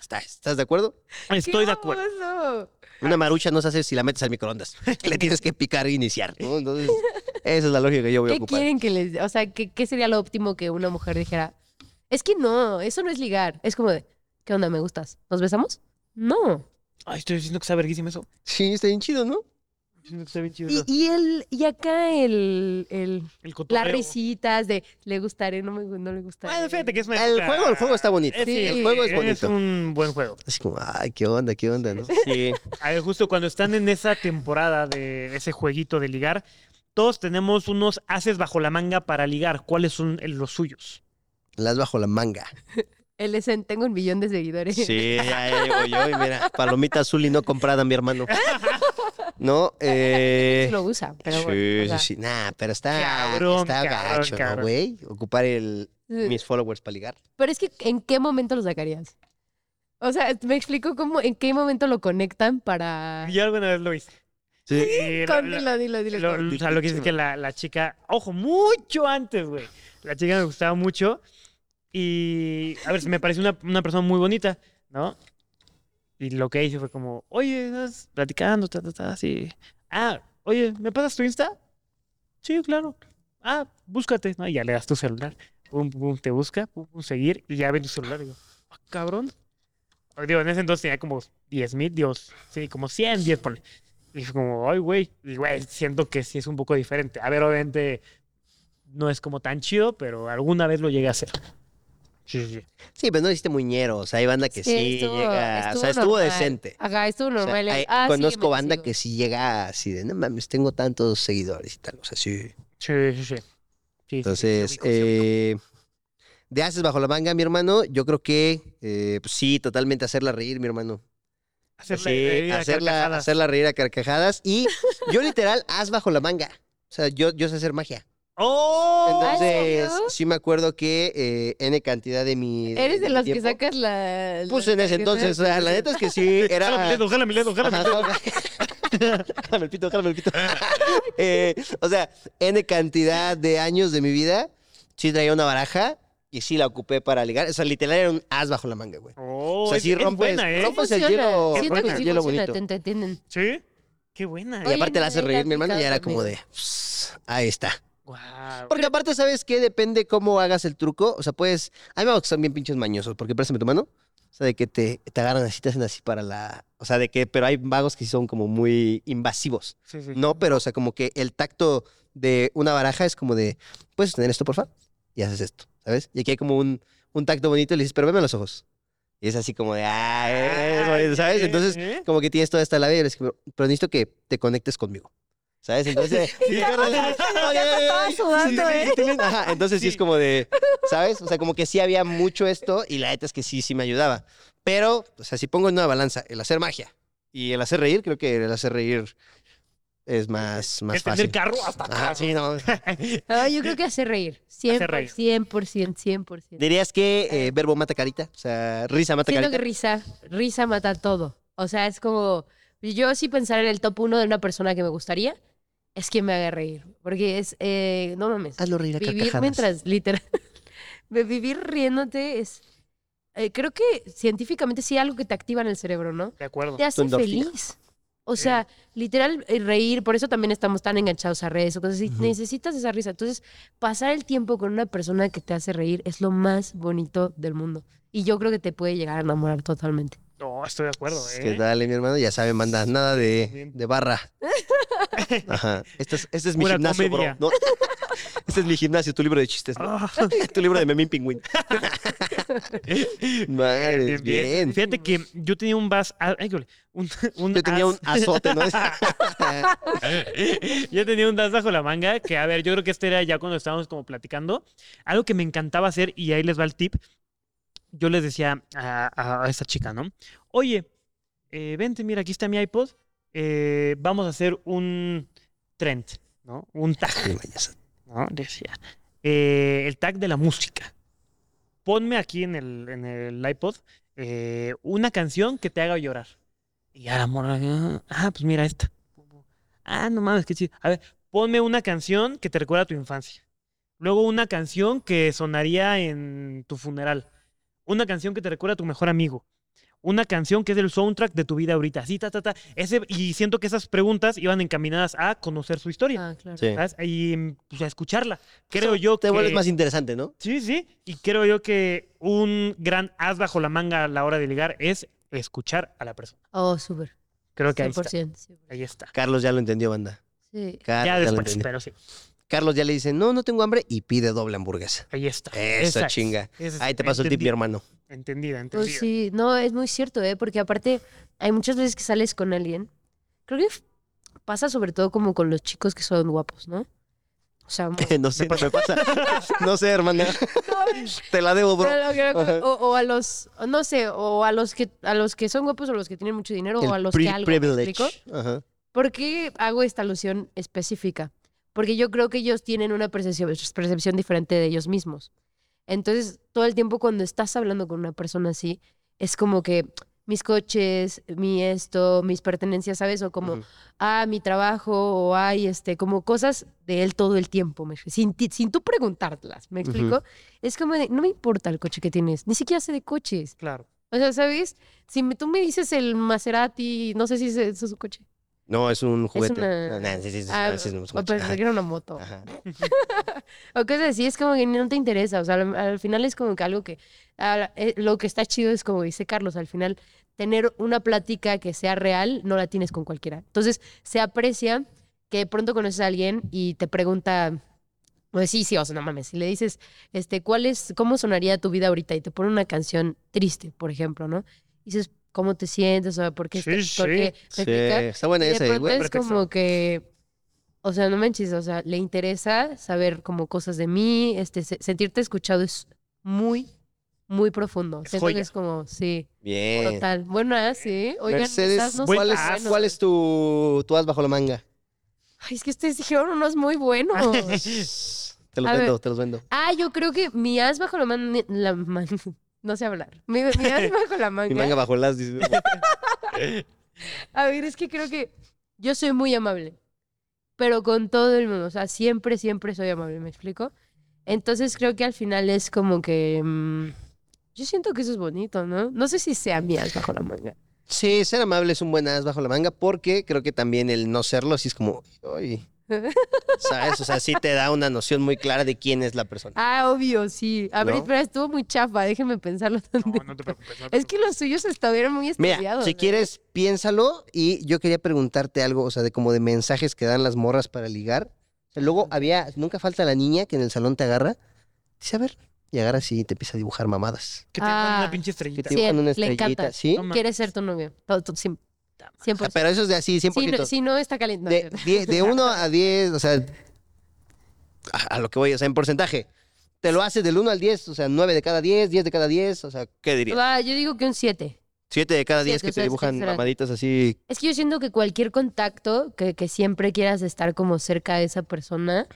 Está- ¿Estás de acuerdo?
Estoy
¡Qué
de acuerdo.
baboso!
Una marucha no se hace si la metes al microondas. Le tienes que picar e iniciar, ¿no? Entonces, esa es la lógica que yo voy a
¿Qué
ocupar.
quieren que les... O sea, ¿qué, qué sería lo óptimo que una mujer dijera? Es que no, eso no es ligar. Es como de, ¿qué onda? ¿Me gustas? ¿Nos besamos? No.
Ay, estoy diciendo que está verguísimo eso.
Sí, está bien chido, ¿no?
Estoy diciendo que está bien chido
Y,
eso.
y el, y acá el, el
El
las
cotorreo.
risitas de le gustaré, no me gu- no le gustaré.
Bueno, fíjate que es una
El
época-
juego- el juego está bonito.
Eh,
Sí, el
juego es
Es
bonito.
un buen juego.
Así como, ay, qué onda, qué onda, ¿no? Sí.
A ver, justo cuando están en esa temporada de ese jueguito de ligar, todos tenemos unos haces bajo la manga para ligar. ¿Cuáles son el- los suyos?
Las bajo la manga.
El SN, tengo un millón de seguidores.
Sí, ya llevo yo y mira, palomita azul y no comprada, mi hermano. No,
Sí
eh.
Lo usa, pero
sí,
bueno. o sea,
sí, sí. Nah, pero está,
Cabrón,
está
cabrón,
gacho, ¿no,
cabrón.
güey? Ocupar el, mis followers para ligar.
Pero es que, ¿en qué momento lo sacarías? O sea, me explico cómo, en qué momento lo conectan para...
Yo alguna vez lo hice.
Ah. Sí.
Y la-
Con-
la-
dilo, dilo, dilo.
Lo, o sea, lo que dice es que la, la chica, ojo, mucho antes, güey. La chica me gustaba mucho y, a ver, me pareció una, una persona muy bonita, ¿no? Y lo que hice fue como, oye, estás platicando, ta, ta, ta, así. Ah, oye, ¿me pasas tu Insta? Sí, claro. Ah, búscate, ¿no? Y ya le das tu celular. Pum, pum, te busca, pum, pum, seguir, y ya ve tu celular. Y digo, ah, cabrón. O Digo, en ese entonces tenía como 10 mil, Dios, sí, como 100, 10, ponle. Y fue como, ay, güey. Y, güey, siento que sí es un poco diferente. A ver, obviamente no es como tan chido, pero alguna vez lo llegué a hacer. Sí, sí, sí.
Sí, pero no hiciste muñero. O sea, hay banda que sí, llega. o sea, estuvo
normal.
decente.
Ajá, estuvo
O sea,
normal.
hay-
Ah, sígueme,
conozco
te
banda
sigo.
que sí llega así de, no mames, tengo tantos seguidores y tal. O sea, sí.
Sí, sí, sí. Sí, sí.
Entonces,
sí, sí, sí, sí.
eh, de haces bajo la manga, mi hermano, yo creo que eh, pues sí, totalmente hacerla reír, mi hermano. Sí,
Hacerla- eh, a
hacerla,
carcajadas.
hacerla reír a carcajadas. Y yo literal, haz bajo la manga. O sea, yo, yo sé hacer magia.
¡Oh!
¿en
Entonces,
serio?
sí me acuerdo que eh, N cantidad de mi.
Eres de
mi
los
tiempo-
que sacas la... la-
Pues en ese entonces, o sea, la neta es que sí,
Jálame el
era.
dedo, jálame el dedo, jálame el
Ajá,
dedo.
jálame. Jálame el pito, jálame el pito. Eh, o sea, N cantidad de años de mi vida, sí traía una baraja y sí la ocupé para ligar. O sea, literal era un as bajo la manga, güey.
Oh,
O sea,
es-
sí
es
rompes,
buena, ¿eh?
rompes el
Funciona.
hielo.
Siento
rompes
que
el
sí
hielo
funciona,
bonito.
te entienden.
Sí. Qué buena. ¿eh?
Y
Oye,
aparte la
no,
hace
ya
reír, mi hermano, y era
aplicado
como de.
conmigo.
"Pss, Ahí está.
Guau.
Porque aparte, ¿sabes qué? Depende cómo hagas el truco. O sea, puedes. A mí me gusta que son bien pinches mañosos, porque préstame tu mano. O sea, de que te, te agarran así, te hacen así para la. O sea, de que. Pero hay vagos que sí son como muy invasivos.
Sí, sí.
No, pero, o sea, como que el tacto de una baraja es como de. ¿Puedes tener esto, porfa? Y haces esto, ¿sabes? Y aquí hay como un, un tacto bonito y le dices, pero veme a los ojos. Y es así como de. Ah, eh, ¿sabes?
Eh,
Entonces,
eh.
como que tienes toda esta labia y eres como, pero necesito que te conectes conmigo. ¿Sabes? Entonces, sí, carnal. Ay, ay,
estaba
ay.
sudando,
Sí, sí,
¿eh?
sí, tienen- ajá, entonces sí. es
Sí.
como de, ¿sabes? O sea, como que sí había mucho esto y la neta es que sí, sí me ayudaba. Pero, o sea, si pongo en una balanza el hacer magia y el hacer reír, creo que el hacer reír es más, más
es tener
fácil.
carro hasta acá.
Ajá, sí, no.
Ah, yo creo que hace reír. 100%,
Hace reír.
100%, 100%.
Dirías que eh, verbo mata carita, o sea, risa mata
Siento
carita.
que risa, risa mata todo. O sea, es como, yo sí pensar en el top uno de una persona que me gustaría, es que me haga reír. Porque es, eh, no mames,
Hazlo reír a
vivir
carcajadas.
mientras, literal, de vivir riéndote es, eh, creo que científicamente sí algo que te activa en el cerebro, ¿no?
De acuerdo.
Te hace
endorfina.
feliz. O sea, literal, eh, reír, por eso también estamos tan enganchados a redes o cosas así.
Ujú.
Necesitas esa risa. Entonces, pasar el tiempo con una persona que te hace reír es lo más bonito del mundo. Y yo creo que te puede llegar a enamorar totalmente.
No, estoy de acuerdo, ¿eh?
Que Pues, dale, mi hermano, ya sabe, manda nada de,
Bien.
de barra. Ajá. Este es, este es mi
Pura
gimnasio,
comedia.
bro. No. Este es mi gimnasio, tu libro de chistes, ¿no?
Ah,
tu libro de Memín Pingüín. Madre,
bien, bien.
bien.
Fíjate que yo tenía un vas. ah, ay, híjole, un, un
Yo tenía
as-
un azote, ¿no?
Yo tenía un das bajo la manga que, a ver, yo creo que este era ya cuando estábamos como platicando. Algo que me encantaba hacer, y ahí les va el tip. Yo les decía a, a esta chica, ¿no? Oye, eh, vente, mira, aquí está mi iPod. eh, vamos a hacer un trend, ¿no? Un tag, ¿no? Decía. eh, el tag de la música. Ponme aquí en el, en el iPod eh, una canción que te haga llorar. Y ya la morra, ah, ah, pues mira esta. Ah, no mames, qué chido. A ver, ponme una canción que te recuerda a tu infancia. Luego una canción que sonaría en tu funeral. Una canción que te recuerda a tu mejor amigo. Una canción que es el soundtrack de tu vida ahorita. Así, ta, ta, ta. Ese, y siento que esas preguntas iban encaminadas a conocer su historia.
Ah, claro.
Sí.
¿sabes? Y mm, pues, a escucharla. Creo yo
Te
que...
vuelves más interesante, ¿no?
Sí, sí. Y creo yo que un gran as bajo la manga a la hora de ligar es escuchar a la persona.
Oh, súper.
Creo que ahí está.
100%. sí.
Ahí está.
Carlos ya lo entendió, banda.
Sí.
Carlos
ya
lo
después,
entendió.
pero sí.
Carlos ya le dice, no, no tengo hambre y pide doble hamburguesa.
Ahí está.
Esa
es.
chinga.
Esa es.
Ahí te pasó el tip,
Entendí-
mi hermano.
Entendida, entendida.
Pues sí, no, es muy cierto, ¿eh? Porque aparte, hay muchas veces que sales con alguien. Creo que f- pasa sobre todo como con los chicos que son guapos, ¿no? O sea, muy-
No sé, no me pasa. No sé, hermana. Te la debo, bro.
Pero creo que-
Ajá.
o, o a los, no sé, o a los que a los que son guapos o a los que tienen mucho dinero o a
El
los
pri-
que algo. ¿me
privilege.
explico?
Ajá.
¿Por qué hago esta alusión específica? Porque yo creo que ellos tienen una percepción, percepción diferente de ellos mismos. Entonces, todo el tiempo cuando estás hablando con una persona así, es como que mis coches, mi esto, mis pertenencias, ¿sabes? O como,
Ujú.
ah, mi trabajo, o ay, este, como cosas de él todo el tiempo, me- sin, ti- sin tú preguntártelas, ¿me
Ujú.
explico? Es como, de, no me importa el coche que tienes, ni siquiera sé de coches.
Claro.
O sea, ¿sabes? Si me- tú me dices el Maserati, no sé si es, eso es un coche.
No, es un juguete.
una-
Ah, nah, sí, sí, sí,
Ah,
ah, sí, es un
o
juguete.
pensé que era una moto.
Ajá.
O cosas así, es como que no te interesa. O sea, al, al final es como que algo que. a- eh, lo que está chido es como dice Carlos, al final, tener una plática que sea real no la tienes con cualquiera. Entonces, se aprecia que de pronto conoces a alguien y te pregunta. Pues sí, sí, o sea, no mames. Si le dices, este, ¿cuál es, cómo sonaría tu vida ahorita? Y te pone una canción triste, por ejemplo, ¿no? Y dices, ¿cómo te sientes? O sea, ¿por qué?
Sí,
estás- por
sí.
qué? ¿Me
Sí,
explicas?
está buena
Y de
esa,
pronto
güey.
es como que, o sea, no manches, o sea, le interesa saber como cosas de mí, este, se- sentirte escuchado es muy, muy profundo.
Es
Siento
joya.
que es como, sí,
Bien.
total. Bueno, ah, sí, oigan,
Eh. Mercedes,
estas no
buen
¿cuál,
son
es,
buenas.
¿cuál es tu, tu as bajo la manga?
Ay, es que ustedes dijeron unos muy buenos.
Te los
A ver.
vendo, te los vendo.
ah, yo creo que mi as bajo la manga, la man- no sé hablar, mi, mi as bajo la
Mi
manga.
manga bajo las. dice.
A ver, es que creo que yo soy muy amable, pero con todo el mundo, o sea, siempre, siempre soy amable, ¿me explico? Entonces creo que al final es como que... mm, yo siento que eso es bonito, ¿no? No sé si sea mías bajo la manga.
Sí, ser amable es un buen as bajo la manga porque creo que también el no serlo sí es como, uy, ¿Sabes? O sea, sí te da una noción muy clara de quién es la persona.
Ah, obvio, sí. A ver,
¿No?
espera, estuvo muy chafa, déjenme pensarlo.
No, no te preocupes. no te
Es que los suyos estuvieron muy estudiados. ¿eh?
Mira, si
¿no?
quieres, piénsalo. Y yo quería preguntarte algo, o sea, de como de mensajes que dan las morras para ligar. O sea, luego había, nunca falta la niña que en el salón te agarra. Dice, a ver, y agarra así y te empieza a dibujar mamadas.
Que te pongan
Ah.
una pinche
Que
estrellita.
te dibujan
Sí,
una
le encanta.
estrellita, ¿sí?
No,
Quiere ser tu novio. Todo, todo, sí.
O sea,
100%.
Ah, pero eso es de así, 100%.
Si Pues no, si no está caliente.
De, 10 de 1 a 10, o sea, a, a lo que voy, o sea, en porcentaje. Te lo haces del 1 al 10, o sea, 9 de cada 10, 10 de cada 10, o sea, ¿qué dirías?
Va, yo digo que un 7.
7 de cada 10
Siete,
que
o
te
sea, es
dibujan
excelente.
mamaditas así.
Es que yo siento que cualquier contacto que, que siempre quieras estar como cerca de esa persona,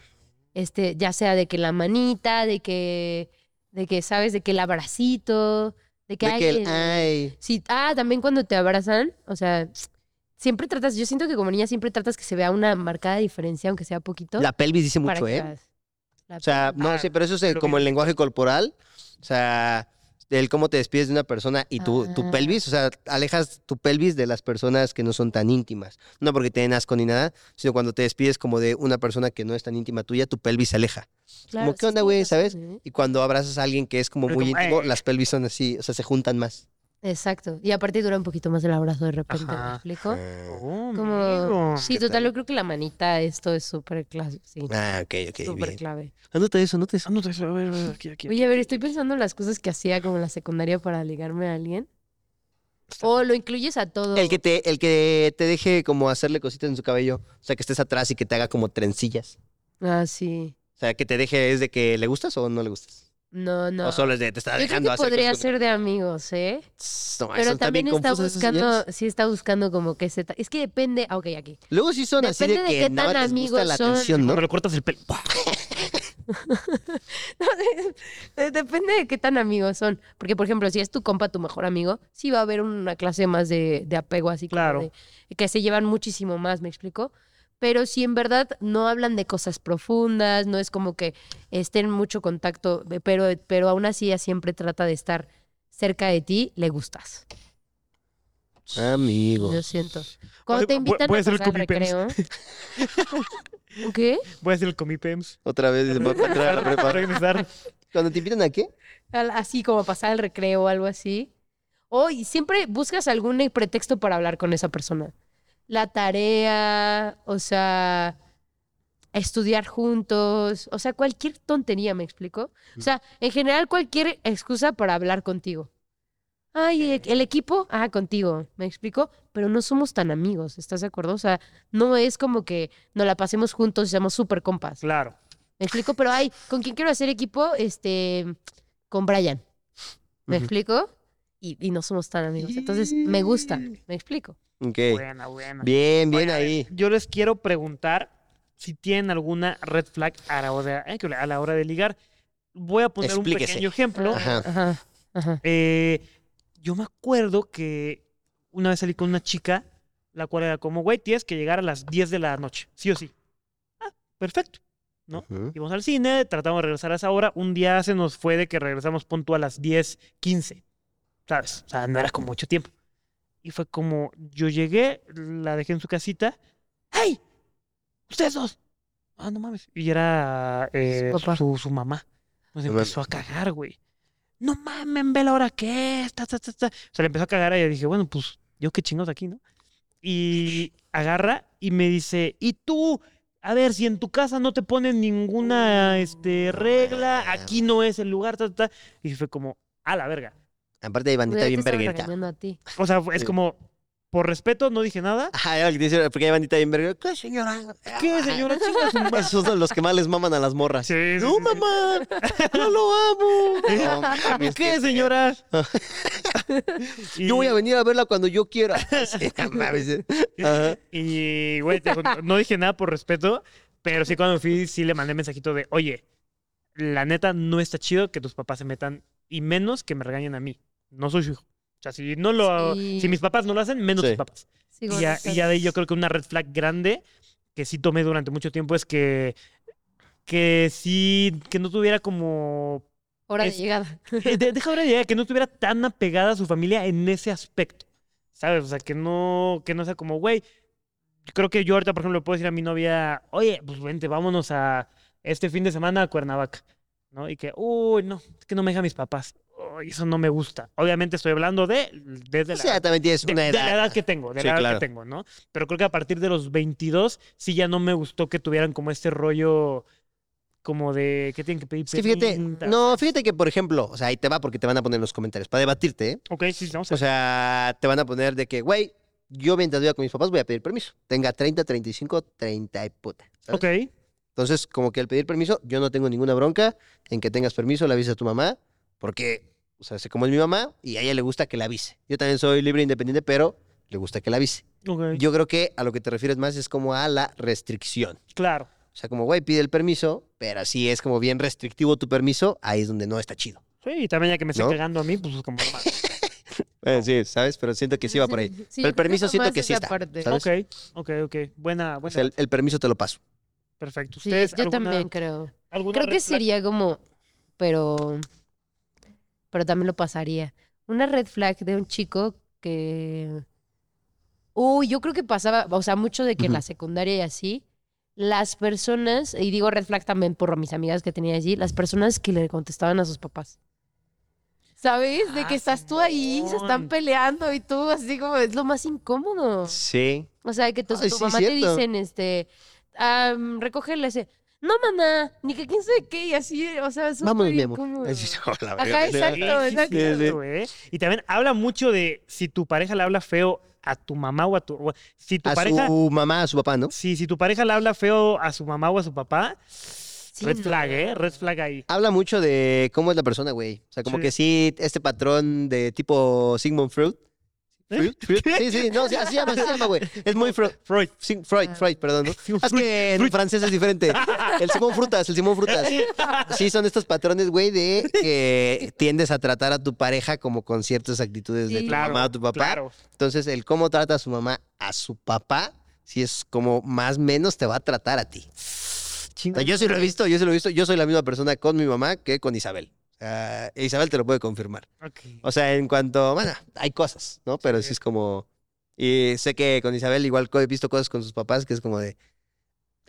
este, ya sea de que la manita, de que, de que sabes, de que el abracito, de que,
De que el,
alguien-
ay,
Sí, ah, también cuando te abrazan, o sea, siempre tratas, yo siento que como niña siempre tratas que se vea una marcada diferencia, aunque sea poquito.
la pelvis dice
para
mucho, ¿eh?
que las- la-
O sea, no
Ah,
sé, pero eso es el-
lo
como
que-
el lenguaje corporal, o sea, el cómo te despides de una persona y tu, tu
Ah.
pelvis, o sea, alejas tu pelvis de las personas que no son tan íntimas. No porque te den asco ni nada, sino cuando te despides como de una persona que no es tan íntima tuya, tu pelvis se aleja.
claro,
como, ¿qué
sí,
onda,
tienes
güey?
razón,
¿Sabes?
¿eh?
Y cuando abrazas a alguien que es como
Es
muy
como,
íntimo,
"Eh".
las pelvis son así, o sea, se juntan más.
Exacto. Y aparte dura un poquito más el abrazo de repente, ¿me
Ajá.
explico?
Oh,
Como,
amigo.
sí,
¿qué
total,
tal?
yo creo que la manita, esto es súper clave, sí,
Ah, ok, ok,
súper
bien.
clave.
Anota eso, anota eso.
Ah, no, te- a ver, a ver, aquí, aquí.
Oye, a ver, estoy pensando en las cosas que hacía como en la secundaria para ligarme a alguien. O lo incluyes a todo.
El que, te, el que te deje como hacerle cositas en su cabello, o sea, que estés atrás y que te haga como trencillas.
Ah, sí.
O sea, que te deje es de que le gustas o no le gustas.
No, no.
O solo es de te está
Yo creo
dejando
que
hacer
podría
cosas.
ser de amigos, ¿eh?
Tss, No,
Pero
son también
también está
confusas esas señoras.
buscando, sí está buscando como que se... ta- Es que depende, ah, ok, aquí.
Luego sí son así de
Depende de
que
qué
nada
tan
les gusta
amigos
la
son.
atención, ¿no?
Cuando le cortas el pelo. ¡pah!
depende de qué tan amigos son. Porque, por ejemplo, si es tu compa, tu mejor amigo, sí va a haber una clase más de, de apego así. como
Claro.
de- que se llevan muchísimo más, ¿me explico? Pero si en verdad no hablan de cosas profundas, no es como que estén en mucho contacto, pero, pero aún así ella siempre trata de estar cerca de ti, le gustas.
Amigo.
Lo siento. Cuando
Oye,
te
voy-
invitan
voy a
a
hacer el
pasar al recreo...
copy-paste.
¿Qué?
Voy a hacer el comipems.
Otra vez dice, "Va a entrar a la prepa".
Regresar.
Cuando te invitan a qué?
al- así como pasar el recreo o algo así. O y siempre buscas algún pretexto para hablar con esa persona. La tarea, o sea, estudiar juntos, o sea, cualquier tontería, ¿me explico? O sea, en general cualquier excusa para hablar contigo. Ay, e- el equipo, ah, contigo, ¿me explico? Pero no somos tan amigos, ¿estás de acuerdo? O sea, no es como que nos la pasemos juntos y seamos súper compas.
Claro.
¿Me explico? Pero ay, ¿con quién quiero hacer equipo? Este, con Brian. ¿Me
Ujú.
explico? Y, y no somos tan amigos. Entonces, me gusta. ¿Me explico?
Ok.
Buena, buena.
Bien, bien
Oye, a ver,
ahí.
Yo les quiero preguntar si tienen alguna red flag a la hora, eh, que a la hora de ligar. Voy a poner un
Explíquese.
pequeño ejemplo.
Ajá.
Ajá, ajá.
Eh, yo me acuerdo que una vez salí con una chica, la cual era como, güey, tienes que llegar a las 10 de la noche, sí o sí. Ah, perfecto. ¿no?
Ujú.
Íbamos al cine, tratamos de regresar a esa hora. Un día se nos fue de que regresamos punto a las 10, 15. ¿Sabes? O sea, no era con mucho tiempo. Y fue como, yo llegué, la dejé en su casita. ¡Hey! ¡Ustedes dos! Ah, no mames. Y era eh,
Su papá.
su, su mamá. Nos
No
empezó a cagar, güey. No mames, ve la hora que es. ta, ta, ta, ta. O sea, le empezó a cagar a ella. Dije, bueno, pues yo qué chingos aquí, ¿no? Y agarra y me dice, ¿y tú? A ver, si en tu casa no te ponen ninguna este, regla, aquí no es el lugar, ta, ta, ta. Y fue como, a la verga.
Aparte de bandita
Güey,
bien
te estaba
vergueta.
regañando a ti.
O sea, es
Sí.
como, por respeto, no dije nada.
Ajá, era lo que te dice, porque hay bandita bien verga. ¿Qué, señora? Ah,
¿Qué, señora? Chinga su madre.
Esos son los que más les maman a las morras.
Sí, sí,
no,
sí.
mamá, yo lo amo. No, mames,
¿Qué,
qué
señora?
feo.
Y-
Yo voy a venir a verla cuando yo quiera. Sí, no mames. Ajá.
Y, güey, te digo, no dije nada por respeto, pero sí cuando fui, sí le mandé mensajito de, oye, la neta no está chido que tus papás se metan y menos que me regañen a mí. No soy su hijo. O sea, si, no lo,
Sí.
si mis papás no lo hacen, menos
Sí.
tus papás.
Sí,
Y ya,
Gonzalo.
y ya de ahí yo creo que una red flag grande que sí tomé durante mucho tiempo es que, que sí, que no tuviera como...
Hora
es-
de llegada.
eh, de- Deja una idea, que no estuviera tan apegada a su familia en ese aspecto. ¿Sabes? O sea, que no, que no sea como, güey, creo que yo ahorita, por ejemplo, le puedo decir a mi novia, oye, pues vente, vámonos a este fin de semana a Cuernavaca, ¿no? Y que, uy, no, es que no me dejan mis papás. Uy, eso no me gusta. Obviamente estoy hablando de, desde
O
la
sea, también tienes
de,
Pues una
de
edad.
la edad que tengo, de
Sí,
la edad
claro.
que tengo, ¿no? Pero creo que a partir de los 22 sí ya no me gustó que tuvieran como este rollo como de que tienen que pedir
Es que fíjate,
pinta.
no, fíjate que, por ejemplo, o sea, ahí te va porque te van a poner en los comentarios para debatirte, ¿eh?
Ok, sí, vamos a
O sea, te van a poner de que, güey, yo mientras viva con mis papás voy a pedir permiso. Tenga 30, 35, 30 y puta. ¿sabes?
Ok,
Entonces, como que al pedir permiso, yo no tengo ninguna bronca en que tengas permiso, la avises a tu mamá, porque, o sea, sé cómo es mi mamá y a ella le gusta que la avise. Yo también soy libre e independiente, pero le gusta que la avise.
ok.
Yo creo que a lo que te refieres más es como a la restricción.
claro.
O sea, como, güey, pide el permiso, pero si es como bien restrictivo tu permiso, ahí es donde no está chido.
Sí, y también ya que me estoy
¿No?
cagando a mí, pues como... no mames.
Eh, sí, ¿sabes? Pero siento que sí va por ahí.
Sí, yo
Pero
creo
el permiso
va
siento
más
que sí
esa
está.
parte.
¿sabes?
ok, ok, ok. Buena, buena.
O sea, el, el permiso te lo paso.
Perfecto.
Sí,
¿Ustedes
yo
alguna-
también creo.
alguna
Creo que
red flag?
sería como, pero, pero también lo pasaría. Una red flag de un chico que, uy, yo creo que pasaba, o sea, mucho de que en la
Ujú.
secundaria y así, las personas, y digo red flag también por mis amigas que tenía allí, las personas que le contestaban a sus papás. ¿Sabes? De
Ah,
que estás tú ahí, se
Simón.
están peleando y tú así como es lo más incómodo.
Sí.
O sea, que tu,
Ay,
tu
sí,
mamá te
cierto.
dicen, este, am, recógele ese. No, mamá, ni que quién sabe qué, y así, o sea, es súper
Vámonos, mi amor.
incómodo.
Así se va la
Ajá,
verga.
exacto.
Sí, sí,
exacto.
sí, cierto, ¿eh? Y también habla mucho de si tu pareja le habla feo a tu mamá o a tu... o- si tu
A
pareja...
su mamá, a su papá, ¿no?
Sí, si tu pareja le habla feo a su mamá o a su papá,
Sí,
red
no.
flag, ¿eh? Red flag ahí.
Habla mucho de cómo es la persona, güey. O sea, como
Sí.
que sí, este patrón de tipo Sigmund Freud.
¿Eh?
Freud, Freud. Sí, sí, no, sí, así se llama, así se llama, güey. Es muy Freud,
Freud.
Sig- Freud,
Ah.
Freud, perdón, ¿no?
Sigmund
Es que en francés es diferente. El Simón Frutas, el Simón Frutas. Sí, son estos patrones, güey, de que tiendes a tratar a tu pareja como con ciertas actitudes de
Sí.
tu
Claro,
mamá o tu papá.
claro.
Entonces, el cómo trata a su mamá a su papá, si es como más menos te va a tratar a ti. O sea, yo sí lo he visto, yo sí lo he visto. Yo soy la misma persona con mi mamá que con Isabel. O sea, Isabel te lo puede confirmar.
Ok.
O sea, en cuanto, bueno, hay cosas, ¿no? Pero sí es como... Y sé que con Isabel igual co- he visto cosas con sus papás que es como de...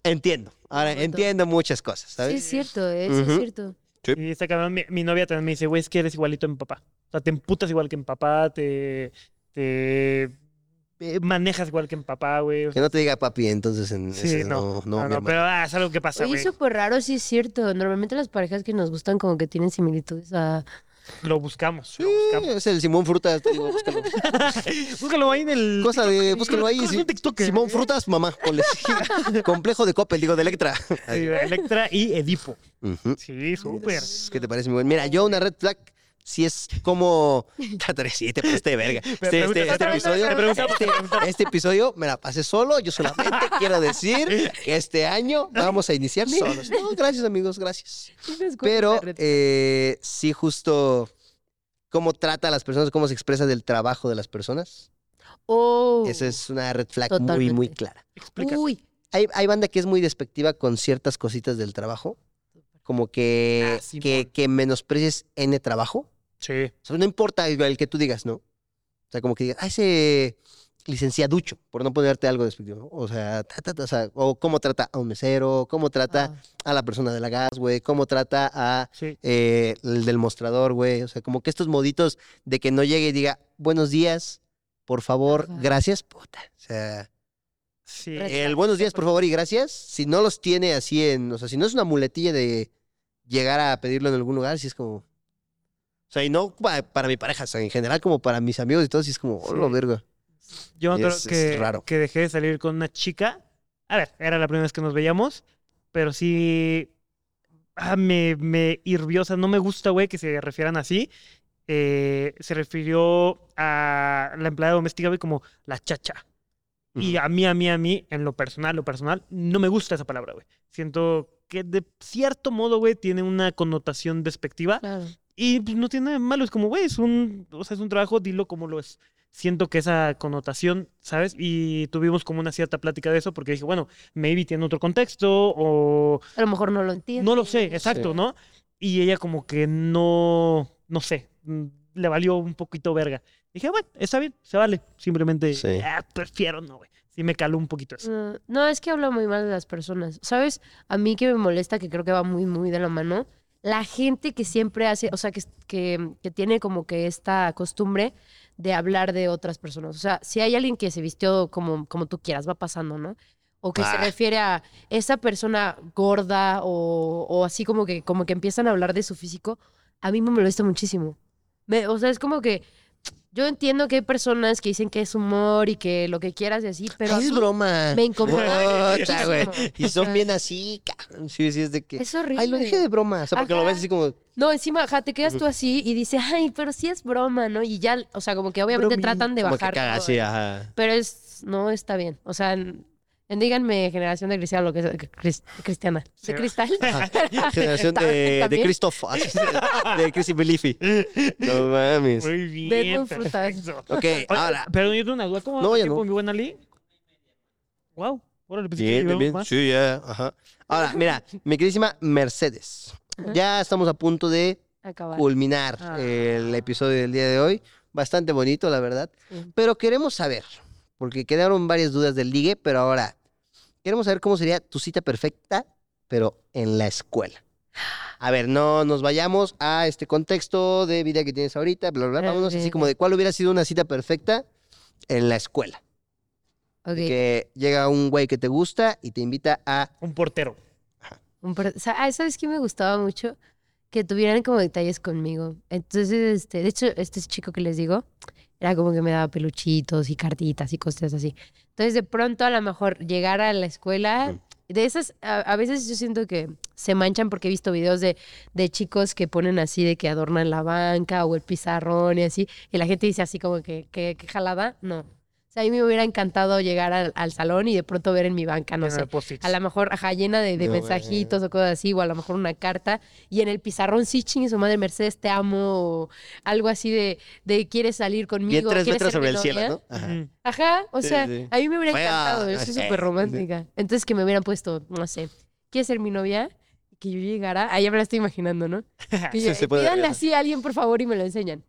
Entiendo. Ahora,
Momento.
entiendo muchas cosas,
Sí,
¿sabes?
es cierto, ¿eh? sí,
Ujú.
es cierto.
Y está cabrón, mi, mi novia también me dice, güey, es que eres igualito a mi papá. O sea, te emputas igual que mi papá, te, te eh, manejas igual que mi papá, güey.
Que no te diga papi, entonces en
Sí,
ese no, no,
No,
mi
no,
hermano.
pero ah, es algo que pasa,
Oye,
güey.
es súper raro, sí es cierto. Normalmente las parejas que nos gustan como que tienen similitudes a...
Lo buscamos, lo
Sí,
buscamos.
es el Simón Frutas. te digo, búscalo.
Búscalo ahí en el...
Cosa de,
TikTok,
búscalo ahí.
cosa
sí.
en TikTok, eh.
Simón Frutas, mamá. ponle. Complejo de Coppel, digo, de Electra.
Sí, Electra y Edipo.
Ujú.
Sí, súper.
Pues, ¿Qué te parece, mi buen? Mira, yo una red flag, si es como... Trataré, sí, te pasaste de verga. Este,
pregunta-
este- este
pregunta-
episodio...
pregunta-
Este, este episodio me la pasé solo. Yo solamente quiero decir que este año vamos a iniciar solos. No, gracias, amigos, gracias. Pero eh, sí, justo cómo trata a las personas, cómo se expresa del trabajo de las personas.
Uh.
Oh,
Esa es una red flag muy, muy
Totalmente.
clara.
Explica.
Uy,
Hay, hay banda que es muy despectiva con ciertas cositas del trabajo, como que,
Ah, Simón.
que, que menosprecies N trabajo.
Sí.
O sea, no importa el el que tú digas, ¿no? O sea, como que digas, ah, ese licenciaducho, por no ponerte algo despectivo, ¿no? O sea, ta, ta, ta, o, sea, o cómo trata a un mesero, cómo trata
ah,
Ah.
a la persona de la gas, güey, cómo trata a
Sí.
eh, el del mostrador, güey. O sea, como que estos moditos de que no llegue y diga, buenos días, por favor,
Ajá.
gracias, puta. O sea,
Sí.
Red
el buenos días, por favor, y gracias, si no los tiene así en, o sea, si no es una muletilla de llegar a pedirlo en algún lugar, si es como... O sea, y no pa- para mi pareja, o sea, en general como para mis amigos y todo, si es como, oh, lo
Sí.
verga.
Yo me acuerdo
Es- es
que,
raro.
que dejé de salir con una chica. A ver, era la primera vez que nos veíamos, pero sí ah, me, me hirvió. O sea, no me gusta, güey, que se refieran así. Eh, se refirió a la empleada doméstica, güey, como la chacha. Y a mí, a mí, a mí, en lo personal, lo personal, no me gusta esa palabra, güey. Siento que de cierto modo, güey, tiene una connotación despectiva.
claro.
Y pues, no tiene nada de malo, es como, güey, es un, o sea, es un trabajo, dilo como lo es. Siento que esa connotación, ¿sabes? Y tuvimos como una cierta plática de eso porque dije, bueno, maybe tiene otro contexto o
A lo mejor no lo entiendo.
no lo sé, exacto,
Sí.
¿no? Y ella como que no, no sé, mm, le valió un poquito verga. Dije, bueno, está bien, se vale. Simplemente,
Sí.
"Ah, prefiero no, güey. sí me caló un poquito eso.
Ah, No, es que habla muy mal de las personas. ¿Sabes? A mí que me molesta, que creo que va muy, muy de la mano, la gente que siempre hace, o sea, que, que, que tiene como que esta costumbre de hablar de otras personas. O sea, si hay alguien que se vistió como, como tú quieras, va pasando, ¿no? O que se
Ah.
refiere a esa persona gorda o, o así como que, como que empiezan a hablar de su físico, a mí me molesta muchísimo. Me- o sea, es como que yo entiendo que hay personas que dicen que es humor y que lo que quieras y así, pero... a
es
mí-
broma.
me incomoda
Puta,
muchísimo.
güey. Y
O sea,
son bien así, cabrón. Sí, sí, es de que.
ah. Es horrible.
Ay, lo dije de broma. O sea, porque lo
Ajá.
ves así como.
No, encima, ajá, te quedas tú así y dices, ay, pero sí es broma, ¿no? Y ya, o sea, como que obviamente
bromi.
tratan de
Como
bajar.
que caga,
todo.
sí, ajá.
Pero es, no está bien. O sea, en- en díganme generación de cristal, lo que es, cris- cristiana.
Sí.
De cristal.
Ajá. Generación de, de
También.
Christoph. así se- De Chrissy Beliffy. No mames.
Muy bien.
Ven con frutas.
perfecto.
Ok,
Oye,
ahora.
Perdón, yo tengo una duda. ¿Cómo
No,
va el
ya
tiempo,
no.
mi buen Ali? Wow. Órale, pensé que
Bien, bien,
llevamos
bien.
Pues más.
Sí, ya. Ajá. Ahora, mira, mi queridísima Mercedes.
Ajá.
Ya estamos a punto de
Acabar.
culminar
Ah.
el episodio del día de hoy. Bastante bonito, la verdad.
Sí.
Pero queremos saber, porque quedaron varias dudas del ligue, pero ahora queremos saber cómo sería tu cita perfecta, pero en la escuela. A ver, no nos vayamos a este contexto de vida que tienes ahorita, bla, bla, bla. Vámonos así
Ok.
como de cuál hubiera sido una cita perfecta en la escuela.
Ok.
Que llega un güey que te gusta y te invita a...
Un portero.
Un per- sa- ah, ¿Sabes qué me gustaba mucho? Que tuvieran como detalles conmigo. Entonces, este, de hecho, este chico que les digo, era como que me daba peluchitos y cartitas y cosas así. Entonces, de pronto, a lo mejor llegar a la escuela, de esas, a, a veces yo siento que se manchan porque he visto videos de, de chicos que ponen así de que adornan la banca o el pizarrón y así, y la gente dice así como que, que, que jalada. No. O sea, a mí me hubiera encantado llegar al, al salón y de pronto ver en mi banca, Ah, no
en
sé,
el post-its.
a lo mejor, ajá, llena de, de
No,
mensajitos o cosas así, o a lo mejor una carta. Y en el pizarrón, sí, chingue su madre, Mercedes, te amo, o algo así de, de quieres salir conmigo.
Bien tres
quieres
metros
ser
sobre
mi
el cielo,
novia".
¿no? Ajá.
Ujú.
Ajá, o
Sí,
sea,
sí.
a mí me hubiera
Fea,
encantado, yo soy
sí,
súper romántica. Entonces que me hubieran puesto, no sé, ¿quieres ser mi novia? Y Que yo llegara, ahí ya me la estoy imaginando, ¿no? Que
Sí,
yo,
se puede
pídanle
ver.
así a alguien, por favor, y me lo enseñan.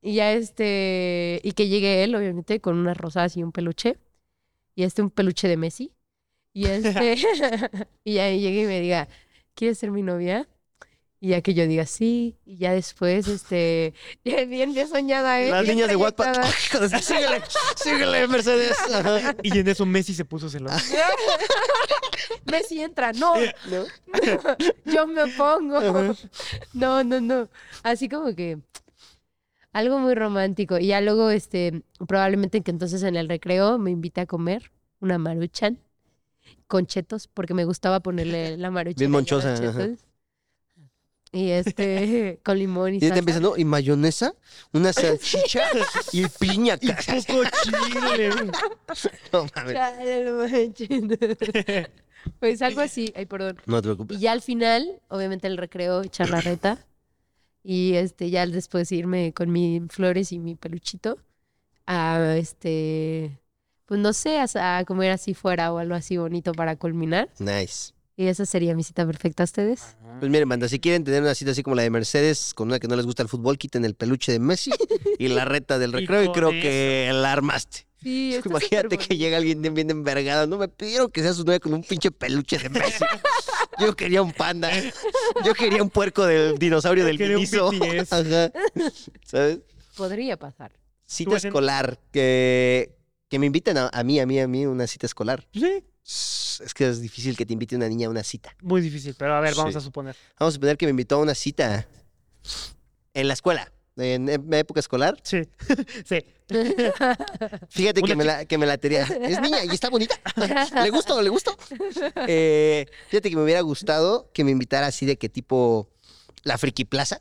Y ya este, y que llegue él, obviamente, con unas rosas y un peluche. Y este, un peluche de Messi. Y este, y ya llegue y me diga, ¿quieres ser mi novia? Y ya que yo diga sí, y ya después, este, bien, bien soñada, ¿eh?
Las
Bien
niñas de WhatsApp.
proyectada.
síguele, síguele, Mercedes. Ajá.
Y en eso Messi se puso celoso.
Messi entra, no, no, yo me opongo. No, no, no. Así como que algo muy romántico. Y ya luego, este, probablemente que entonces en el recreo me invite a comer una maruchan con chetos, porque me gustaba ponerle la maruchan.
Bien
a los
monchosa, ajá.
chetos. Y este, con limón y,
Y ya te
salsa.
empiezan, ¿no? Y mayonesa, una salchicha y piña. ca-
Poco chile.
No mames.
Chale, no manches. Pues algo así. Ay, perdón.
No te
Y
preocupes.
ya al final, obviamente el recreo, echar la reta. Y este, ya después irme con mis flores y mi peluchito a este, pues no sé, a, a comer así fuera o algo así bonito para culminar.
Nice.
Y esa sería mi cita perfecta a ustedes.
Pues miren, banda, si quieren tener una cita así como la de Mercedes, con una que no les gusta el fútbol, quiten el peluche de Messi y la reta del
Y
recreo y
con
creo que la armaste.
Sí, está
Imagínate
súper
que llega alguien bien- bien envergado. No me pidieron que sea su novia con un pinche peluche de Messi. Yo quería un panda. Yo quería un puerco del dinosaurio del
Quería un
guinizo.
BTS.
Ajá. ¿Sabes?
bonito. Podría pasar.
Cita
Tú, Eden.
escolar. Que, que me inviten a, a mí, a mí, a mí, una cita escolar.
Sí,
Es que es difícil que te invite una niña a una cita.
muy difícil, pero a ver, vamos
Sí.
a suponer.
Vamos a suponer que me invitó a una cita en la escuela, en e- mi época escolar.
Sí. sí.
Fíjate que
Una
me, la, que me la tenía. Es niña y está bonita. ¿Le gusto? ¿Le gusto? Eh, fíjate que me hubiera gustado que me invitara así de que tipo la Friki Plaza.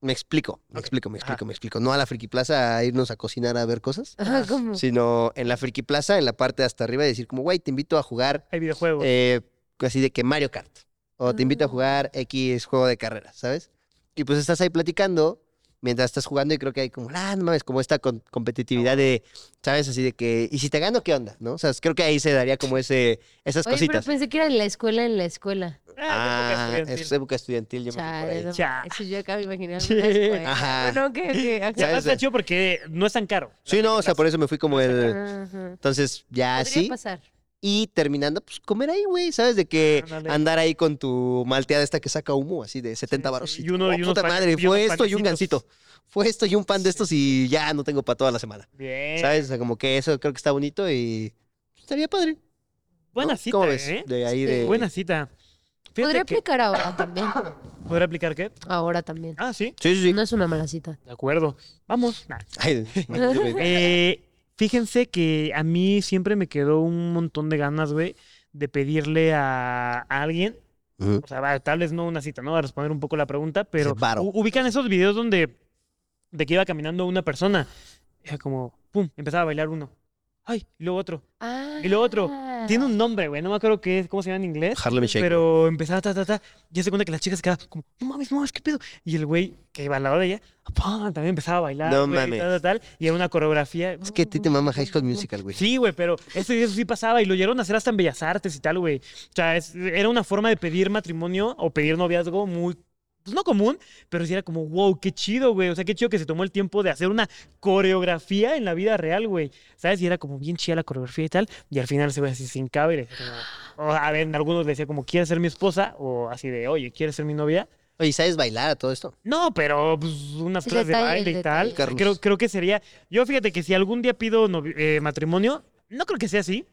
Me explico, me explico, me explico, me explico. No a la Friki Plaza a irnos a cocinar a ver cosas,
Ajá, ¿cómo?
sino en la Friki Plaza, en la parte de hasta arriba, y decir como, güey, te invito a jugar
Hay videojuegos.
eh, así de que Mario Kart. O te invito a
Ah.
jugar X juego de carreras, ¿sabes? Y pues estás ahí platicando, mientras estás jugando y creo que hay como, ah, no mames, como esta con- competitividad de, ¿sabes? Así de que, ¿y si te gano, qué onda? ¿No? O sea, creo que ahí se daría como ese, esas
Oye, pero pues,
cositas.
pensé que era en la escuela, en la escuela.
Ah,
Ah,
de época
es
estudiantil.
época estudiantil, yo me fui por
Chale,
ahí. Ah.
no,
Cha.
Eso yo acabo de imaginar.
Sí.
una escuela.
Ajá.
Bueno, ok, ok, ok.
Y aparte
¿sabes?
está chido porque no es tan caro.
Sí, no, o sea, por eso me fui como el...
Ajá.
Entonces, ya
Podría
así.
pasar.
Y terminando, pues comer ahí, güey, ¿sabes? De que
Ándale.
andar ahí con tu malteada esta que saca humo, así de 70
sí,
varos. ¡oh,
y uno- y unos
puta
pan-
madre,
y
fue
unos
esto y un
panecitos.
gansito. Fue esto y un pan de estos y ya no tengo para toda la semana.
Bien.
¿Sabes? O sea, como que eso creo que está bonito y estaría padre.
Buena
¿no?
cita,
¿Cómo ves?
¿eh?
De ahí
Sí.
de...
Buena cita. Fíjate
Podría
que-
aplicar ahora también.
¿Podría aplicar qué?
Ahora también.
Ah, sí.
Sí, sí, sí.
No es una mala cita.
De acuerdo. Vamos. Nah.
Ay, maldito, güey.
Eh, fíjense que a mí siempre me quedó un montón de ganas, güey, de pedirle a, a alguien.
Ujú.
O sea, va, tal vez no una cita, ¿no? A responder un poco la pregunta, pero
Sí, varo.
u- ubican esos videos donde de que iba caminando una persona. Era como, pum, empezaba a bailar uno. Ay, y luego otro.
Ah.
Y lo otro, Tiene un nombre, güey. No me acuerdo qué es, cómo se llama en inglés.
Harlem Shake.
Pero empezaba, ta, ta, ta. Ya se cuenta que la chica se quedaba como, no mames, no mames, qué pedo. Y el güey que iba al lado de ella, ¡pam! también empezaba a bailar.
No
güey,
mames.
Tal, tal, tal, y era una coreografía.
Es que a ti te mama High School Musical, güey.
Sí, güey, pero eso, eso sí pasaba y lo llegaron a hacer hasta en Bellas Artes y tal, güey. O sea, es- era una forma de pedir matrimonio o pedir noviazgo muy, pues no común, pero sí era como, wow, qué chido, güey. O sea, qué chido que se tomó el tiempo de hacer una coreografía en la vida real, güey. ¿Sabes? Y era como bien chida la coreografía y tal. Y al final se ve así sin cabre. así como- o, a ver, en algunos le decía como, ¿quieres ser mi esposa? O así de, oye, ¿quieres ser mi novia?
Oye, ¿sabes bailar a todo esto?
No, pero pues, unas
El
clases de
detalle,
baile
el
y tal.
detalle.
Creo, creo que sería. Yo fíjate que si algún día pido novi- eh, matrimonio, no creo que sea así.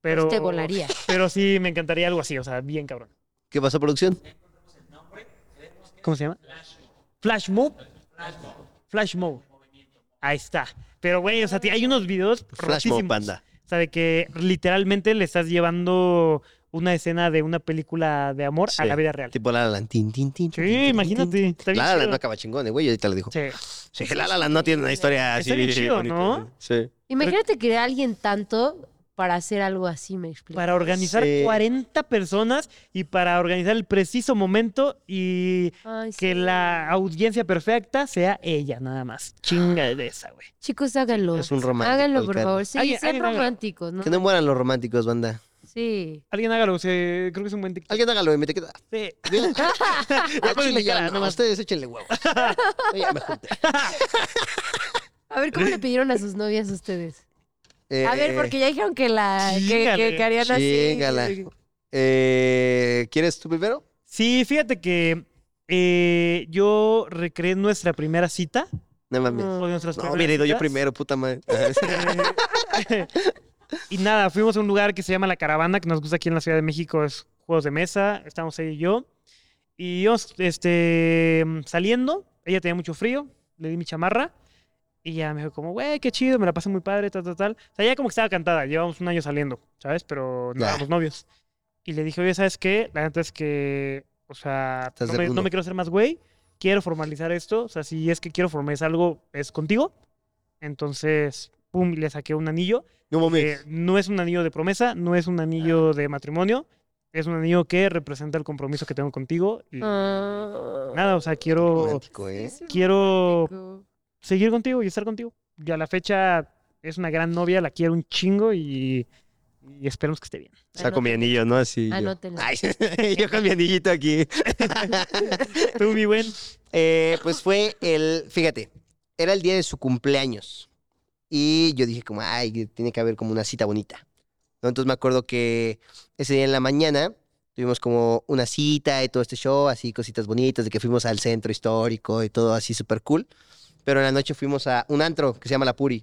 Pero,
Pues Te volaría.
pero sí me encantaría algo así, o sea, bien cabrón.
¿Qué pasó, producción?
¿Cómo se llama? Flash Mob. Flash Mob. Ahí está. Pero, güey, o sea, tí- hay unos videos
Flash Mob
rotísimos.
Panda.
O sea, de que literalmente le estás llevando una escena de una película de amor a
Sí.
la vida real.
Tipo la la Land, tin, tin, tin, tin, tin, tin,
Sí,
tin.
imagínate. Está bien
La La Land
chido.
no acaba chingón, eh, güey, ahorita le dijo.
Sí.
Sí, La La Land no tiene una historia así.
Está bien chido,
bonita,
¿no?
Sí.
Imagínate que era alguien tanto para hacer algo así, me explico.
para organizar
Sí.
40 personas y para organizar el preciso momento y
Ay, sí.
que la audiencia perfecta sea ella nada más. Chinga de esa, güey.
Chicos, háganlo.
Es un romántico
Háganlo,
el
por
perro.
favor. Sí,
Alguien-
sean
alguien haga-
románticos, ¿no?
Que no mueran los románticos, banda.
Sí.
Alguien hágalo, o sea, creo que es un buen TikTok.
Alguien hágalo y me te queda.
Sí.
Ya
ponen mi cara, nomás.
Ustedes échenle huevos. Ya me junté.
A ver, ¿cómo le pidieron a sus novias ustedes? A ver,
Eh,
porque ya dijeron que la que, que,
chíngale,
que harían así.
chíngala. Eh, ¿Quieres tú primero?
Sí, fíjate que eh, yo recreé nuestra primera cita.
No mames.
No.
No,
o de nuestras primeras
hubiera ido yo
citas.
primero, puta madre. Ah,
y nada, fuimos a un lugar que se llama La Caravana, que nos gusta aquí en la Ciudad de México, es juegos de mesa, estamos ella y yo. Y íbamos este, saliendo, ella tenía mucho frío, le di mi chamarra y ya me dijo como, güey, qué chido, me la pasé muy padre, tal, tal, tal. O sea, ya como que estaba cantada, llevamos un año saliendo, ¿sabes? Pero no
Ya.
éramos novios. Y le dije, oye, ¿sabes qué? La neta es que, o sea,
Estás
no
de
me, no
rudo.
me quiero hacer más güey, quiero formalizar esto, o sea, si es que quiero formalizar algo, es contigo. Entonces, pum, y le saqué un anillo
No
que Eh, no es un anillo de promesa, no es un anillo de matrimonio, es un anillo que representa el compromiso que tengo contigo. Y
Ah.
Nada, o sea, quiero,
Romántico, ¿eh?
Es
quiero
romántico.
seguir contigo y estar contigo. Y a la fecha es una gran novia, la quiero un chingo y, y esperemos que esté bien.
O sea, con mi anillo, ¿no? Así. yo.
Anótenlo.
Ay, yo con mi anillito aquí.
Tú, mi buen.
Eh, pues fue el, fíjate, era el día de su cumpleaños. Y yo dije como, ay, que tiene que haber como una cita bonita. ¿no? Entonces me acuerdo que ese día en la mañana tuvimos como una cita y todo este show, así cositas bonitas, de que fuimos al centro histórico y todo así súper cool. Pero en la noche fuimos a un antro que se llama La Puri.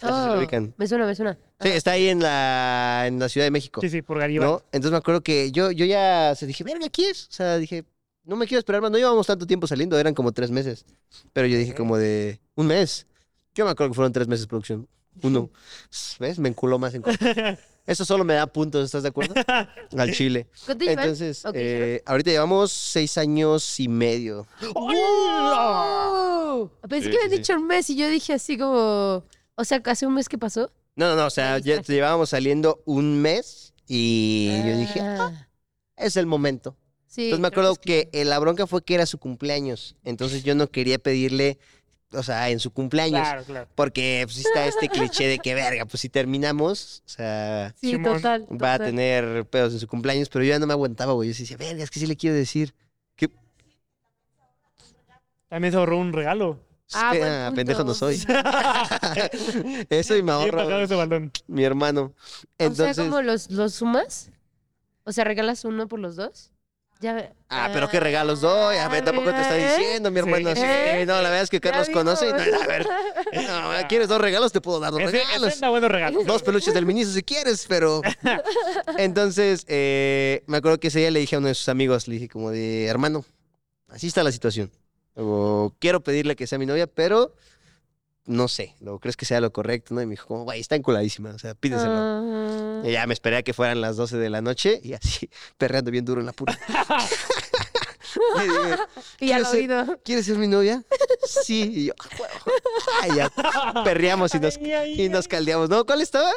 No sé si lo
Oh,
ubican.
me suena, me suena.
Sí, está ahí en la, en la Ciudad de México.
Sí, sí, por Garibaldi.
¿no? Entonces me acuerdo que yo, yo ya o sea, dije, verga, ¿qué es? O sea, dije, no me quiero esperar más. No llevamos tanto tiempo saliendo, eran como tres meses. Pero yo dije, como de un mes. Yo me acuerdo que fueron tres meses de producción. Uno. ¿Ves? Me enculó más en contra. Eso solo me da puntos, ¿estás de acuerdo? Al chile.
Contigo, ¿eh?
Entonces,
Ok,
eh, ahorita llevamos seis años y medio.
¡Wow!
Sí,
Pensé que me
sí,
habías
sí.
dicho un mes y yo dije así como. O sea, hace un mes que pasó.
No, no, no, o sea,
Ahí
ya
está.
llevábamos saliendo un mes y yo dije,
Ah,
es el momento.
Sí,
Entonces me
creo
acuerdo
es
que eh, la bronca fue que era su cumpleaños. Entonces yo no quería pedirle, o sea, en su cumpleaños.
Claro, claro.
Porque pues, sí está este cliché de que, verga, pues si terminamos, o sea,
Sí,
Simón
total.
va a
total.
tener pedos en su cumpleaños. Pero yo ya no me aguantaba, güey. Yo sí decía, verga, es que sí le quiero decir. Que,
También se ahorró un regalo.
Ah, buen
Ah,
punto.
pendejo no soy. Eso y me
Bien pagado
ahorro
ese balón.
mi hermano.
O
Entonces,
sea, ¿cómo los, los sumas? O sea, ¿regalas uno por los dos? Ya,
ah, pero qué regalos doy. A ver,
Ah,
tampoco te está
¿eh?
diciendo mi
Sí.
hermano. así,
¿Eh?
no, la verdad es que Carlos
vimos.
conoce. y no, a ver, no, ¿quieres dos regalos? Te puedo dar dos
Ese, ese
regalos.
era bueno regalo.
Dos peluches del ministro si quieres, pero... Entonces, eh, me acuerdo que ese día le dije a uno de sus amigos, le dije como de, hermano, así está la situación. O quiero pedirle que sea mi novia, pero no sé, ¿lo crees que sea lo correcto? ¿no? Y me dijo como, güey, está enculadísima, o sea, pídeselo.
Ah.
Y ya me esperé a que fueran las 12 de la noche y así, perreando bien duro en la puta. Y dije,
Y al
quiero ser-
oído.
¿Quieres ser mi novia? Sí. Y yo, "Ah, huevo". Ay, ya perreamos y nos,
Ay, ay,
y nos
ay.
caldeamos. ¿No? ¿Cuál estaba?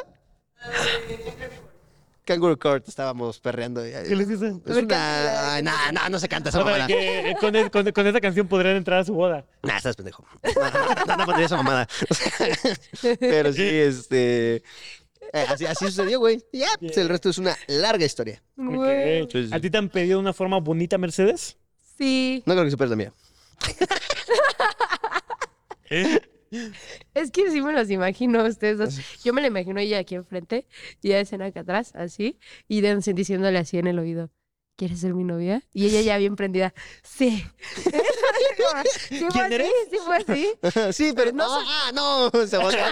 Kangaroo Court, estábamos perreando.
¿Qué les hizo?
Es una- ay, No, no, no se canta esa
O sea,
mamada.
que eh, con, es- con- con esa canción podrían entrar a su boda.
Nah, estás pendejo. No, no, no, no pondría esa mamada. O sea, Pero sí, este... eh, Así, así sucedió, güey. Y Ya, pues, el resto es una larga historia.
Güey.
Ok. ¿A ti te han pedido una forma bonita, Mercedes?
Sí.
No creo que superes la mía. ¿Eh?
Es que sí me los imagino a ustedes dos. Yo me la imagino ella aquí enfrente y ella escena acá atrás, así, y Denzel diciéndole así en el oído. ¿Quieres ser mi novia? Y ella ya bien prendida. Sí. ¿Sí fue
¿Quién eres?
así? ¿Sí fue así?
Sí, pero no.
No
Ah, no. Se volteó.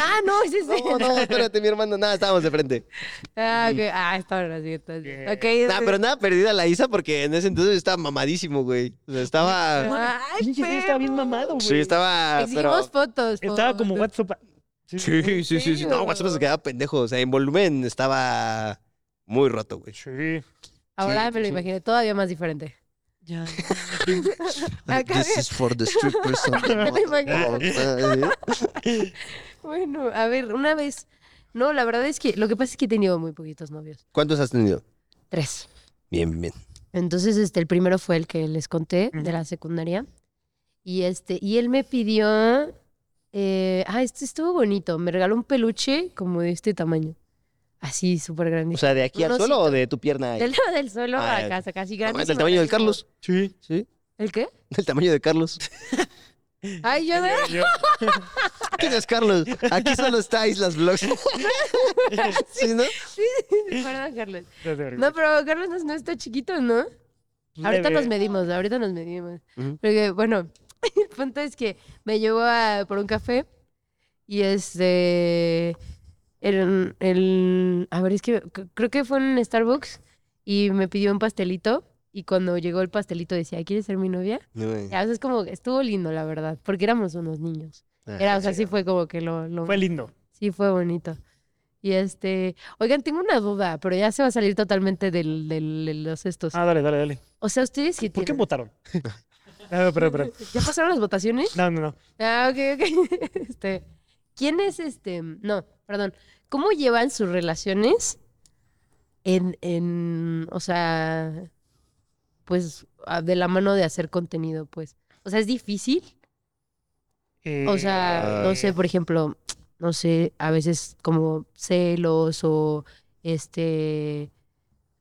Ah, no, es ese.
No, no, espérate, mi hermano. Nada, estábamos de frente.
Ah, ok. Ah, está bueno, sí, entonces.
Bien.
Ok. Ah,
Nah, pero nada perdida la Isa porque en ese entonces yo estaba mamadísimo, güey. O sea, estaba.
Ay,
Pinche Freddy estaba bien
perro.
mamado, güey.
Sí, estaba.
Exigimos
Pero...
fotos.
Estaba
fotos.
como WhatsApp. Sí.
Sí, sí, sí, sí. No, WhatsApp se quedaba pendejo. O sea, en volumen estaba muy roto, güey.
Sí.
Ahora
Sí,
me lo
sí.
imaginé todavía más diferente.
Ya.
Acá
This
ve-
is for the strippers on the
Me imagino.
motorboat.
Bueno, a ver, una vez. No, la verdad es que lo que pasa es que he tenido muy poquitos novios.
¿Cuántos has tenido?
Tres.
Bien, bien.
Entonces, este, el primero fue el que les conté
Ujú.
de la secundaria. Y este, y él me pidió. eh, ah, esto estuvo bonito. Me regaló un peluche como de este tamaño. Así, súper grande.
O sea, ¿de aquí al
Un
suelo o de tu pierna? ahí?
del, del suelo
Ah,
a
ok.
casa, casi
No,
grande.
es del tamaño del Carlos.
Sí.
Sí,
¿El qué?
del tamaño de Carlos.
Ay, yo de.
Yo-
¿Quién es Carlos? Aquí solo está Islas Vlogs. ¿Sí, no?
Perdón, Carlos.
yo de-
No, pero Carlos no, no está chiquito, ¿no?
Pues,
Ahorita
Leve.
nos medimos, ahorita nos medimos.
Ujú.
Porque, bueno, el punto es que me llevó a, por un café y este. El, el- a ver, es que c- creo que fue en Starbucks y me pidió un pastelito. Y cuando llegó el pastelito decía, ¿quieres ser mi novia?
No, güey.
Ya, o sea, es como, que estuvo lindo, la verdad, porque éramos unos niños.
Ah,
Era, o sea,
sí.
sí fue como que lo, lo,
Fue lindo.
Sí, fue bonito. Y este, oigan, tengo una duda, pero ya se va a salir totalmente del, del- de los estos.
Ah, dale, dale, dale.
O sea, ustedes que
¿Por qué
tienen.
votaron? No, pero, pero.
¿Ya pasaron las votaciones?
No, no, no.
Ah, ok, ok. Este, ¿quién es este? No, perdón. ¿Cómo llevan sus relaciones en, en, o sea, pues a- de la mano de hacer contenido, pues? O sea, es difícil.
Eh,
O sea, no sé, por ejemplo, no sé, a veces como celos o este.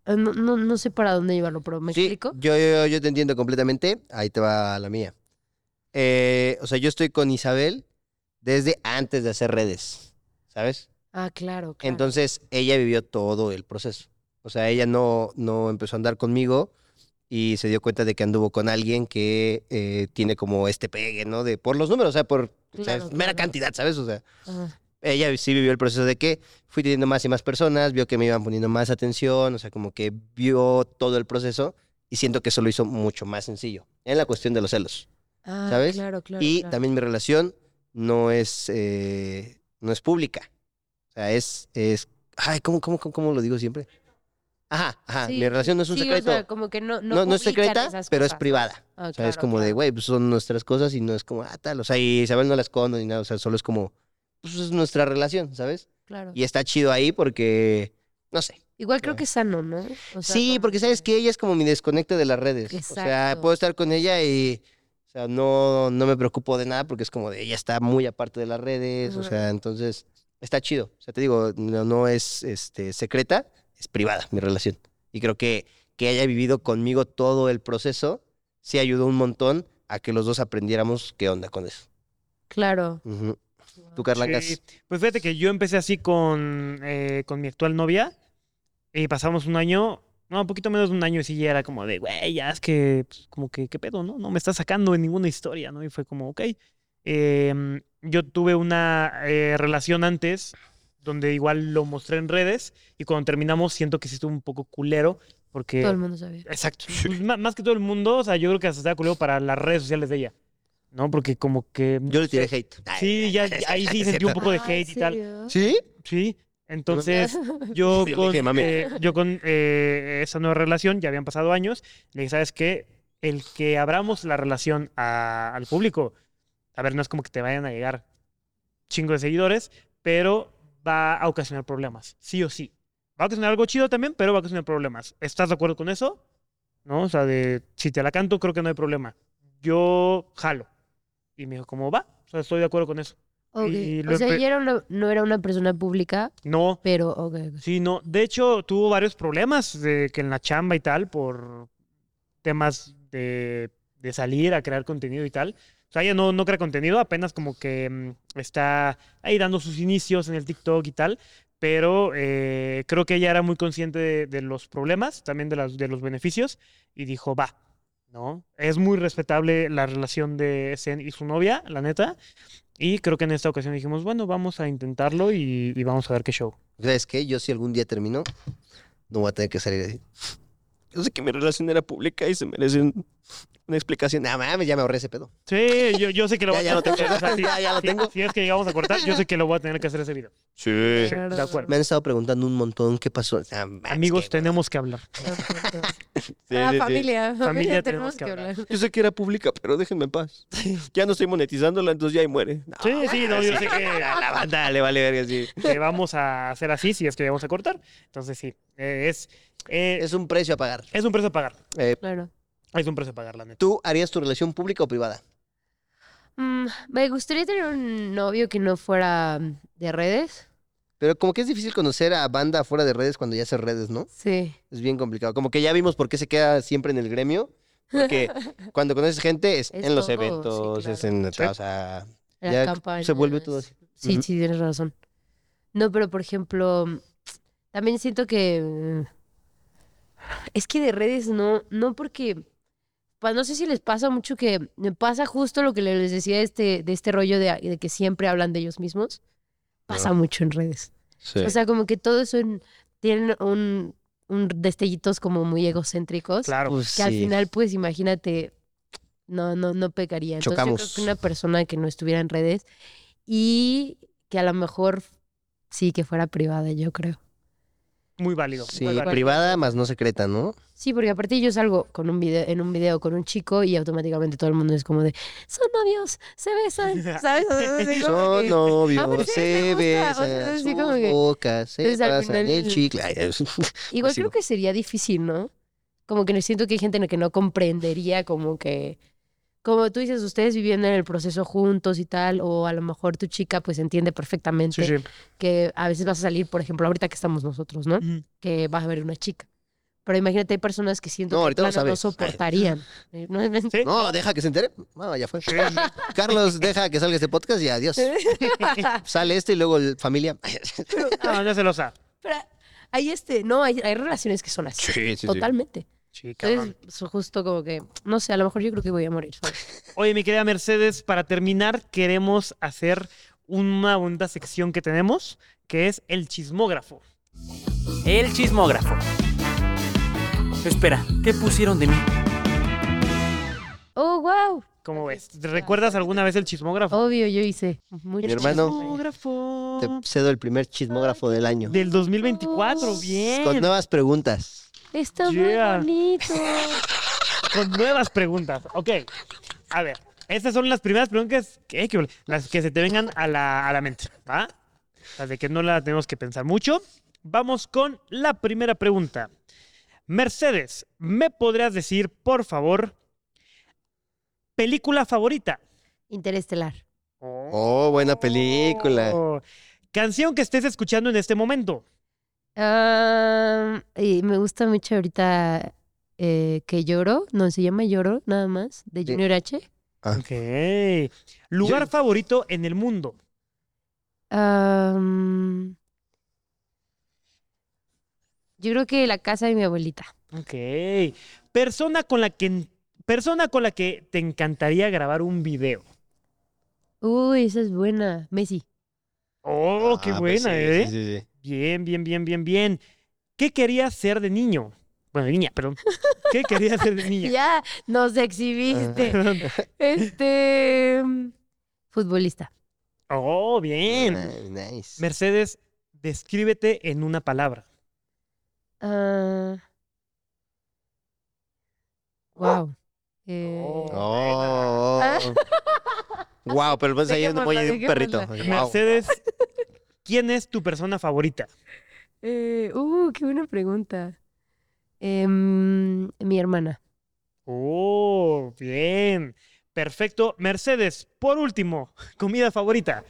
No, no, no sé para dónde llevarlo, pero ¿me
Sí,
explico?
Yo, yo, yo te entiendo completamente. Ahí te va la mía. Eh, o sea, yo estoy con Isabel desde antes de hacer redes, ¿sabes?
Ah, claro, claro.
Entonces, ella vivió todo el proceso. O sea, ella no, no empezó a andar conmigo y se dio cuenta de que anduvo con alguien que eh, tiene como este pegue, ¿no? De, por los números, o sea, por o sea,
Claro,
es mera
claro.
cantidad, ¿sabes? O sea,
Ah,
ella sí vivió el proceso de que fui teniendo más y más personas, vio que me iban poniendo más atención, o sea, como que vio todo el proceso y siento que eso lo hizo mucho más sencillo en la cuestión de los celos.
ah,
¿Sabes?
Claro, claro.
y
claro.
también mi relación no es, eh, no es pública. O sea, es, es, ay, ¿cómo, cómo, cómo, cómo lo digo siempre? Ajá, ajá,
Sí,
mi relación no es un
sí, o
secreto.
sea, como que no, no,
no, no, es
publican
secreta,
esas
pero es
cosas.
privada.
Ah,
O sea, es
claro,
como de,
claro.
güey, pues son nuestras cosas y no es como, ah, tal. O sea, y Isabel no las cono ni nada, o sea, solo es como, pues es nuestra relación, ¿sabes?
Claro.
Y está chido ahí porque, no sé,
Igual creo que es sano, ¿no? O sea,
sí,
como
porque sabes que ella es como mi desconecto de las redes. O sea,
Exacto.
puedo estar con ella y o sea, no, no me preocupo de nada porque es como de ella está muy aparte de las redes. O
Ajá.
sea, entonces está chido. O sea, te digo, no, no es este, secreta, es privada mi relación. Y creo que que haya vivido conmigo todo el proceso sí ayudó un montón a que los dos aprendiéramos qué onda con eso.
Claro.
Ujú. Tú, Carlancas.
Sí. Pues fíjate que yo empecé así con, eh, con mi actual novia y pasamos un año, no, un poquito menos de un año y sí ya era como de, güey, ya es que, pues, como que, ¿qué pedo, no? No me está sacando en ninguna historia, ¿no? Y fue como, ok. Em, yo tuve una eh, relación antes donde igual lo mostré en redes y cuando terminamos siento que sí estuvo un poco culero porque...
Todo el mundo sabía.
Exacto. Pues, má- Más que todo el mundo, o sea, yo creo que hasta estaba culero para las redes sociales de ella, ¿no? Porque como que...
Yo le tiré hate.
Sí, ya, ya- ahí sí sentí un poco de
Ah,
hate y
¿en
tal.
serio?
¿Sí?
Sí. Entonces, yo
Sí, le
con,
dije, "Mami".
eh, yo con eh, esa nueva relación, ya habían pasado años, le dije, ¿sabes qué? El que abramos la relación a- al público, a ver, no es como que te vayan a llegar chingo de seguidores, pero va a ocasionar problemas, sí o sí. Va a ocasionar algo chido también, pero va a ocasionar problemas. ¿Estás de acuerdo con eso? ¿No? O sea, de si te la canto, creo que no hay problema. Yo jalo. Y me dijo, ¿cómo va? O sea, estoy de acuerdo con eso.
Ok.
y
O
lo
sea,
empe-
ella era una- no era una persona pública,
No,
pero ok, ok.
Sí, no. De hecho, tuvo varios problemas de que en la chamba y tal, por temas de, de salir a crear contenido y tal. O sea, ella no, no crea contenido, apenas como que mm, está ahí dando sus inicios en el TikTok y tal. Pero eh, creo que ella era muy consciente de, de los problemas, también de, las, de los beneficios, y dijo, va, ¿no? Es muy respetable la relación de Zen y su novia, la neta. Y creo que en esta ocasión dijimos, bueno, vamos a intentarlo y, y vamos a ver qué show.
¿Sabes qué? Yo si algún día termino, no voy a tener que salir así. Yo sé que mi relación era pública y se merece un- una explicación. Ah, No mames, ya me ahorré ese pedo.
Sí, yo, yo sé que lo
Ya-
voy
ya
a
lo tengo.
o sea, si-
Ya- ya lo
si-
tengo.
Si es que llegamos a cortar, yo sé que lo voy a tener que hacer ese video.
Sí.
de
Claro.
acuerdo.
Me han estado preguntando un montón qué pasó. No mames,
Amigos,
qué-
tenemos que hablar.
Sí, sí,
Ah,
sí.
familia,
Familia
familia,
tenemos
tenemos
que
que
hablar.
hablar.
Yo sé que era pública, pero déjenme en paz. Ya no estoy monetizándola, entonces ya ahí muere. No,
Sí, sí, no, yo sé que,
A la banda le vale verga, sí.
que vamos a hacer así si es que llegamos a cortar. Entonces, sí, eh, es, eh, es,
Es un precio a pagar.
un precio a pagar.
Claro.
Es un precio a pagar, la neta.
¿Tú harías tu relación pública o privada?
Mm, me gustaría tener un novio que no fuera mm, de redes.
Pero como que es difícil conocer a banda fuera de redes cuando ya hace redes, ¿no?
Sí.
Es bien complicado. Como que ya vimos por qué se queda siempre en el gremio. Porque cuando conoces gente es,
Es
en los
todo, sí,
eventos, es
claro.
en...
Sí.
O sea,
Las
Ya
campañas.
se vuelve todo así.
Sí,
Ujú.
sí, tienes razón. No, pero por ejemplo, también siento que. mm, Es que de redes no, no porque. pa- No sé si les pasa mucho que me pasa justo lo que les decía de este, de este rollo de, de que siempre hablan de ellos mismos.
Ah.
Pasa mucho en redes. O sea, como que todos son, tienen un, un destellitos como muy egocéntricos.
Claro.
Pues
Que al
sí.
final, pues imagínate, no, no, no pecaría. Entonces, yo creo
Chocamos.
que una persona que no estuviera en redes y que a lo mejor sí que fuera privada, yo creo.
Muy válido.
Sí,
muy válido.
privada más no secreta, ¿no?
Sí, porque aparte yo salgo con un video, en un video con un chico y automáticamente todo el mundo es como de son novios, se besan, ¿sabes? O sea, así como
Son
que- Ah,
novios,
pues sí,
se
me gusta. O sea,
besan
así
sus
como que-
bocas, se
Entonces, al
pasan
final-
el chicle. Ay, es-
Igual
Así
creo
no.
que sería difícil, ¿no? Como que siento que hay gente que no comprendería como que... Como tú dices, ustedes viviendo en el proceso juntos y tal, o a lo mejor tu chica pues entiende perfectamente
Sí, sí.
que a veces vas a salir, por ejemplo, ahorita que estamos nosotros, ¿no?
Ujú.
Que vas a ver una chica. Pero imagínate, hay personas que siento
No,
que
ahorita no
plano
sabes.
soportarían. Eh, ¿no?
Sí.
No, deja que se entere. No, ya fue. Carlos, deja que salga este podcast y adiós. Sale este y luego el familia. este
No, ya se lo sabe.
Pero hay este, no, hay, hay relaciones que son
Sí,
así.
sí, sí.
totalmente.
Sí, cabrón.
Entonces, so- justo como que, no sé, a lo mejor yo creo que voy a morir. ¿sabes?
Oye, mi querida Mercedes, para terminar, queremos hacer una bonita sección que tenemos, que es el chismógrafo.
El chismógrafo. Espera, ¿qué pusieron de mí?
Oh, wow.
¿Cómo ves? ¿Te ¿Recuerdas alguna vez el chismógrafo?
Obvio, yo hice. Mucho.
Mi hermano.
Chismógrafo.
Oh. Te cedo el primer chismógrafo del año.
Del 2024,
Oh.
bien.
Con nuevas preguntas.
Está
Yeah.
muy bonito.
Con nuevas preguntas. Ok. A ver, estas son las primeras preguntas que, que- las que se te vengan a la, a la mente. ¿Va? Las de que no la tenemos que pensar mucho. Vamos con la primera pregunta. Mercedes, ¿me podrías decir, por favor, película favorita?
Interestelar.
Oh, buena película.
Oh. Canción que estés escuchando en este momento.
Ah, y me gusta mucho ahorita eh, que lloro, no, se llama Lloro nada más, de
Sí.
Junior H.
Ah.
Ok. Lugar
Yo-
favorito en el mundo.
Am, yo creo que la casa de mi abuelita.
Ok. Persona con la que persona con la que te encantaría grabar un video.
Uy, esa es buena. Messi.
Oh, qué
Ah,
buena,
pues sí,
¿eh?
sí, sí, sí.
Bien, bien, bien, bien, bien. ¿Qué querías ser de niño? Bueno, de niña, perdón. ¿Qué querías ser de niña?
Ya, Ah. nos exhibiste.
Perdón.
este. mm, Futbolista.
Oh, bien.
Ni- Nice.
Mercedes, descríbete en una palabra.
Ah. wow. Eh,
Oh.
Ah.
wow, pero pues ahí
Dejémoslo,
voy a ir un perrito. Wow.
Mercedes, ¿quién es tu persona favorita?
uh, qué buena pregunta. Em, mi hermana.
Oh, bien. Perfecto. Mercedes, por último, comida favorita.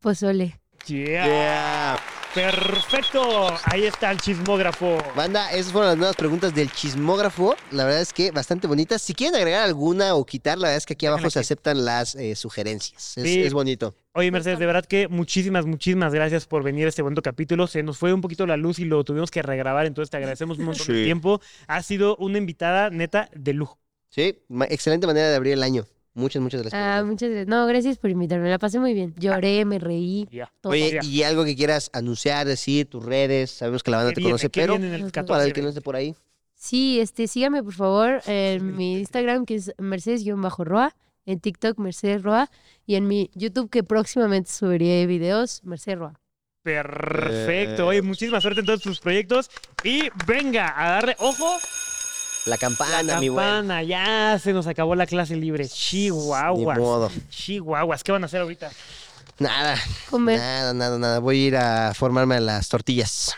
Pozole.
Yeah.
Yeah.
Perfecto. Ahí está el chismógrafo.
Banda, esas fueron las nuevas preguntas del chismógrafo. La verdad es que bastante bonitas. Si quieren agregar alguna o quitar, la verdad es que aquí abajo
Déjenla
se
aquí.
aceptan las eh, sugerencias. Es,
Sí.
es bonito.
Oye, Mercedes, de verdad que muchísimas, muchísimas gracias por venir a este bonito capítulo. Se nos fue un poquito la luz y lo tuvimos que regrabar, entonces te agradecemos un montón de
Sí.
tiempo. Has sido una invitada neta de lujo.
Sí, ma- excelente manera de abrir el año. Muchas, muchas gracias. por
Ah,
venir.
muchas gracias. No, gracias por invitarme. La pasé muy bien. Lloré, me reí.
Ya.
todo.
Oye,
ya.
y algo que quieras anunciar, decir, tus redes. Sabemos que la banda
Qué
te
bien,
conoce,
qué
pero
bien en el
Para
14
para el
de-
que no esté por ahí.
Sí, este, síganme por favor en mi Instagram que es Mercedes-Roa, en TikTok Mercedes Roa y en mi YouTube que próximamente subiré videos Mercedes Roa.
Eh.
Perfecto. Oye, muchísima suerte en todos tus proyectos. Y venga, a darle ojo.
La campana, mi buen.
Campana, ya se nos acabó la clase libre.
Ni
Chihuahuas.
modo.
Chihuahuas, ¿qué van a hacer ahorita?
Nada,
Comer.
nada, nada, nada. Voy a ir a formarme a las tortillas.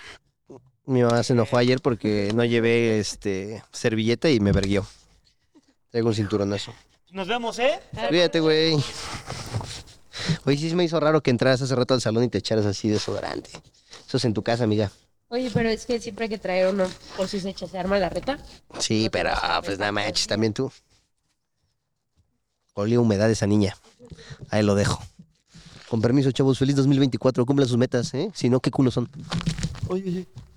Mi mamá se enojó ayer porque no llevé este servilleta y me verguió. Traigo un cinturonazo.
Nos vemos, ¿eh?
Cuídate, güey. Oye, sí se me hizo raro que entraras hace rato al salón y te echaras así desodorante. Eso es en tu casa, amiga.
Oye, pero es que siempre hay que traer uno por si se echa, se arma la reta.
Sí, pero pues nada manches, también tú. Olía humedad esa niña. Ahí lo dejo. Con permiso, chavos. Feliz 2024. Cumplan sus metas, ¿eh? Si no, qué culos son. Oye, oye.